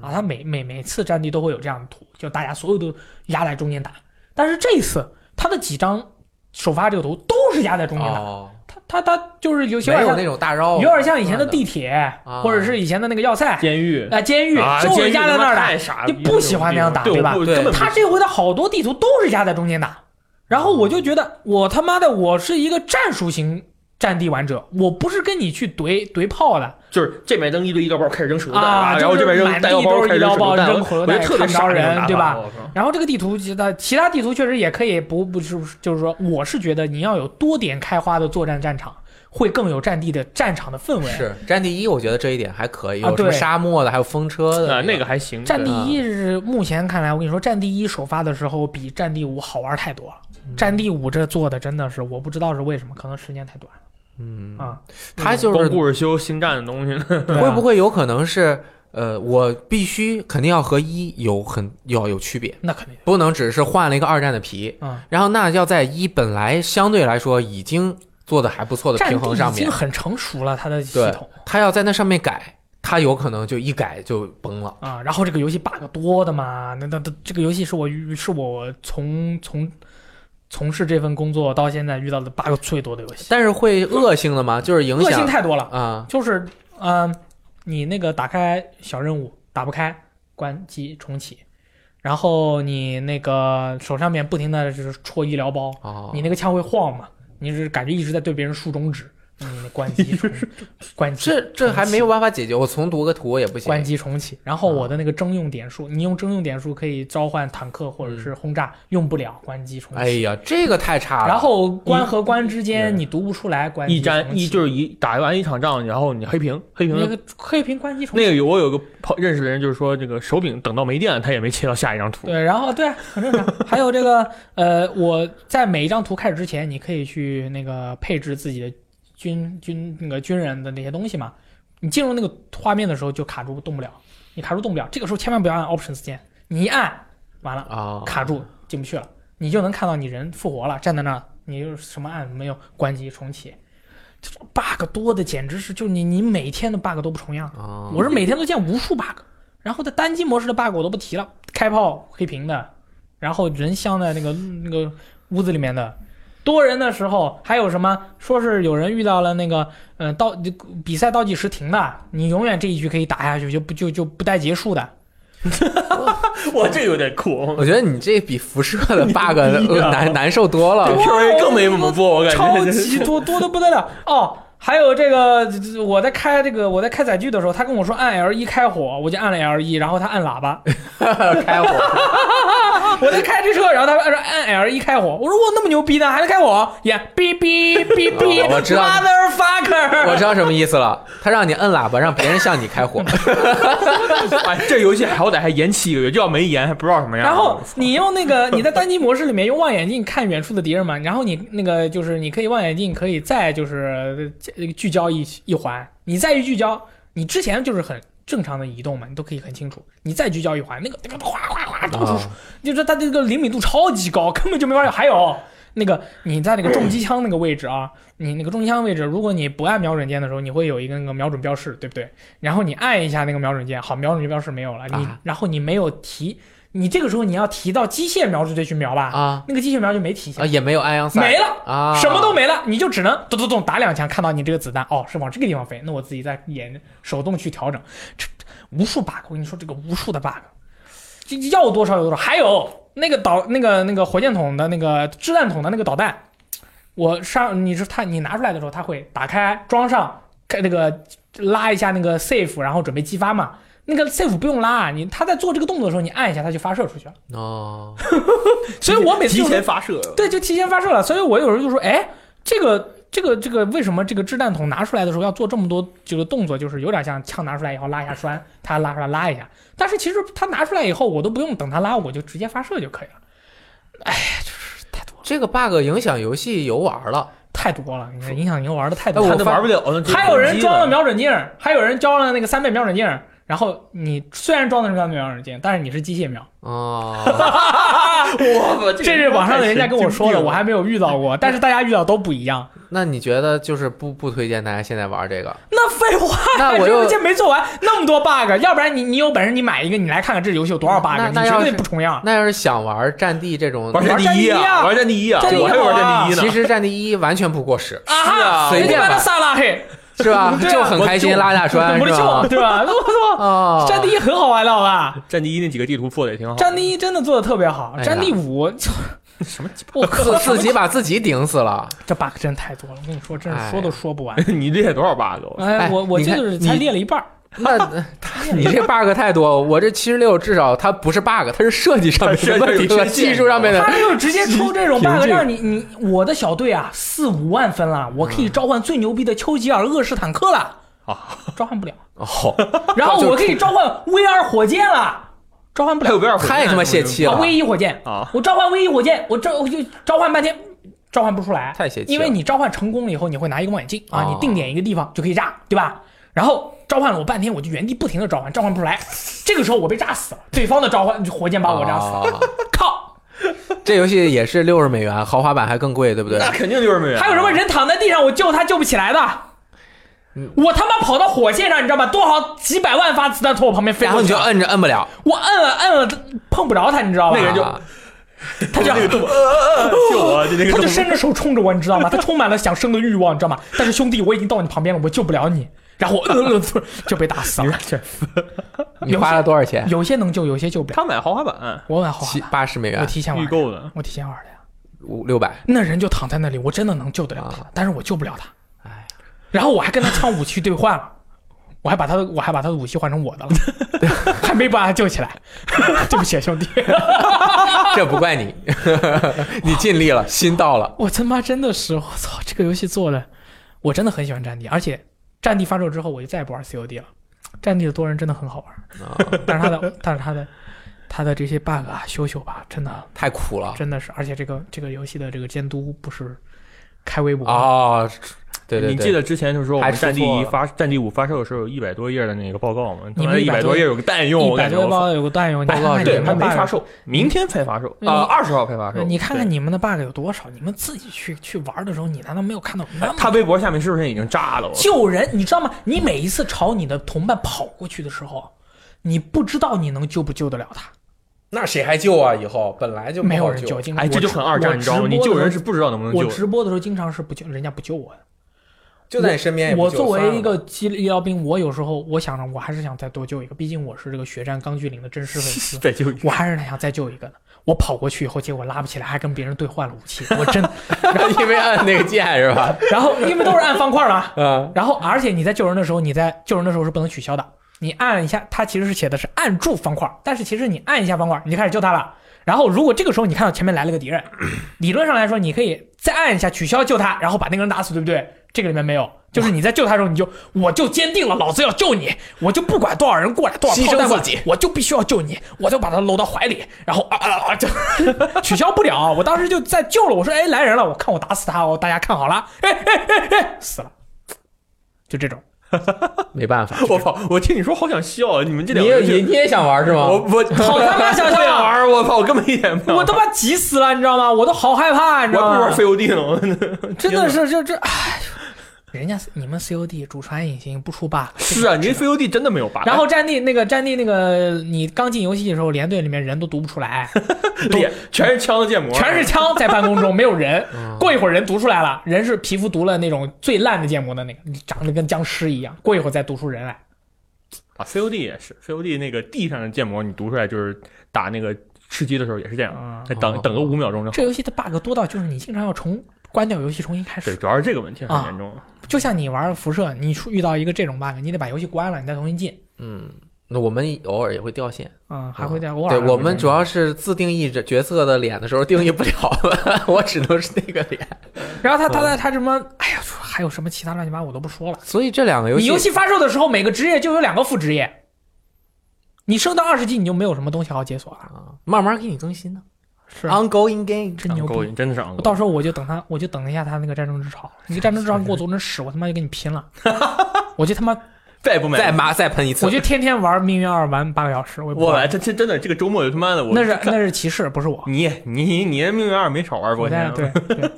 [SPEAKER 1] 啊，他每每每次战地都会有这样的图，就大家所有都压在中间打。但是这次他的几张首发这个图都是压在中间打，
[SPEAKER 2] 哦，
[SPEAKER 1] 他他他就是有
[SPEAKER 2] 没
[SPEAKER 1] 些有点
[SPEAKER 2] 有
[SPEAKER 1] 像
[SPEAKER 2] 那种大绕，
[SPEAKER 1] 有点像以前的地铁，
[SPEAKER 2] 啊
[SPEAKER 1] 或者是以前的那个要塞。
[SPEAKER 3] 监狱
[SPEAKER 1] 啊，监狱
[SPEAKER 3] 啊，
[SPEAKER 1] 就是
[SPEAKER 3] 监狱
[SPEAKER 1] 压在
[SPEAKER 3] 他妈
[SPEAKER 1] 那儿打，
[SPEAKER 3] 太傻
[SPEAKER 1] 就
[SPEAKER 3] 逼了，
[SPEAKER 1] 不喜欢那样打
[SPEAKER 3] 对
[SPEAKER 1] 对吧
[SPEAKER 3] 我不
[SPEAKER 2] 对
[SPEAKER 3] 根本不
[SPEAKER 1] 他这回的好多地图都是压在中间打，然后我就觉得我他妈的我是一个战术型战地玩者，我不是跟你去怼怼炮的
[SPEAKER 3] 就是这边扔一堆医疗包开始扔手榴弹
[SPEAKER 1] 啊，
[SPEAKER 3] 然后这边
[SPEAKER 1] 就是
[SPEAKER 3] 扔
[SPEAKER 1] 满地
[SPEAKER 3] 弹药包
[SPEAKER 1] 都
[SPEAKER 3] 开
[SPEAKER 1] 是医
[SPEAKER 3] 始扔
[SPEAKER 1] 疗
[SPEAKER 3] 手
[SPEAKER 1] 包，
[SPEAKER 3] 榴弹，
[SPEAKER 1] 扔
[SPEAKER 3] 我
[SPEAKER 1] 火
[SPEAKER 3] 觉
[SPEAKER 1] 榴弹，
[SPEAKER 3] 得
[SPEAKER 1] 也
[SPEAKER 3] 特别
[SPEAKER 1] 看不
[SPEAKER 3] 傻
[SPEAKER 1] 着
[SPEAKER 3] 那种打
[SPEAKER 1] 人
[SPEAKER 3] 法
[SPEAKER 1] 对吧？？
[SPEAKER 3] 我靠
[SPEAKER 1] 然后这个地图其他其他地图确实也可以不不是就是说，我是觉得你要有多点开花的作战战场，会更有战地的战场的氛围。
[SPEAKER 2] 是《战地一》，我觉得这一点还可以，
[SPEAKER 1] 啊
[SPEAKER 2] 有什么
[SPEAKER 1] 对
[SPEAKER 2] 沙漠的，还有风车的
[SPEAKER 3] 啊，那个还行，
[SPEAKER 1] 战地
[SPEAKER 3] 对
[SPEAKER 1] 一是目前看来，我跟你说，战地一首发的时候比战地五好玩太多了。战地五这做的真的是，我不知道是为什么，可能时间太短了
[SPEAKER 2] 嗯，
[SPEAKER 1] 啊。
[SPEAKER 2] 它就
[SPEAKER 3] 光
[SPEAKER 2] 是
[SPEAKER 3] 顾着修星战的东西，
[SPEAKER 1] 对啊
[SPEAKER 2] 会不会有可能是，呃，我必须肯定要和一有很要有区别，
[SPEAKER 1] 那肯定
[SPEAKER 2] 不能只是换了一个二战的皮，
[SPEAKER 1] 啊。
[SPEAKER 2] 然后那要在一本来相对来说已经做的还不错的
[SPEAKER 1] 战
[SPEAKER 2] 平
[SPEAKER 1] 地
[SPEAKER 2] 衡
[SPEAKER 1] 已
[SPEAKER 2] 上
[SPEAKER 1] 经
[SPEAKER 2] 面，
[SPEAKER 1] 很成熟了，它的系
[SPEAKER 2] 对
[SPEAKER 1] 统
[SPEAKER 2] 他要在那上面改，他有可能就一改就崩了。
[SPEAKER 1] 啊。然后这个游戏 bug 多的嘛，那那那这个游戏是我是我从从从事这份工作到现在遇到的 bug 最多的游戏，
[SPEAKER 2] 但是会恶性的吗？就是影
[SPEAKER 1] 恶性
[SPEAKER 2] 响
[SPEAKER 1] 太多了。
[SPEAKER 2] 啊
[SPEAKER 1] 就是嗯、你那个打开小任务打不开，关机重启，然后你那个手上面不停的就是戳医疗包，
[SPEAKER 2] 哦
[SPEAKER 1] 你那个枪会晃嘛，你是感觉一直在对别人竖中指，你关机 重关机
[SPEAKER 2] 这这还没有办法解决，我重读个图也不行。
[SPEAKER 1] 关机重启，然后
[SPEAKER 3] 啊
[SPEAKER 1] 我的那个征用点数，你用征用点数可以召唤坦克或者
[SPEAKER 3] 嗯
[SPEAKER 1] 是轰炸，用不了关机重
[SPEAKER 2] 哎
[SPEAKER 1] 启。
[SPEAKER 2] 呀，这个太差了。
[SPEAKER 1] 然后关和关之间
[SPEAKER 3] 嗯
[SPEAKER 1] 你读不出来关机
[SPEAKER 3] 一
[SPEAKER 1] 重
[SPEAKER 3] 战
[SPEAKER 1] 启
[SPEAKER 3] 一就是一打完一场仗，然后你黑屏，黑屏
[SPEAKER 1] 那
[SPEAKER 3] 的
[SPEAKER 1] 个黑屏关机重启
[SPEAKER 3] 那个有我有个朋认识的人，就是说这个手柄等到没电，他也没切到下一张图。
[SPEAKER 1] 对，然后对，啊很 正常。还有这个，呃，我在每一张图开始之前，你可以去那个配置自己的军军那个军人的那些东西嘛。你进入那个画面的时候就卡住动不了，你卡住动不了，这个时候千万不要按 Options 键，你一按完了
[SPEAKER 2] 啊，
[SPEAKER 1] 卡住进不去了，你就能看到你人复活了，站在那儿，你又什么按没有关机重启，这种 bug 多的简直是就你你每天的 bug 都不重样。
[SPEAKER 2] 啊
[SPEAKER 1] 我是每天都见无数 bug，然后在单机模式的 bug 我都不提了，开炮黑屏的，然后人镶在那个那个屋子里面的，多人的时候还有什么说是有人遇到了那个呃倒比赛倒计时停的，你永远这一局可以打下去，就不就就不带结束的。
[SPEAKER 3] 哇，这有点酷
[SPEAKER 2] 我觉得你这比辐射 的 bug
[SPEAKER 3] 逼啊
[SPEAKER 2] 呃难难受多了
[SPEAKER 1] 对。
[SPEAKER 3] ，P V 更没怎么播，我感
[SPEAKER 1] 超
[SPEAKER 3] 觉
[SPEAKER 1] 级多多的不得了哦。还有这个，这这我在开这个我在开载具的时候，他跟我说按 L 一开火，我就按了 L 一，然后他按喇 叭。
[SPEAKER 2] 开火，
[SPEAKER 1] 我在开着车，然后他说按 L 一开火，我说我那么牛逼呢，还能开火？也哔哔哔哔，
[SPEAKER 2] 哦我知道
[SPEAKER 1] motherfucker，
[SPEAKER 2] 我知道什么意思了。他让你摁喇叭，让别人向你 开火。
[SPEAKER 3] 哎，这游戏好歹还延期一个月，这要没延还不知道什么样。
[SPEAKER 1] 然后你用那 个你在单机模式里面用望远镜看远处的敌人嘛，然后你那个就是你可以望远镜可以再就是呃聚焦一一环，你再一聚焦，你之前就是很正常的移动嘛，你都可以很清楚，你再聚焦一环，那个那个哗哗哗到处
[SPEAKER 2] 啊
[SPEAKER 1] 是就说它这个灵敏度超级高，根本就没法用。还有那个你在那个重机枪那个位置啊，你那个重机枪位置，如果你不按瞄准键的时候，你会有一个那个瞄准标示，对不对？然后你按一下那个瞄准键，好，瞄准标示没有了，你
[SPEAKER 2] 啊
[SPEAKER 1] 然后你没有提，你这个时候你要提到机械瞄准队去瞄吧，
[SPEAKER 2] 啊
[SPEAKER 1] 那个机械瞄就没提
[SPEAKER 2] 啊，
[SPEAKER 1] 醒，
[SPEAKER 2] 也没有暗阳散，
[SPEAKER 1] 没了。
[SPEAKER 2] 啊，
[SPEAKER 1] 什么都没了，你就只能咚咚咚打两枪，看到你这个子弹哦是往这个地方飞，那我自己再演手动去调整，这无数 bug，我跟你说这个无数的 bug，这要多少有多少，还有那个导那个那个火箭筒的那个掷弹筒的那个导弹，我上你是它你拿出来的时候，它会打开装上，开那个拉一下那个 safe，然后准备激发嘛。那个 safe 不用拉，你它在做这个动作的时候，你按一下它就发射出去了。
[SPEAKER 2] 哦，
[SPEAKER 1] 所以我每次
[SPEAKER 3] 提
[SPEAKER 1] 就是
[SPEAKER 3] 前发射，
[SPEAKER 1] 对，就提前发射了。所以我有时候就说，哎，这个这个这个为什么这个掷弹筒拿出来的时候要做这么多这个动作，就是有点像枪拿出来以后拉一下栓，它拉出来拉一下。但是其实它拿出来以后，我都不用等它拉，我就直接发射就可以了。哎，就是太多了，
[SPEAKER 2] 这个 bug 影响游戏游玩了。
[SPEAKER 1] 太多了，你看影响您玩的太
[SPEAKER 2] 哎
[SPEAKER 1] 多
[SPEAKER 2] 我
[SPEAKER 1] 了。
[SPEAKER 3] 他都玩不了，那
[SPEAKER 1] 还有人装了
[SPEAKER 3] 装
[SPEAKER 1] 瞄准镜儿，还有人装了那个三倍瞄准镜儿。然后你虽然装的是三倍瞄准镜，但是你是机械瞄，
[SPEAKER 2] 哦，
[SPEAKER 3] 我
[SPEAKER 1] 这是网上的人家跟我说的，我还没有遇到过。但是大家遇到都不一样。
[SPEAKER 2] 那你觉得就是不不推荐大家现在玩这个？
[SPEAKER 1] 那废话呀，
[SPEAKER 2] 那我
[SPEAKER 1] 这
[SPEAKER 2] 又
[SPEAKER 1] 游戏没做完，那么多 bug，要不然你你有本事你买一个，你来看看这游戏有多少 bug，
[SPEAKER 2] 那
[SPEAKER 1] 你
[SPEAKER 2] 那要
[SPEAKER 1] 绝对
[SPEAKER 2] 是
[SPEAKER 1] 不重样。
[SPEAKER 2] 那要是想玩《战地》这种，
[SPEAKER 3] 玩战地一啊，玩战地一啊，我还玩战地一呢。
[SPEAKER 2] 其实《战地一》完全不过时，
[SPEAKER 1] 啊
[SPEAKER 2] 随
[SPEAKER 1] 人
[SPEAKER 2] 便
[SPEAKER 1] 家
[SPEAKER 2] 吧
[SPEAKER 1] 把它撒拉嘿，
[SPEAKER 2] 是 吧？
[SPEAKER 1] 对啊
[SPEAKER 2] 就很开心
[SPEAKER 3] 我
[SPEAKER 2] 拉大 栓，
[SPEAKER 1] 我的
[SPEAKER 2] 是吧
[SPEAKER 1] 舅，？对吧？我操，
[SPEAKER 2] 哦，
[SPEAKER 1] 战地一很好玩的，好吧？
[SPEAKER 3] 战地一那几个地图做的也挺好。
[SPEAKER 1] 战地一真的做的特别好，
[SPEAKER 2] 哎呀
[SPEAKER 1] 战地 五就
[SPEAKER 3] 什么鸡
[SPEAKER 1] 我靠
[SPEAKER 2] 自，自己把自己顶死了。
[SPEAKER 1] 这 bug 真太多了，我跟你说，真
[SPEAKER 2] 哎
[SPEAKER 1] 是说都说不完。
[SPEAKER 3] 巴？ 你列多少 bug？
[SPEAKER 1] 哎，我我
[SPEAKER 2] 你
[SPEAKER 1] 这
[SPEAKER 2] 看
[SPEAKER 1] 就是才
[SPEAKER 2] 你
[SPEAKER 1] 列了一半儿，
[SPEAKER 2] 那你这 bug 太多，我这七十六至少它不是 bug，它是设计上面
[SPEAKER 3] 它是
[SPEAKER 2] 的问
[SPEAKER 3] 有
[SPEAKER 2] 题
[SPEAKER 3] 缺
[SPEAKER 2] 和
[SPEAKER 3] 陷
[SPEAKER 2] 技术上面的
[SPEAKER 1] 他就直接出 这种
[SPEAKER 2] 凭
[SPEAKER 1] bug，
[SPEAKER 2] 借
[SPEAKER 1] 让你你我的小队啊四五万分了，我可以
[SPEAKER 2] 嗯
[SPEAKER 1] 召唤最牛逼的丘吉尔厄式坦克了，
[SPEAKER 3] 啊，
[SPEAKER 1] 召唤不了。
[SPEAKER 2] 哦，
[SPEAKER 1] 然后我可以召唤 V 二火箭
[SPEAKER 2] 啊
[SPEAKER 1] 了，召唤不
[SPEAKER 3] 还
[SPEAKER 1] 了
[SPEAKER 3] 有威尔
[SPEAKER 2] 太他妈泄气
[SPEAKER 1] 啊
[SPEAKER 2] 了，
[SPEAKER 1] V 一火箭
[SPEAKER 3] 啊！
[SPEAKER 1] 我召唤 V 一火箭，我召我就召唤半天，召唤不出来，
[SPEAKER 2] 太邪气了
[SPEAKER 1] 因为你召唤成功了以后，你会拿一个望远镜啊，
[SPEAKER 2] 哦
[SPEAKER 1] 你定点一个地方就可以炸，对吧？然后召唤了我半天，我就原地不停的召唤，召唤不出来。这个时候我被炸死了，对方的召唤火箭把我炸死了，
[SPEAKER 2] 哦
[SPEAKER 1] 靠！
[SPEAKER 2] 这游戏也是六十美元，豪华版还更贵，对不对？
[SPEAKER 3] 那肯定就是美元。
[SPEAKER 1] 还有什么？人躺在地上，我救他救不起来的
[SPEAKER 2] 嗯。
[SPEAKER 1] 我他妈跑到火线上，你知道吗？多少几百万发子弹从我旁边飞
[SPEAKER 2] 然
[SPEAKER 1] 过
[SPEAKER 2] 后你
[SPEAKER 1] 去
[SPEAKER 2] 就
[SPEAKER 1] 了，
[SPEAKER 2] 摁着摁不了，
[SPEAKER 1] 我摁了摁了，碰不着他，你知道吧？
[SPEAKER 3] 那个人就
[SPEAKER 2] 啊
[SPEAKER 1] 他就
[SPEAKER 3] 那个 动作，呃救我！ 就那个
[SPEAKER 1] 他
[SPEAKER 3] 动
[SPEAKER 1] 就
[SPEAKER 3] 作，
[SPEAKER 1] 伸着手冲着我，你知道吗？他充满了想生的欲望，你知道吗？但是兄弟，我已经到你旁边了，我救不了你。然后我呃呃呃就被打死了。
[SPEAKER 2] 你花了多少钱？
[SPEAKER 1] 有些能救，有些救不了。
[SPEAKER 3] 他买豪华版
[SPEAKER 1] 我往后
[SPEAKER 2] 七
[SPEAKER 1] 啊，
[SPEAKER 2] 八十美
[SPEAKER 1] 我
[SPEAKER 2] 元，
[SPEAKER 1] 提前玩
[SPEAKER 3] 哎
[SPEAKER 1] 的，
[SPEAKER 3] 预购的，
[SPEAKER 1] 我提前玩的呀。
[SPEAKER 2] 五六百，
[SPEAKER 1] 那人就躺在那里，我真的能救得了他
[SPEAKER 2] 啊，
[SPEAKER 1] 但是我救不了他。
[SPEAKER 2] 哎，
[SPEAKER 1] 然后我还跟他枪武器兑换了， 我还把他的我还把他的武器换成我的了， 还没把他救起来。 对不起啊，兄弟，
[SPEAKER 2] 这不怪你， 你尽力了，心到了。
[SPEAKER 1] 我他妈真的是，我操，这个游戏做的，我真的很喜欢战地，而且战地发售之后，我就再也不玩 COD 了。战地的多人真的很好玩。
[SPEAKER 2] 啊
[SPEAKER 1] 但是它的，但是它的，它的这些 bug 啊，修修吧，真的，
[SPEAKER 2] 太苦了
[SPEAKER 1] 真的是，而且这个这个游戏的这个监督不是开微博
[SPEAKER 3] 啊
[SPEAKER 1] 吗，
[SPEAKER 2] 哦，对对对，
[SPEAKER 3] 你记得之前就说我
[SPEAKER 2] 还
[SPEAKER 3] 们
[SPEAKER 2] 出
[SPEAKER 3] 战地
[SPEAKER 2] 错
[SPEAKER 3] 一
[SPEAKER 2] 了
[SPEAKER 3] 发战地五发售的时候有一百多页的那个报告嘛？
[SPEAKER 1] 你们
[SPEAKER 3] 一
[SPEAKER 1] 100
[SPEAKER 3] 百
[SPEAKER 1] 多
[SPEAKER 3] 多页有个蛋用，
[SPEAKER 1] 一
[SPEAKER 3] 我
[SPEAKER 1] 百
[SPEAKER 3] 感觉
[SPEAKER 1] 多
[SPEAKER 3] 我操。
[SPEAKER 1] 包有个段用，你
[SPEAKER 2] 报
[SPEAKER 1] 看
[SPEAKER 2] 告
[SPEAKER 1] 看
[SPEAKER 2] 对
[SPEAKER 1] 你
[SPEAKER 3] 对，
[SPEAKER 1] 们
[SPEAKER 3] 它
[SPEAKER 1] 的 bug
[SPEAKER 3] 没发，售，明天才发售，啊，二十号才发售。
[SPEAKER 1] 嗯你看看
[SPEAKER 3] 对，
[SPEAKER 1] 你们的 bug 有多少？你们自己去去玩的时候，你难道没有看到那
[SPEAKER 3] 他
[SPEAKER 1] 么？
[SPEAKER 3] 微博下面是不是已经炸了？我操
[SPEAKER 1] 救人，你知道吗？你每一次朝你的同伴跑过去的时候，你不知道你能救不救得了他，
[SPEAKER 2] 那谁还救啊？以后本来就
[SPEAKER 1] 没有人救。今
[SPEAKER 3] 哎，这就很二战，你知道吗？你救人是不知道能不能
[SPEAKER 1] 我
[SPEAKER 3] 救的。，
[SPEAKER 1] 直播的时候经常是不救，人家不救我的。
[SPEAKER 2] 就在你身边也不
[SPEAKER 1] 我
[SPEAKER 2] 救
[SPEAKER 1] 作
[SPEAKER 2] 算
[SPEAKER 1] 为
[SPEAKER 2] 了
[SPEAKER 1] 一个医医疗兵，我有时候我想着我还是想再多救一个，毕竟我是这个血战钢锯岭的真实粉丝
[SPEAKER 3] 再救一
[SPEAKER 1] 我还是想再救一个的。我跑过去以后，结果拉不起来，还跟别人兑换了武器，我真。
[SPEAKER 2] 因为按那个键是 吧？
[SPEAKER 1] 然后因为都是按方块嘛，
[SPEAKER 2] 嗯，
[SPEAKER 1] 然后而且你在救人的时候，你在救人的时候是不能取消的，你按一下，它其实是写的是按住方块，但是其实你按一下方块，你就开始救他了。然后如果这个时候你看到前面来了个敌人，理论上来说你可以再按一下取消救他，然后把那个人打死，对不对？这个里面没有。就是你在救他的时候，你就我就坚定了，老子要救你，我就不管多少人过来，多少
[SPEAKER 2] 牺牲
[SPEAKER 1] 炮弹过来
[SPEAKER 2] 自己，
[SPEAKER 1] 我就必须要救你，我就把他搂到怀里，然后啊啊啊，就取消不了。我当时就在救了，我说哎来人了，我看我打死他哦，大家看好了，哎哎哎哎，死了，就这种。
[SPEAKER 2] 没办法，
[SPEAKER 3] 我操！我听你说好想笑啊！你们这
[SPEAKER 2] 你
[SPEAKER 3] 两
[SPEAKER 2] 也
[SPEAKER 3] 个
[SPEAKER 2] 你
[SPEAKER 3] 人
[SPEAKER 2] 你也想玩是吗？
[SPEAKER 3] 我我
[SPEAKER 1] 啊 好他妈想笑啊
[SPEAKER 3] 不想玩儿！我操！我根本一点不想玩儿。
[SPEAKER 1] 我他妈急死了，你知道吗？我都啊好害怕，你知
[SPEAKER 3] 我
[SPEAKER 1] 道
[SPEAKER 3] 还不如玩
[SPEAKER 1] 吗？
[SPEAKER 3] COD 呢我真 的。
[SPEAKER 1] 真的是就这，哎，人家你们 COD 主传引擎不出 bug
[SPEAKER 3] 是啊，您 COD 真的没有 bug，
[SPEAKER 1] 然后战地那个战地那个，你刚进游戏的时候，连队里面人都读不出 来，
[SPEAKER 3] 脸全是枪的建模，
[SPEAKER 1] 哎
[SPEAKER 3] 哎
[SPEAKER 1] 全是枪在半空中，没有 人。
[SPEAKER 3] 嗯
[SPEAKER 1] 过一会儿人读出来了，人是皮肤读了那种最烂的建模的那个，长得跟僵尸一样。过一会儿再读出人来，
[SPEAKER 3] 啊，COD 也是，COD 那个地上的建模，你读出来就是打那个吃鸡的时候也是这
[SPEAKER 1] 啊
[SPEAKER 3] 样，再等
[SPEAKER 2] 哦
[SPEAKER 3] 等个五秒钟就好
[SPEAKER 1] 这。游戏的 bug 多到就是你经常要重关掉游戏重新开
[SPEAKER 3] 对，
[SPEAKER 1] 始。
[SPEAKER 3] 主要是这个问题很
[SPEAKER 1] 啊
[SPEAKER 3] 严重。
[SPEAKER 1] 就像你玩辐射，你出遇到一个这种 bug，你得把游戏关了，你再重新进。
[SPEAKER 2] 嗯，那我们偶尔也会掉线。
[SPEAKER 1] 嗯，还会再偶尔还
[SPEAKER 2] 对
[SPEAKER 1] 会这样。
[SPEAKER 2] 我们主要是自定义这角 色的脸的时候定义不了，我只能是那个脸。嗯
[SPEAKER 1] 然后他他在他什么？哎呀，还有什么其他乱七八糟我都不说了。
[SPEAKER 2] 所以这两个游
[SPEAKER 1] 你
[SPEAKER 2] 戏
[SPEAKER 1] 游戏发售的时候，每个职业就有两个副职业，你升到二十级，你就没有什么东西好解锁了。
[SPEAKER 2] 啊，慢慢给你更新呢
[SPEAKER 1] 是
[SPEAKER 2] 啊
[SPEAKER 1] 啊
[SPEAKER 2] ，ongoing game。
[SPEAKER 1] 真牛
[SPEAKER 3] 勾
[SPEAKER 1] 逼！
[SPEAKER 3] 引，真的是昂
[SPEAKER 1] 我
[SPEAKER 3] 勾
[SPEAKER 1] 到
[SPEAKER 3] 引。
[SPEAKER 1] 时候我就等他，我就等一下他那个战争之潮。你个战 争之潮你给我做成屎，我他妈就跟你拼了！我就他妈，
[SPEAKER 3] 再也不买，
[SPEAKER 2] 再骂再喷一次，
[SPEAKER 1] 我就天天玩命运二玩八个小时，我也不
[SPEAKER 3] 我
[SPEAKER 1] 玩
[SPEAKER 3] 这这真的这个周末他妈的我
[SPEAKER 1] 那是那是骑士，不是我。
[SPEAKER 3] 你你你命运二没少玩，啊
[SPEAKER 1] 我在
[SPEAKER 3] 天
[SPEAKER 1] 对，对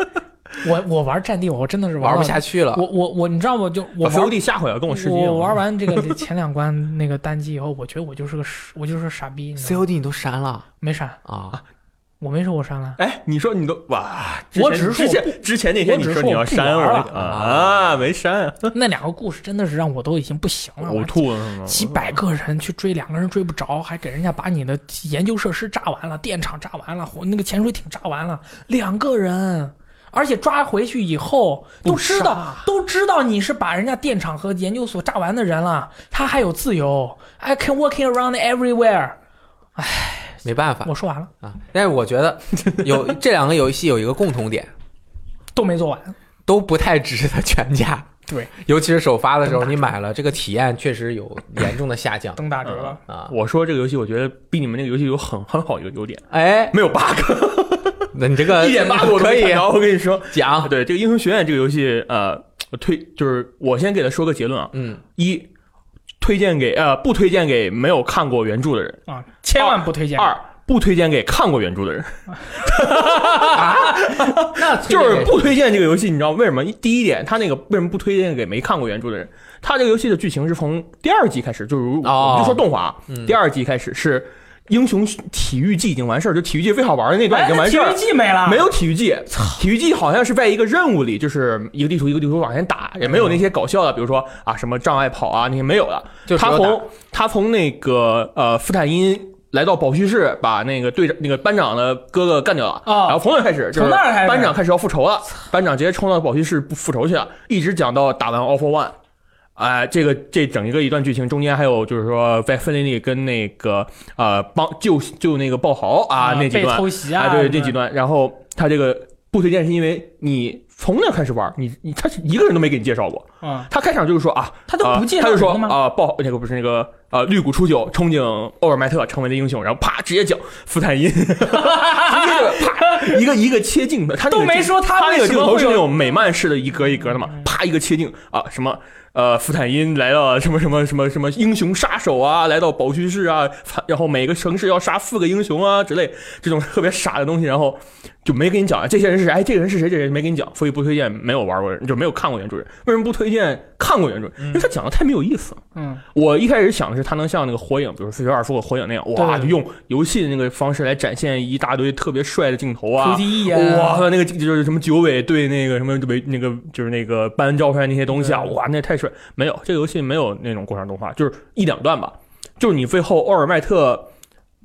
[SPEAKER 1] 我我玩战地，我真的是
[SPEAKER 2] 玩
[SPEAKER 1] 到
[SPEAKER 2] 不下去了。
[SPEAKER 1] 我我我，你知道吗？就我
[SPEAKER 3] 把
[SPEAKER 1] 玩
[SPEAKER 3] COD 吓回来，跟我吃鸡一样。
[SPEAKER 1] 我玩完这个前两关那个单机以后，我觉得我就是个傻我就是个傻逼，你知道吗
[SPEAKER 2] COD 你都删了
[SPEAKER 1] 没删，
[SPEAKER 2] 啊？
[SPEAKER 1] 我没说我删 了。
[SPEAKER 3] 哎，你说你都哇？之
[SPEAKER 1] 我
[SPEAKER 3] 前
[SPEAKER 1] 只是说
[SPEAKER 3] 之
[SPEAKER 1] 我
[SPEAKER 3] 前之前那天
[SPEAKER 1] 我
[SPEAKER 3] 你
[SPEAKER 1] 只是
[SPEAKER 3] 说
[SPEAKER 1] 说
[SPEAKER 3] 你要
[SPEAKER 1] 我不
[SPEAKER 3] 删
[SPEAKER 1] 玩
[SPEAKER 3] 我
[SPEAKER 1] 了
[SPEAKER 3] 啊，没删，
[SPEAKER 1] 那两个故事真的是让我都已经不行了，
[SPEAKER 3] 呕
[SPEAKER 1] 我
[SPEAKER 3] 吐了是吗？
[SPEAKER 1] 几百个人去追，两个人追不着，还给人家把你的研究设施炸完了，电厂炸完了，火那个潜水艇炸完了，两个人，而且抓回去以后都知道，都知道你是把人家电厂和研究所炸完的人了，他还有自由，I can walking around everywhere。
[SPEAKER 2] 没办法
[SPEAKER 1] 我说完了，
[SPEAKER 2] 啊。但是我觉得 有这两个游戏有一个共同点，
[SPEAKER 1] 都没做完。
[SPEAKER 2] 都不太值得全价。
[SPEAKER 1] 对，
[SPEAKER 2] 尤其是首发的时候，你买了这个体验确实有严重的下 降
[SPEAKER 1] 等打折了。
[SPEAKER 2] 啊。
[SPEAKER 3] 我说这个游戏，我觉得比你们那个游戏有很很好一个优点，
[SPEAKER 2] 哎，
[SPEAKER 3] 没有 bug，
[SPEAKER 2] 那你这个
[SPEAKER 3] 一点 bug 我
[SPEAKER 2] 可
[SPEAKER 3] 都没
[SPEAKER 2] 以
[SPEAKER 3] 看着我跟你说，
[SPEAKER 2] 讲，
[SPEAKER 3] 对这个英雄学院这个游戏，呃，我推就是我先给他说个结论啊，
[SPEAKER 2] 嗯，
[SPEAKER 3] 一推荐给呃不推荐给没有看过原著的人，
[SPEAKER 1] 啊，千万不推荐。
[SPEAKER 3] 二不推荐给看过原著的人，
[SPEAKER 2] 啊 那
[SPEAKER 3] 就是不推荐这个游戏，你知道为什么？一第一点，他那个为什么不推荐给没看过原著的人？他这个游戏的剧情是从第二季开始，就是如
[SPEAKER 2] 哦
[SPEAKER 3] 我们就说动画啊，
[SPEAKER 2] 嗯
[SPEAKER 3] 第二季开始是英雄体育季已经完事儿，就体育季最好玩的那段已经完事儿
[SPEAKER 1] 哎那
[SPEAKER 3] 了。
[SPEAKER 1] 体育季没了，
[SPEAKER 3] 没有体育季，体育季好像是在一个任务里，就是一个地图一个地图往前打，也没有那些搞笑的，比如说啊什么障碍跑啊那些没有了。
[SPEAKER 2] 就
[SPEAKER 3] 他
[SPEAKER 2] 说打
[SPEAKER 3] 从他从那个呃斯坦因来到保虚室，把那个队长那个班长的哥哥干掉了。
[SPEAKER 1] 哦
[SPEAKER 3] 然后从那开始，就是
[SPEAKER 1] 从那儿开始
[SPEAKER 3] 班长开始要复仇了，班长直接冲到保虚室不复仇去了，一直讲到打完 All for One。哎、这个这整一个一段剧情中间还有就是说在森林里跟那个呃帮救救那个豹豪啊那几
[SPEAKER 1] 被
[SPEAKER 3] 段
[SPEAKER 1] 偷袭啊，
[SPEAKER 3] 啊，对
[SPEAKER 1] 什
[SPEAKER 3] 这
[SPEAKER 1] 么
[SPEAKER 3] 几段。然后他这个不推荐是因为你从那开始玩，你你他一个人都没给你介绍过。
[SPEAKER 1] 啊，
[SPEAKER 3] 他开场就是说啊，
[SPEAKER 1] 他都
[SPEAKER 3] 啊
[SPEAKER 1] 不介绍
[SPEAKER 3] 他就说
[SPEAKER 1] 人的吗
[SPEAKER 3] 啊，爆那个不是那个呃，绿谷初九憧憬欧尔麦特成为了英雄，然后啪直接讲斯坦 因，直接就啪一个一个切镜的，他那
[SPEAKER 1] 都
[SPEAKER 3] 个
[SPEAKER 1] 没说他
[SPEAKER 3] 他那
[SPEAKER 1] 为
[SPEAKER 3] 个
[SPEAKER 1] 什
[SPEAKER 3] 镜
[SPEAKER 1] 么
[SPEAKER 3] 头是
[SPEAKER 1] 会
[SPEAKER 3] 那
[SPEAKER 1] 有嗯
[SPEAKER 3] 种美漫式的一格一格的嘛，啪一个切镜啊，什么呃，斯坦因来到什么什么什么什么英雄杀手啊，来到宝区市啊，然后每个城市要杀四个英雄啊之类这种特别傻的东西，然后就没给你讲这些人是谁，哎，这个人是谁，这个人没给你讲，所以不推荐没有玩过人就没有看过原著人。为什么不推荐看过原著人？因为他讲的太没有意思了。
[SPEAKER 1] 嗯，
[SPEAKER 3] 我一开始想的是他能像那个火影，比如四十二说的火影那样，哇，
[SPEAKER 1] 对
[SPEAKER 3] 就用游戏的那个方式来展现一大堆特别帅的镜头啊
[SPEAKER 1] 菩，提叶
[SPEAKER 3] 哇，，那个就是什么九尾对那个什么没那个就是那个斑照出来那些东西啊，
[SPEAKER 1] 对
[SPEAKER 3] 哇，那太帅！没有这个游戏没有那种过场动画，啊就是一两段吧，就是你最后奥尔麦特。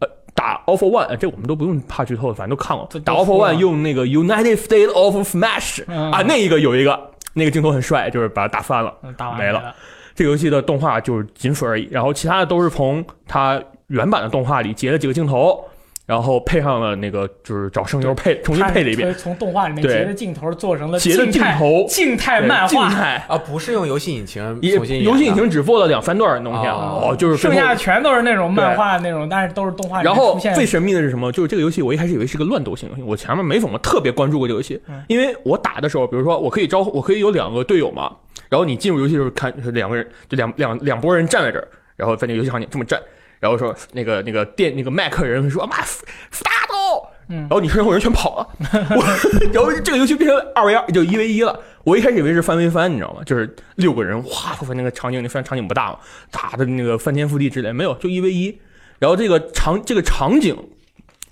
[SPEAKER 3] 呃打 Alpha One，呃这我们都不用怕剧透了，反正都看过
[SPEAKER 1] 这。
[SPEAKER 3] 打
[SPEAKER 1] 都
[SPEAKER 3] Alpha
[SPEAKER 1] 说了
[SPEAKER 3] One 用那个 United States of Smash、
[SPEAKER 1] 嗯
[SPEAKER 3] 啊，那一个有一个那个镜头很帅，就是把它打翻了。
[SPEAKER 1] 嗯打完
[SPEAKER 3] 没了，这个游戏的动画就是仅此而已，然后其他的都是从它原版的动画里截了几个镜头，然后配上了那个就是找声优配重新配了一遍，
[SPEAKER 1] 他从动画里面
[SPEAKER 3] 对
[SPEAKER 1] 截的镜头做成了
[SPEAKER 3] 截的
[SPEAKER 1] 静
[SPEAKER 3] 镜
[SPEAKER 1] 态
[SPEAKER 3] 头
[SPEAKER 1] 静态
[SPEAKER 3] 对
[SPEAKER 1] 漫
[SPEAKER 3] 静
[SPEAKER 1] 画，
[SPEAKER 3] 态，
[SPEAKER 2] 啊，不是用游戏引擎
[SPEAKER 3] 也
[SPEAKER 2] 重新演的
[SPEAKER 3] 游戏引擎只做了两三段东西啊，
[SPEAKER 2] 哦
[SPEAKER 3] 哦，就是
[SPEAKER 1] 剩
[SPEAKER 3] 最后
[SPEAKER 1] 下的全都是那种漫画那种，但是都是动画里
[SPEAKER 3] 然
[SPEAKER 1] 面
[SPEAKER 3] 后
[SPEAKER 1] 出现的。
[SPEAKER 3] 最神秘的是什么？就是这个游戏，我一开始以为是个乱斗型游戏，我前面没怎么特别关注过这个游戏
[SPEAKER 1] 嗯，
[SPEAKER 3] 因为我打的时候，比如说我可以招，我可以有两个队友嘛，然后你进入游戏的时候看是两个人，就两两两拨人站在这儿，然后在那个游戏场景这么站，然后说那个那个电那个麦克人会说妈打斗。
[SPEAKER 1] 嗯
[SPEAKER 3] 然后你身后人全跑了，我 然后这个游戏变成二 v 二，就一 v 一了。我一开始以为是翻 v 翻，你知道吗？就是六个人，哇，我那个场景，那翻场景不大嘛，打的那个翻天覆地之类，没有，就一 v 一。然后这个场这个场景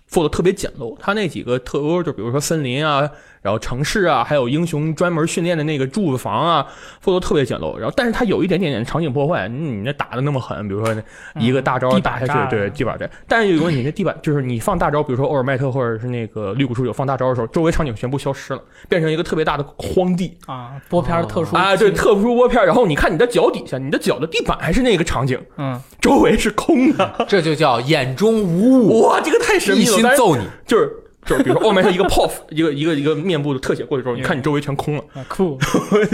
[SPEAKER 3] 做的特别简陋，它那几个特欧就比如说森林啊，然后城市啊，还有英雄专门训练的那个住房啊，做的特别简陋。然后，但是它有一点点点场景破坏，你那打的那么狠，比如说那一个大招
[SPEAKER 1] 嗯地
[SPEAKER 3] 打
[SPEAKER 1] 板
[SPEAKER 3] 下去，
[SPEAKER 1] 炸
[SPEAKER 3] 对地板战。但是有一个问题，那地板就是你放大招，比如说欧尔麦特或者是那个绿谷出九放大招的时候，周围场景全部消失了，变成一个特别大的荒地
[SPEAKER 1] 啊，播片儿特殊
[SPEAKER 3] 啊，对，，特殊波片。然后你看你的脚底下，你的脚的地板还是那个场景，
[SPEAKER 1] 嗯，
[SPEAKER 3] 周围是空的。
[SPEAKER 2] 这就叫眼中无物，
[SPEAKER 3] 哇，这个太神
[SPEAKER 2] 嗯一
[SPEAKER 3] 秘了！
[SPEAKER 2] 心
[SPEAKER 3] 但是
[SPEAKER 2] 揍你。
[SPEAKER 3] 就是就是比如说奥麦特一个 pop，一个一个一个面部的特写过去之后，你看你周围全空了，
[SPEAKER 1] 啊酷，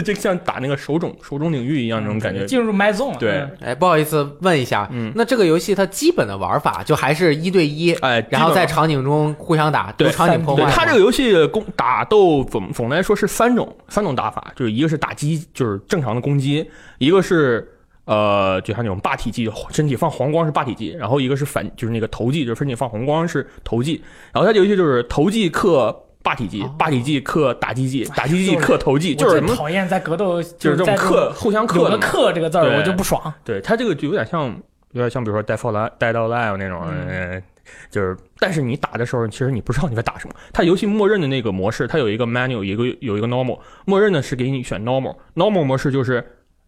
[SPEAKER 3] 就像打那个手冢手冢领域一样那种感觉。
[SPEAKER 1] 进入 my zone 了。
[SPEAKER 3] 对
[SPEAKER 1] 嗯
[SPEAKER 2] 哎，不好意思问一下，
[SPEAKER 3] 嗯
[SPEAKER 2] 那这个游戏它基本的玩法就还是一对一，
[SPEAKER 3] 哎，
[SPEAKER 2] 然后在
[SPEAKER 3] 基
[SPEAKER 2] 场景中互相打，
[SPEAKER 3] 对
[SPEAKER 2] 有场景破
[SPEAKER 3] 本
[SPEAKER 2] 坏
[SPEAKER 3] 上
[SPEAKER 2] 吗。
[SPEAKER 3] 对它这个游戏的攻打斗总总的来说是三种三种打法，就是一个是打击，就是正常的攻击，一个是。呃，就像那种霸体技，身体放黄光是霸体技，然后一个是反，就是那个投技，就是身体放红光是投技，然后它这游戏就是投技克霸体技，
[SPEAKER 2] 哦
[SPEAKER 3] 霸体技克打击技，打击技
[SPEAKER 1] 就是
[SPEAKER 3] 克投技，就是
[SPEAKER 1] 我
[SPEAKER 3] 什
[SPEAKER 1] 最
[SPEAKER 3] 么
[SPEAKER 1] 讨厌在格斗，
[SPEAKER 3] 就是是这
[SPEAKER 1] 在
[SPEAKER 3] 种克互相
[SPEAKER 1] 有
[SPEAKER 3] 克
[SPEAKER 1] 个
[SPEAKER 3] 的嘛。
[SPEAKER 1] 克这个字儿，
[SPEAKER 3] 对
[SPEAKER 1] 我就不爽。
[SPEAKER 3] 对他这个就有点像，有点像，比如说带放蓝、带到 live 那种，
[SPEAKER 1] 嗯
[SPEAKER 3] 呃就是，但是你打的时候，其实你不知道你在打什么。它游戏默认的那个模式，它有一个 manual，一个有一个 normal，默认的是给你选 normal。normal 模式就是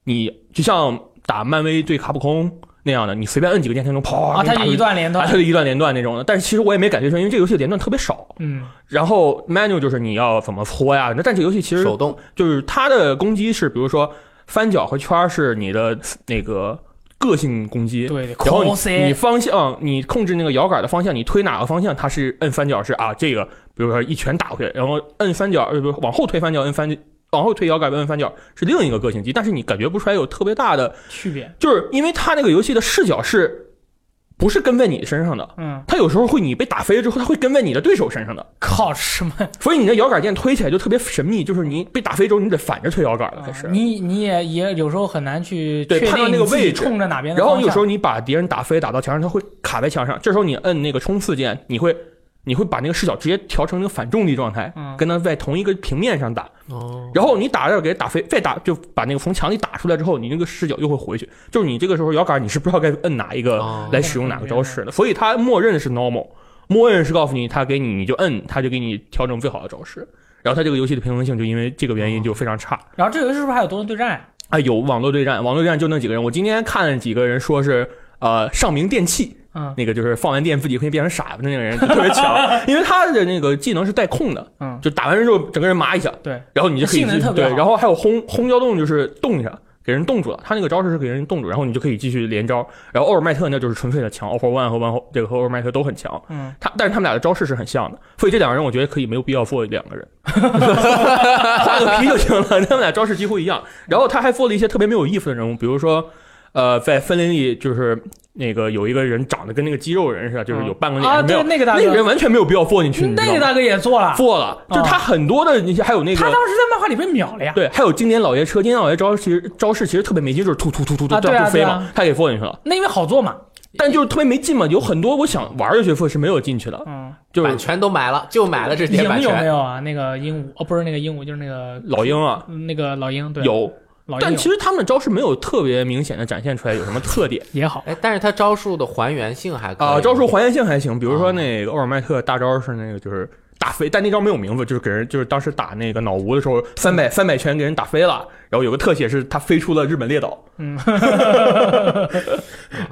[SPEAKER 3] 你就像打漫威对卡普空那样的，你随便摁几个键，它能啪，
[SPEAKER 1] 啊，
[SPEAKER 3] 给
[SPEAKER 1] 它
[SPEAKER 3] 你打
[SPEAKER 1] 就
[SPEAKER 3] 出
[SPEAKER 1] 一
[SPEAKER 3] 去。
[SPEAKER 1] 段连
[SPEAKER 3] 啊，
[SPEAKER 1] 段
[SPEAKER 3] 它，就一段连段那种的，但是其实我也没感觉出来，因为这个游戏的连段特别少。
[SPEAKER 1] 嗯，
[SPEAKER 3] 然后 manual 就是你要怎么搓呀，但这游戏其实
[SPEAKER 2] 手动
[SPEAKER 3] 就是它的攻击是，比如说翻脚和圈儿是你的那个个性攻击，
[SPEAKER 1] 对，
[SPEAKER 3] 然后你
[SPEAKER 1] 狂塞
[SPEAKER 3] 你方向，你控制那个摇杆的方向，你推哪个方向，它是摁翻脚是啊，这个比如说一拳打回去，然后摁翻脚，呃，不往后推翻脚，摁翻。往后推摇杆摁翻脚是另一个个性机，但是你感觉不出来有特别大的，
[SPEAKER 1] 区别，
[SPEAKER 3] 就是因为它那个游戏的视角是，不是跟在你身上的，
[SPEAKER 1] 嗯，
[SPEAKER 3] 它有时候会你被打飞了之后，它会跟在你的对手身上的，
[SPEAKER 1] 靠什么？
[SPEAKER 3] 所以你的摇杆键推起来就特别神秘，就是你被打飞之后，你得反着推摇杆 了，开始。
[SPEAKER 1] 啊你你也也有时候很难去
[SPEAKER 3] 对
[SPEAKER 1] 确
[SPEAKER 3] 判
[SPEAKER 1] 定
[SPEAKER 3] 断那个
[SPEAKER 1] 你自己
[SPEAKER 3] 位置
[SPEAKER 1] 冲着哪边的
[SPEAKER 3] 然后
[SPEAKER 1] 方
[SPEAKER 3] 有时
[SPEAKER 1] 向
[SPEAKER 3] 候你把敌人打飞，打到墙上，他会卡在墙上。这时候你摁那个冲刺键，你会你会把那个视角直接调成那个反重力状态，
[SPEAKER 1] 嗯
[SPEAKER 3] 跟他在同一个平面上打。
[SPEAKER 2] 哦，
[SPEAKER 3] 然后你打着给打飞，再打就把那个从墙里打出来之后，你那个视角又会回去。就是你这个时候摇杆你是不知道该摁哪一个
[SPEAKER 2] 哦
[SPEAKER 3] 来使用哪个招式的，所以它默认是 normal，默认是告诉你它给你你就摁，它就给你调整最好的招式。然后它这个游戏的平衡性就因为这个原因就非常差。
[SPEAKER 1] 然后这游戏是不是还有多人对战呀？
[SPEAKER 3] 啊，有网络对战，网络对战就那几个人。我今天看了几个人说是，呃，上明电器，
[SPEAKER 1] 嗯
[SPEAKER 3] 那个就是放完电自己可以变成傻子的那个人，就特别 强，因为他的那个技能是带控的，
[SPEAKER 1] 嗯，
[SPEAKER 3] 就打完人之后整个人麻一下，
[SPEAKER 1] 对，
[SPEAKER 3] 然后你就可以
[SPEAKER 1] 性能
[SPEAKER 3] 继续
[SPEAKER 1] 特别
[SPEAKER 3] 对，
[SPEAKER 1] 好
[SPEAKER 3] 然后还有轰轰焦冻，就是动一下。给人冻住了，他那个招式是给人冻住，然后你就可以继续连招。然后奥尔麦特那就是纯粹的强，奥佛万和万这个和奥尔麦特都很强。
[SPEAKER 1] 嗯，
[SPEAKER 3] 他但是他们俩的招式是很像的，所以这两个人我觉得可以没有必要做两个人， 画个皮就行了。他们俩招式几乎一样。然后他还做了一些特别没有意思的人物，比如说，呃，在森林里就是那个有一个人长得跟那个肌肉人似的，就是有半个脸，
[SPEAKER 1] 啊，
[SPEAKER 3] 嗯没
[SPEAKER 1] 对
[SPEAKER 3] 有，
[SPEAKER 1] 那个大
[SPEAKER 3] 那个人
[SPEAKER 1] 哥，
[SPEAKER 3] 完全没有必要做进去，你知
[SPEAKER 1] 那
[SPEAKER 3] 道
[SPEAKER 1] 个
[SPEAKER 3] 吗？
[SPEAKER 1] 大哥也做了，
[SPEAKER 3] 做了，就是他很多的那些，还有那个
[SPEAKER 1] 他当时在漫画里被秒了呀。
[SPEAKER 3] 对，还有经典老爷车，经典老爷招其实招式其实特别没劲，就是突突突突突
[SPEAKER 1] 啊
[SPEAKER 3] 这
[SPEAKER 1] 对啊
[SPEAKER 3] 样就飞
[SPEAKER 1] 对
[SPEAKER 3] 嘛，
[SPEAKER 1] 啊
[SPEAKER 3] 他给放进去了，
[SPEAKER 1] 那因为好做嘛，
[SPEAKER 3] 但就是特别没劲嘛，有很多我想玩的角色是没有进去的，
[SPEAKER 1] 嗯，
[SPEAKER 3] 就是
[SPEAKER 2] 版权都买了，就买了这
[SPEAKER 1] 鹰
[SPEAKER 2] 些版
[SPEAKER 1] 有没
[SPEAKER 2] 权。
[SPEAKER 1] 有啊？那个鹦鹉哦，不是那个鹦鹉，就是那个
[SPEAKER 3] 老鹰啊。
[SPEAKER 1] 嗯那个老鹰，对，
[SPEAKER 3] 哦有，
[SPEAKER 1] 老鹰
[SPEAKER 3] 但
[SPEAKER 1] 有
[SPEAKER 3] 其实他们的招式没有特别明显的展现出来有什么特点
[SPEAKER 1] 也好，
[SPEAKER 2] 哎，但是它招数的还原性还可以
[SPEAKER 3] 啊、招数还原性还行，比如说那个奥尔麦特大招是那个就是打飞，但那招没有名字，就是给人就是当时打那个脑无的时候，三百三百拳给人打飞了，然后有个特写是他飞出了日本列岛，
[SPEAKER 1] 嗯，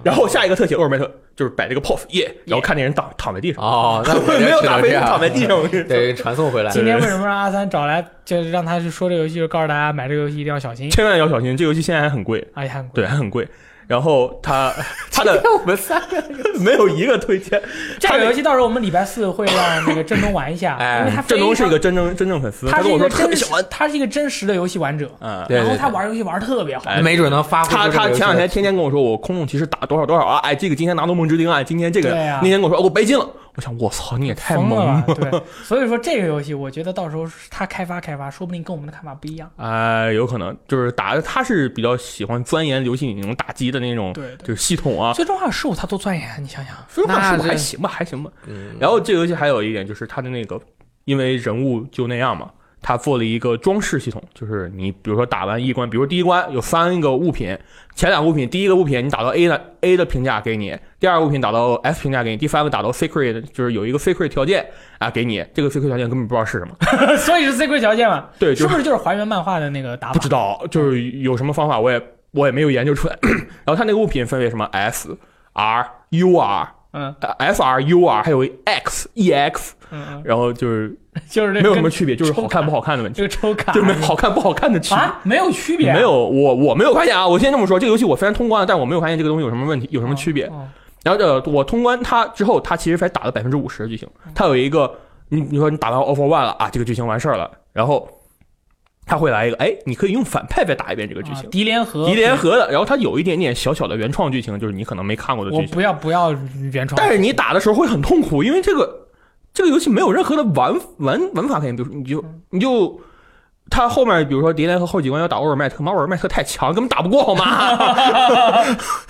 [SPEAKER 3] 然后下一个特写奥尔麦特就是摆这个 pose 耶、啊然后看那人躺躺在地上，
[SPEAKER 2] 哦，那我
[SPEAKER 3] 没有打飞，
[SPEAKER 2] 这样
[SPEAKER 3] 躺在地上，我跟你说
[SPEAKER 2] 对，传送回来。
[SPEAKER 1] 今天为什么让阿三找来，就是让他去说这个游戏，就告诉大家买这个游戏一定要小心。
[SPEAKER 3] 千万要小心，这游戏现在还很贵，
[SPEAKER 1] 哎呀，
[SPEAKER 3] 对，还很贵。然后它 它的
[SPEAKER 2] 我们三个，
[SPEAKER 3] 没有一个推荐，
[SPEAKER 1] 这
[SPEAKER 3] 他
[SPEAKER 1] 个
[SPEAKER 3] 那
[SPEAKER 1] 游戏到时候我们礼拜四会让那个振东玩一下，
[SPEAKER 2] 哎
[SPEAKER 1] 因为他
[SPEAKER 3] 振东是一
[SPEAKER 1] 个，
[SPEAKER 3] 个真正真正粉丝，
[SPEAKER 1] 他
[SPEAKER 3] 跟
[SPEAKER 1] 是
[SPEAKER 3] 我
[SPEAKER 1] 一
[SPEAKER 3] 说
[SPEAKER 1] 个
[SPEAKER 3] 特
[SPEAKER 1] 真
[SPEAKER 3] 别喜 欢
[SPEAKER 1] 实，，他是一个真实的游戏玩者，
[SPEAKER 3] 嗯，
[SPEAKER 2] 对
[SPEAKER 1] 然后
[SPEAKER 2] 对
[SPEAKER 1] 他玩游戏玩得特别好，
[SPEAKER 3] 哎
[SPEAKER 2] 没准能发挥
[SPEAKER 3] 他
[SPEAKER 2] 出这个
[SPEAKER 3] 他
[SPEAKER 2] 游戏
[SPEAKER 3] 前两天天天跟我说，我空洞骑士打多少多少啊！哎，这个今天拿到梦之钉啊，今天这个
[SPEAKER 1] 对啊
[SPEAKER 3] 那天跟我说，哦我白金了。我想，我操，你也太
[SPEAKER 1] 疯
[SPEAKER 3] 猛
[SPEAKER 1] 了吧
[SPEAKER 3] 了！
[SPEAKER 1] 对，所以说这个游戏，我觉得到时候他开发开发，说不定跟我们的看法不一样。
[SPEAKER 3] 哎，有可能就是打的，他是比较喜欢钻研游戏里那种打击的那种，
[SPEAKER 1] 对对
[SPEAKER 3] 就是系统啊。
[SPEAKER 1] 最终幻十五他都钻研，你想 想，
[SPEAKER 3] 说实话，
[SPEAKER 2] 那
[SPEAKER 3] 是不是还
[SPEAKER 2] 这
[SPEAKER 3] 行吧，还行吧。
[SPEAKER 2] 嗯
[SPEAKER 3] 然后这个游戏还有一点就是它的那个，因为人物就那样嘛，它做了一个装饰系统，就是你比如说打完一关，比如第一关有三个物品，前两个物品，第一个物品你打到 A 的 A 的评价给你，第二个物品打到 F 评价给你，第三个打到 secret 就是有一个 secret 条件啊给你，这个 secret 条件根本不知道是什么，
[SPEAKER 1] 所以是 C 规条件嘛，
[SPEAKER 3] 对，就是
[SPEAKER 1] 是不是就是还原漫画的那个打
[SPEAKER 3] 不
[SPEAKER 1] 法
[SPEAKER 3] 知？道，就是有什么方法我也我也没有研究出来。 然后它那个物品分为什么 S、R、U、R、呃
[SPEAKER 1] 嗯
[SPEAKER 3] F、R、U、R，还有 X、E、X，
[SPEAKER 1] 嗯嗯，
[SPEAKER 3] 然后就是
[SPEAKER 1] 就是这
[SPEAKER 3] 没
[SPEAKER 1] 个
[SPEAKER 3] 有什么区别，就是好看不好看的问
[SPEAKER 1] 这
[SPEAKER 3] 题，
[SPEAKER 1] 个抽卡，嗯
[SPEAKER 3] 就是没好看不好看的区别。
[SPEAKER 1] 啊，没有区别啊，
[SPEAKER 3] 没有，我我没有发现啊！我先这么说，这个游戏我虽然通关了，但我没有发现这个东西有什么问题，有什
[SPEAKER 1] 什
[SPEAKER 3] 么区别。
[SPEAKER 1] 哦嗯
[SPEAKER 3] 然后呃，我通关它之后，它其实才打了百分之五十剧情，它有一个你你说你打完 o f f e r One 了啊，这个剧情完事儿了，然后他会来一个，哎，你可以用反派再打一遍这个剧情
[SPEAKER 1] 啊。敌联合，
[SPEAKER 3] 敌联合的，然后它有一点点小小的原创剧情，就是你可能没看过的
[SPEAKER 1] 我
[SPEAKER 3] 剧情，
[SPEAKER 1] 不要不要原创，
[SPEAKER 3] 但是你打的时候会很痛苦，因为这个这个游戏没有任何的玩玩玩法概念，比如说你就
[SPEAKER 1] 嗯
[SPEAKER 3] 你就他后面比如说敌联合后几关要打欧尔麦特，妈欧尔麦特太强，根本打不过 好吗？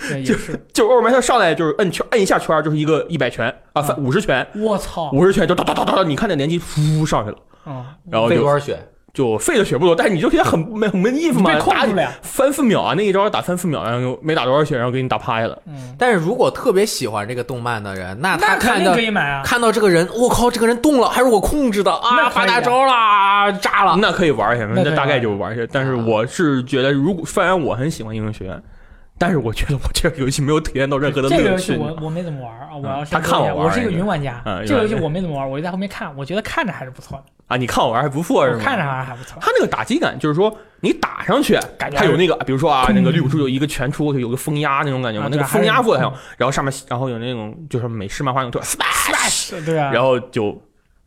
[SPEAKER 1] 对也是，
[SPEAKER 3] 就是欧尔麦特上来就是摁圈摁一下圈就是一个一百拳啊，
[SPEAKER 1] 嗯
[SPEAKER 3] 反五十拳，
[SPEAKER 1] 我操，
[SPEAKER 3] 五十拳就哒哒哒哒哒，你看那连击呼上去了，
[SPEAKER 1] 哦嗯，
[SPEAKER 3] 然后
[SPEAKER 2] 费
[SPEAKER 3] 就
[SPEAKER 2] 多少血？
[SPEAKER 3] 就废的血不多，但是你就觉得很没很没意思
[SPEAKER 1] 你
[SPEAKER 3] 嘛
[SPEAKER 1] 被，
[SPEAKER 3] 打
[SPEAKER 1] 控制了呀，
[SPEAKER 3] 三四秒啊，那一招打三四秒，然后没打多少血，然后给你打趴下了。
[SPEAKER 1] 嗯，
[SPEAKER 2] 但是如果特别喜欢这个动漫的人，那他
[SPEAKER 1] 那肯
[SPEAKER 2] 看
[SPEAKER 1] 定
[SPEAKER 2] 到
[SPEAKER 1] 可以买啊，
[SPEAKER 2] 看到这个人，我靠，这个人动了，还是我控制的
[SPEAKER 1] 那可
[SPEAKER 2] 啊，
[SPEAKER 1] 以啊
[SPEAKER 2] 发大招啦，炸了。，
[SPEAKER 3] 那可以玩一下，
[SPEAKER 1] 那可以玩啊
[SPEAKER 3] 大概就玩一下。但是我是觉得，如果虽然我很喜欢英雄学院，但是我觉得我这个游戏没有体验到任何的
[SPEAKER 1] 这个游
[SPEAKER 3] 乐
[SPEAKER 1] 戏
[SPEAKER 3] 趣。
[SPEAKER 1] 我我没怎么玩儿啊，我要
[SPEAKER 3] 嗯
[SPEAKER 1] 是
[SPEAKER 3] 他看我玩儿
[SPEAKER 1] 我是一个云玩家
[SPEAKER 3] 嗯，
[SPEAKER 1] 这个游戏我没怎么玩儿，我就在后面看，我觉得看着还是不错的，
[SPEAKER 3] 啊，你看我玩还不错是
[SPEAKER 1] 我
[SPEAKER 3] 吗？
[SPEAKER 1] 看着还是还不 错，
[SPEAKER 3] 他那个打击感，就是说你打上去，
[SPEAKER 1] 感觉
[SPEAKER 3] 它有那个，比如说啊，
[SPEAKER 1] 砰
[SPEAKER 3] 那个绿谷树有一个全出，有个风压那种感觉嘛
[SPEAKER 1] 啊，
[SPEAKER 3] 那个
[SPEAKER 1] 对还
[SPEAKER 3] 风
[SPEAKER 1] 有
[SPEAKER 3] 压做的还有，然后上面然后有那种就是美式漫画那种特效，
[SPEAKER 1] 是对啊，
[SPEAKER 3] 然后就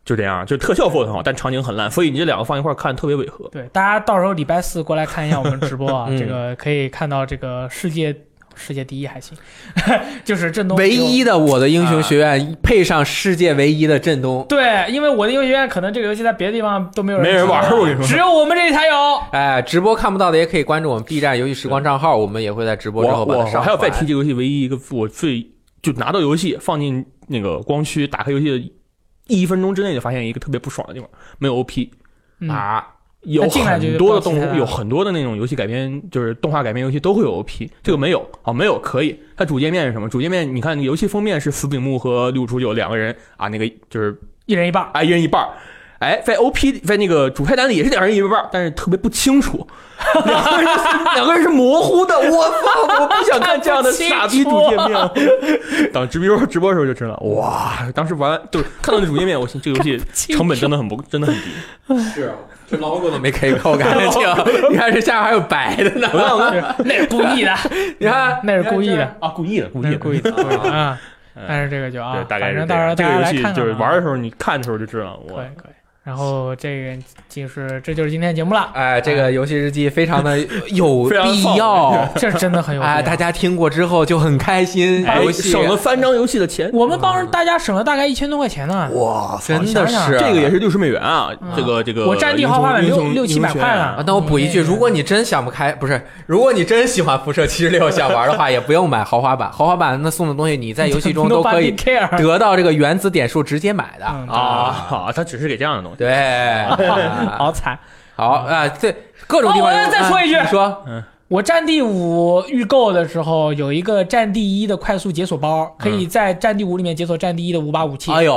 [SPEAKER 3] 就这样，就特效做的很好，但场景很烂，所以你这两个放一块儿看特别违和。
[SPEAKER 1] 对，大家到时候礼拜四过来看一下我们直播啊
[SPEAKER 2] 嗯
[SPEAKER 1] 这个可以看到这个世界世界第一还行， 就是振东
[SPEAKER 2] 唯
[SPEAKER 1] 只有
[SPEAKER 2] 一的我的英雄学院配上世界唯一的振东，
[SPEAKER 1] 对，因为我的英雄学院可能这个游戏在别的地方都没有
[SPEAKER 3] 没人玩
[SPEAKER 1] 玩
[SPEAKER 3] 儿，啊我跟你说
[SPEAKER 1] 只有我们这里才 有。
[SPEAKER 2] 哎，直播看不到的也可以关注我们 B 站游戏时光账号，我们也会在直播之
[SPEAKER 3] 我
[SPEAKER 2] 后把
[SPEAKER 3] 我
[SPEAKER 2] 它
[SPEAKER 3] 我
[SPEAKER 2] 上
[SPEAKER 3] 还要再提
[SPEAKER 2] 传。
[SPEAKER 3] 这个游戏唯一一个我最就拿到游戏放进那个光驱打开游戏的一分钟之内就发现一个特别不爽的地方，没有 OP
[SPEAKER 1] 嗯
[SPEAKER 3] 啊。有
[SPEAKER 1] 进来就
[SPEAKER 3] 很多的
[SPEAKER 1] 就不知道其他
[SPEAKER 3] 动，
[SPEAKER 1] 的
[SPEAKER 3] 有很多的那种游戏改编，就是动画改编游戏都会有 OP，这个没有啊，没有可以。它主界面是什么？主界面你看，游戏封面是死柄木和六出九两个人啊，那个就是
[SPEAKER 1] 一人一半儿，
[SPEAKER 3] 啊，一人一半儿。哎，在 OP 在那个主菜单里也是两人一半儿，但是特别不 清楚，两个人是两个人是模糊的。我操！我不想看这样的傻逼主界面了。
[SPEAKER 1] 啊
[SPEAKER 3] 当直播直播的时候就知道，哇！当时玩就是看到那主界面，我心这个游戏成本真的很不真的很低。
[SPEAKER 2] 是，这老狗都没 K 扣，感觉你看这下面还有白的呢，
[SPEAKER 3] 我看我看
[SPEAKER 1] 那是故意的，
[SPEAKER 2] 你看。
[SPEAKER 1] 那是故意的，
[SPEAKER 3] 啊，故意的，故
[SPEAKER 1] 那
[SPEAKER 3] 意
[SPEAKER 1] 是
[SPEAKER 3] 的，
[SPEAKER 1] 故意 的
[SPEAKER 2] 啊
[SPEAKER 1] 啊。
[SPEAKER 3] 嗯
[SPEAKER 1] 但是这个就啊
[SPEAKER 3] 对，，大概
[SPEAKER 1] 反
[SPEAKER 3] 是
[SPEAKER 1] 正到时候
[SPEAKER 3] 这
[SPEAKER 1] 大
[SPEAKER 3] 样
[SPEAKER 1] 家来
[SPEAKER 3] 这个游戏
[SPEAKER 1] 看看
[SPEAKER 3] 就是
[SPEAKER 1] 啊
[SPEAKER 3] 玩的时候，你看的时候就知道。
[SPEAKER 1] 可
[SPEAKER 3] 我
[SPEAKER 1] 以可以。然后这个就是这就是今天节目 了，
[SPEAKER 2] 哎，这个游戏日记非常的有
[SPEAKER 3] 非常
[SPEAKER 2] 必
[SPEAKER 3] 放
[SPEAKER 2] 要，
[SPEAKER 1] 这真的很有必要
[SPEAKER 2] 哎，大家听过之后就很开心，
[SPEAKER 3] 哎
[SPEAKER 2] 游戏
[SPEAKER 3] 省了三张游戏的钱，
[SPEAKER 1] 我们帮大家省了大概一千多块钱呢。
[SPEAKER 3] 哇，
[SPEAKER 2] 真的
[SPEAKER 1] 想想
[SPEAKER 2] 是啊
[SPEAKER 3] 这个也是六十美元啊
[SPEAKER 1] 嗯！
[SPEAKER 3] 这个这个，
[SPEAKER 1] 我战地豪华版
[SPEAKER 3] 英雄
[SPEAKER 1] 六六七百块啊
[SPEAKER 2] 啊，那我补一句，
[SPEAKER 1] 嗯
[SPEAKER 2] 如果你真想不开，不是，如果你真喜欢辐射七十六想玩的话，也不用买豪华版，豪华版那送的东西你在游戏中都可
[SPEAKER 1] Nobody
[SPEAKER 2] 以
[SPEAKER 1] care
[SPEAKER 2] 得到这个原子点数直接买的。
[SPEAKER 1] 嗯
[SPEAKER 3] 啊，好，他只是给这样的东西。
[SPEAKER 2] 对，啊
[SPEAKER 1] 好惨！
[SPEAKER 2] 好啊，对各种地方
[SPEAKER 1] 哦我要再
[SPEAKER 2] 啊
[SPEAKER 1] 说一句
[SPEAKER 2] 你说
[SPEAKER 1] 我《战地五》预购的时候有一个《战地一》的快速解锁包，可以在《战地五》里面解锁《战地一》的五把武器。
[SPEAKER 2] 哎呦，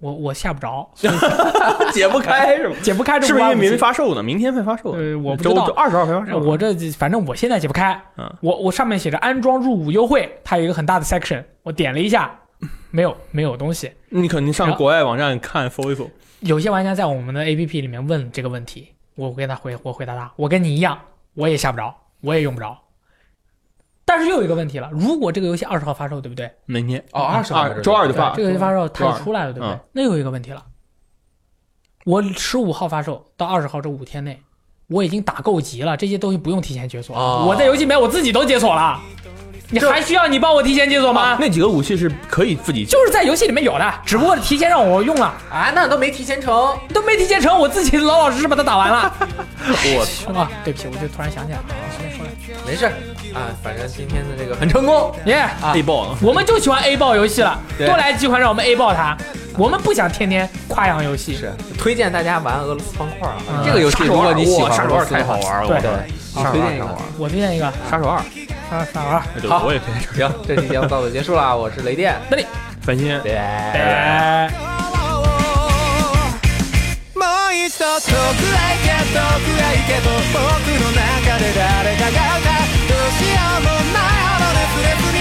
[SPEAKER 1] 我我下不着，
[SPEAKER 3] 解不开是吗？
[SPEAKER 1] 解不开这
[SPEAKER 3] 是
[SPEAKER 1] 五
[SPEAKER 3] 不是
[SPEAKER 1] 把
[SPEAKER 3] 因
[SPEAKER 1] 武
[SPEAKER 3] 为
[SPEAKER 1] 器
[SPEAKER 3] 没。发售呢？明天会发售。
[SPEAKER 1] 呃我不知
[SPEAKER 3] 周
[SPEAKER 1] 道
[SPEAKER 3] 二十号才发售。
[SPEAKER 1] 我这反正我现在解不开。
[SPEAKER 3] 嗯
[SPEAKER 1] 我我上面写着安装入伍优惠，它有一个很大的 section，我点了一下，没有没有东西。
[SPEAKER 3] 你肯定上国外网站看搜一搜。
[SPEAKER 1] 有些玩家在我们的 APP 里面问这个问题，我给他回我回答他，我跟你一样，我也下不着，我也用不着。但是又有一个问题了，如果这个游戏二十号发售，对不对？
[SPEAKER 3] 明天
[SPEAKER 2] 哦，二十号
[SPEAKER 3] 啊二周二就
[SPEAKER 1] 对吧
[SPEAKER 3] 发
[SPEAKER 1] 这。个游戏发售它
[SPEAKER 3] 周
[SPEAKER 1] 也
[SPEAKER 3] 二
[SPEAKER 1] 出来了，对不对
[SPEAKER 3] 嗯？
[SPEAKER 1] 那又有一个问题了，我十五号发售到二十号这五天内，我已经打够级了，这些东西不用提前解锁了。
[SPEAKER 2] 哦
[SPEAKER 1] 我在游戏里面我自己都解锁了，你还需要你帮我提前解锁吗？
[SPEAKER 3] 啊那几个武器是可以自己
[SPEAKER 1] 就是在游戏里面有的，只不过提前让我用了，
[SPEAKER 2] 啊，那都没提前成，
[SPEAKER 1] 都没提前成，我自己老老实实把它打完了。
[SPEAKER 3] 我
[SPEAKER 1] 啊，对不起，我就突然想起来了，随便说两句
[SPEAKER 2] 没事儿啊，反正今天的这个很成功，
[SPEAKER 1] 耶，
[SPEAKER 3] 被爆了。
[SPEAKER 1] 我们就喜欢 A 爆游戏了，
[SPEAKER 2] 对
[SPEAKER 1] 多来几款让我们 A 爆它。我们不想天天夸扬游戏，
[SPEAKER 2] 是推荐大家玩俄罗斯方块啊
[SPEAKER 1] 嗯，
[SPEAKER 2] 这个游戏如果你喜欢
[SPEAKER 3] 哇杀
[SPEAKER 2] 俄
[SPEAKER 3] 手
[SPEAKER 2] 罗
[SPEAKER 3] 二
[SPEAKER 2] 斯的
[SPEAKER 3] 太
[SPEAKER 2] 话
[SPEAKER 3] 好，玩了，
[SPEAKER 1] 对
[SPEAKER 3] 我觉得
[SPEAKER 2] 好推荐一个。
[SPEAKER 1] 我推荐一个
[SPEAKER 3] 杀手二，
[SPEAKER 1] 啥啥玩意儿，
[SPEAKER 3] 那就
[SPEAKER 2] 好
[SPEAKER 3] 我也可以。
[SPEAKER 2] 行，这期节目到此结束了，我是雷 电，
[SPEAKER 1] 那哎里，
[SPEAKER 3] 翻新。
[SPEAKER 2] 拜拜
[SPEAKER 1] 拜拜。
[SPEAKER 5] もう一度遠くへ行け遠くへ行けと僕の中で誰かが歌うどうしようもないほど熱烈に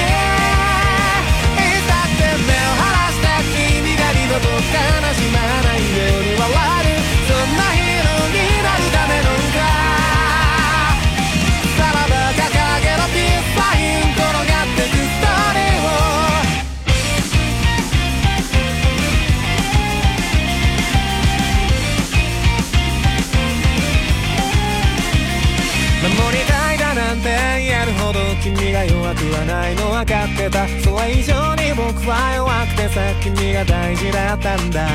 [SPEAKER 5] いつだって目を離した君が二度と悲しまないように笑えるそんなヒーローになるための歌さらば掲げろピースサイン転がってくストーリーを君が弱くはないの分かってたそれ以上に僕は弱くてさ君が大事だったんだ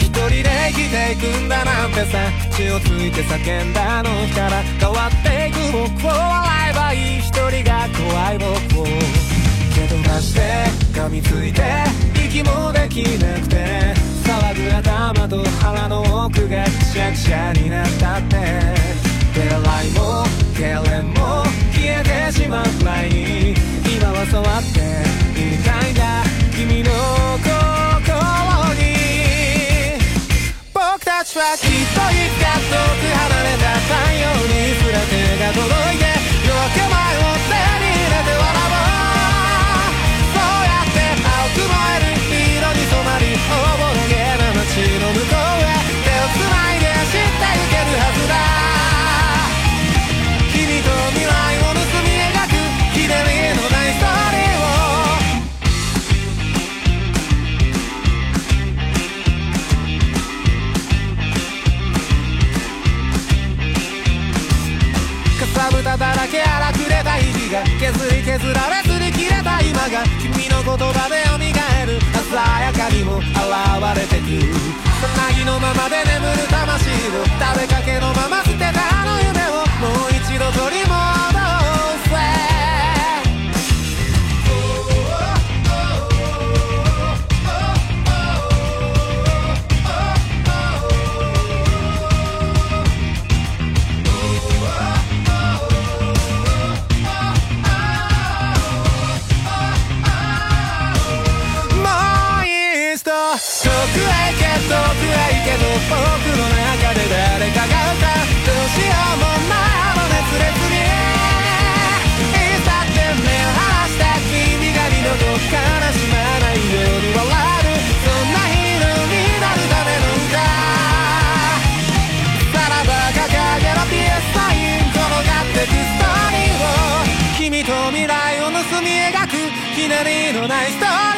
[SPEAKER 5] 一人で生きていくんだなんてさ血をついて叫んだあの日から変わっていく僕を笑えばいい一人が怖い僕を蹴飛ばして噛みついて息もできなくて騒ぐ頭と腹の奥がくしゃくしゃになったって手洗いも痙攣も消えてしまう前に今は触っていたいんだ君の心に僕たちはきっといつか遠く離れた太陽にすら手が届いて夜明け前を手に入れて笑おうそうやって青く燃える色に染まりおぼろげな街の向こうへ手をつないで走って行けるはずだ君と未来を盗み描くひねりのないストーリーをかさぶただらけ荒くれた日々が削り削られずに切れた今が君の言葉で蘇る鮮やかにも現れてくるさなぎのままで眠る魂を食べかけのまま捨てたあの夢をもう一度取り戻せもういい人遠くへ行け遠くへ行けど僕の中で誰かが歌うどうしようもないあの熱烈にいつだって目を離した君が二度と悲しまないように笑えるそんなヒーローになるための歌さらば掲げろピアスサイン転がってくストーリーを君と未来を盗み描くひねりのないストー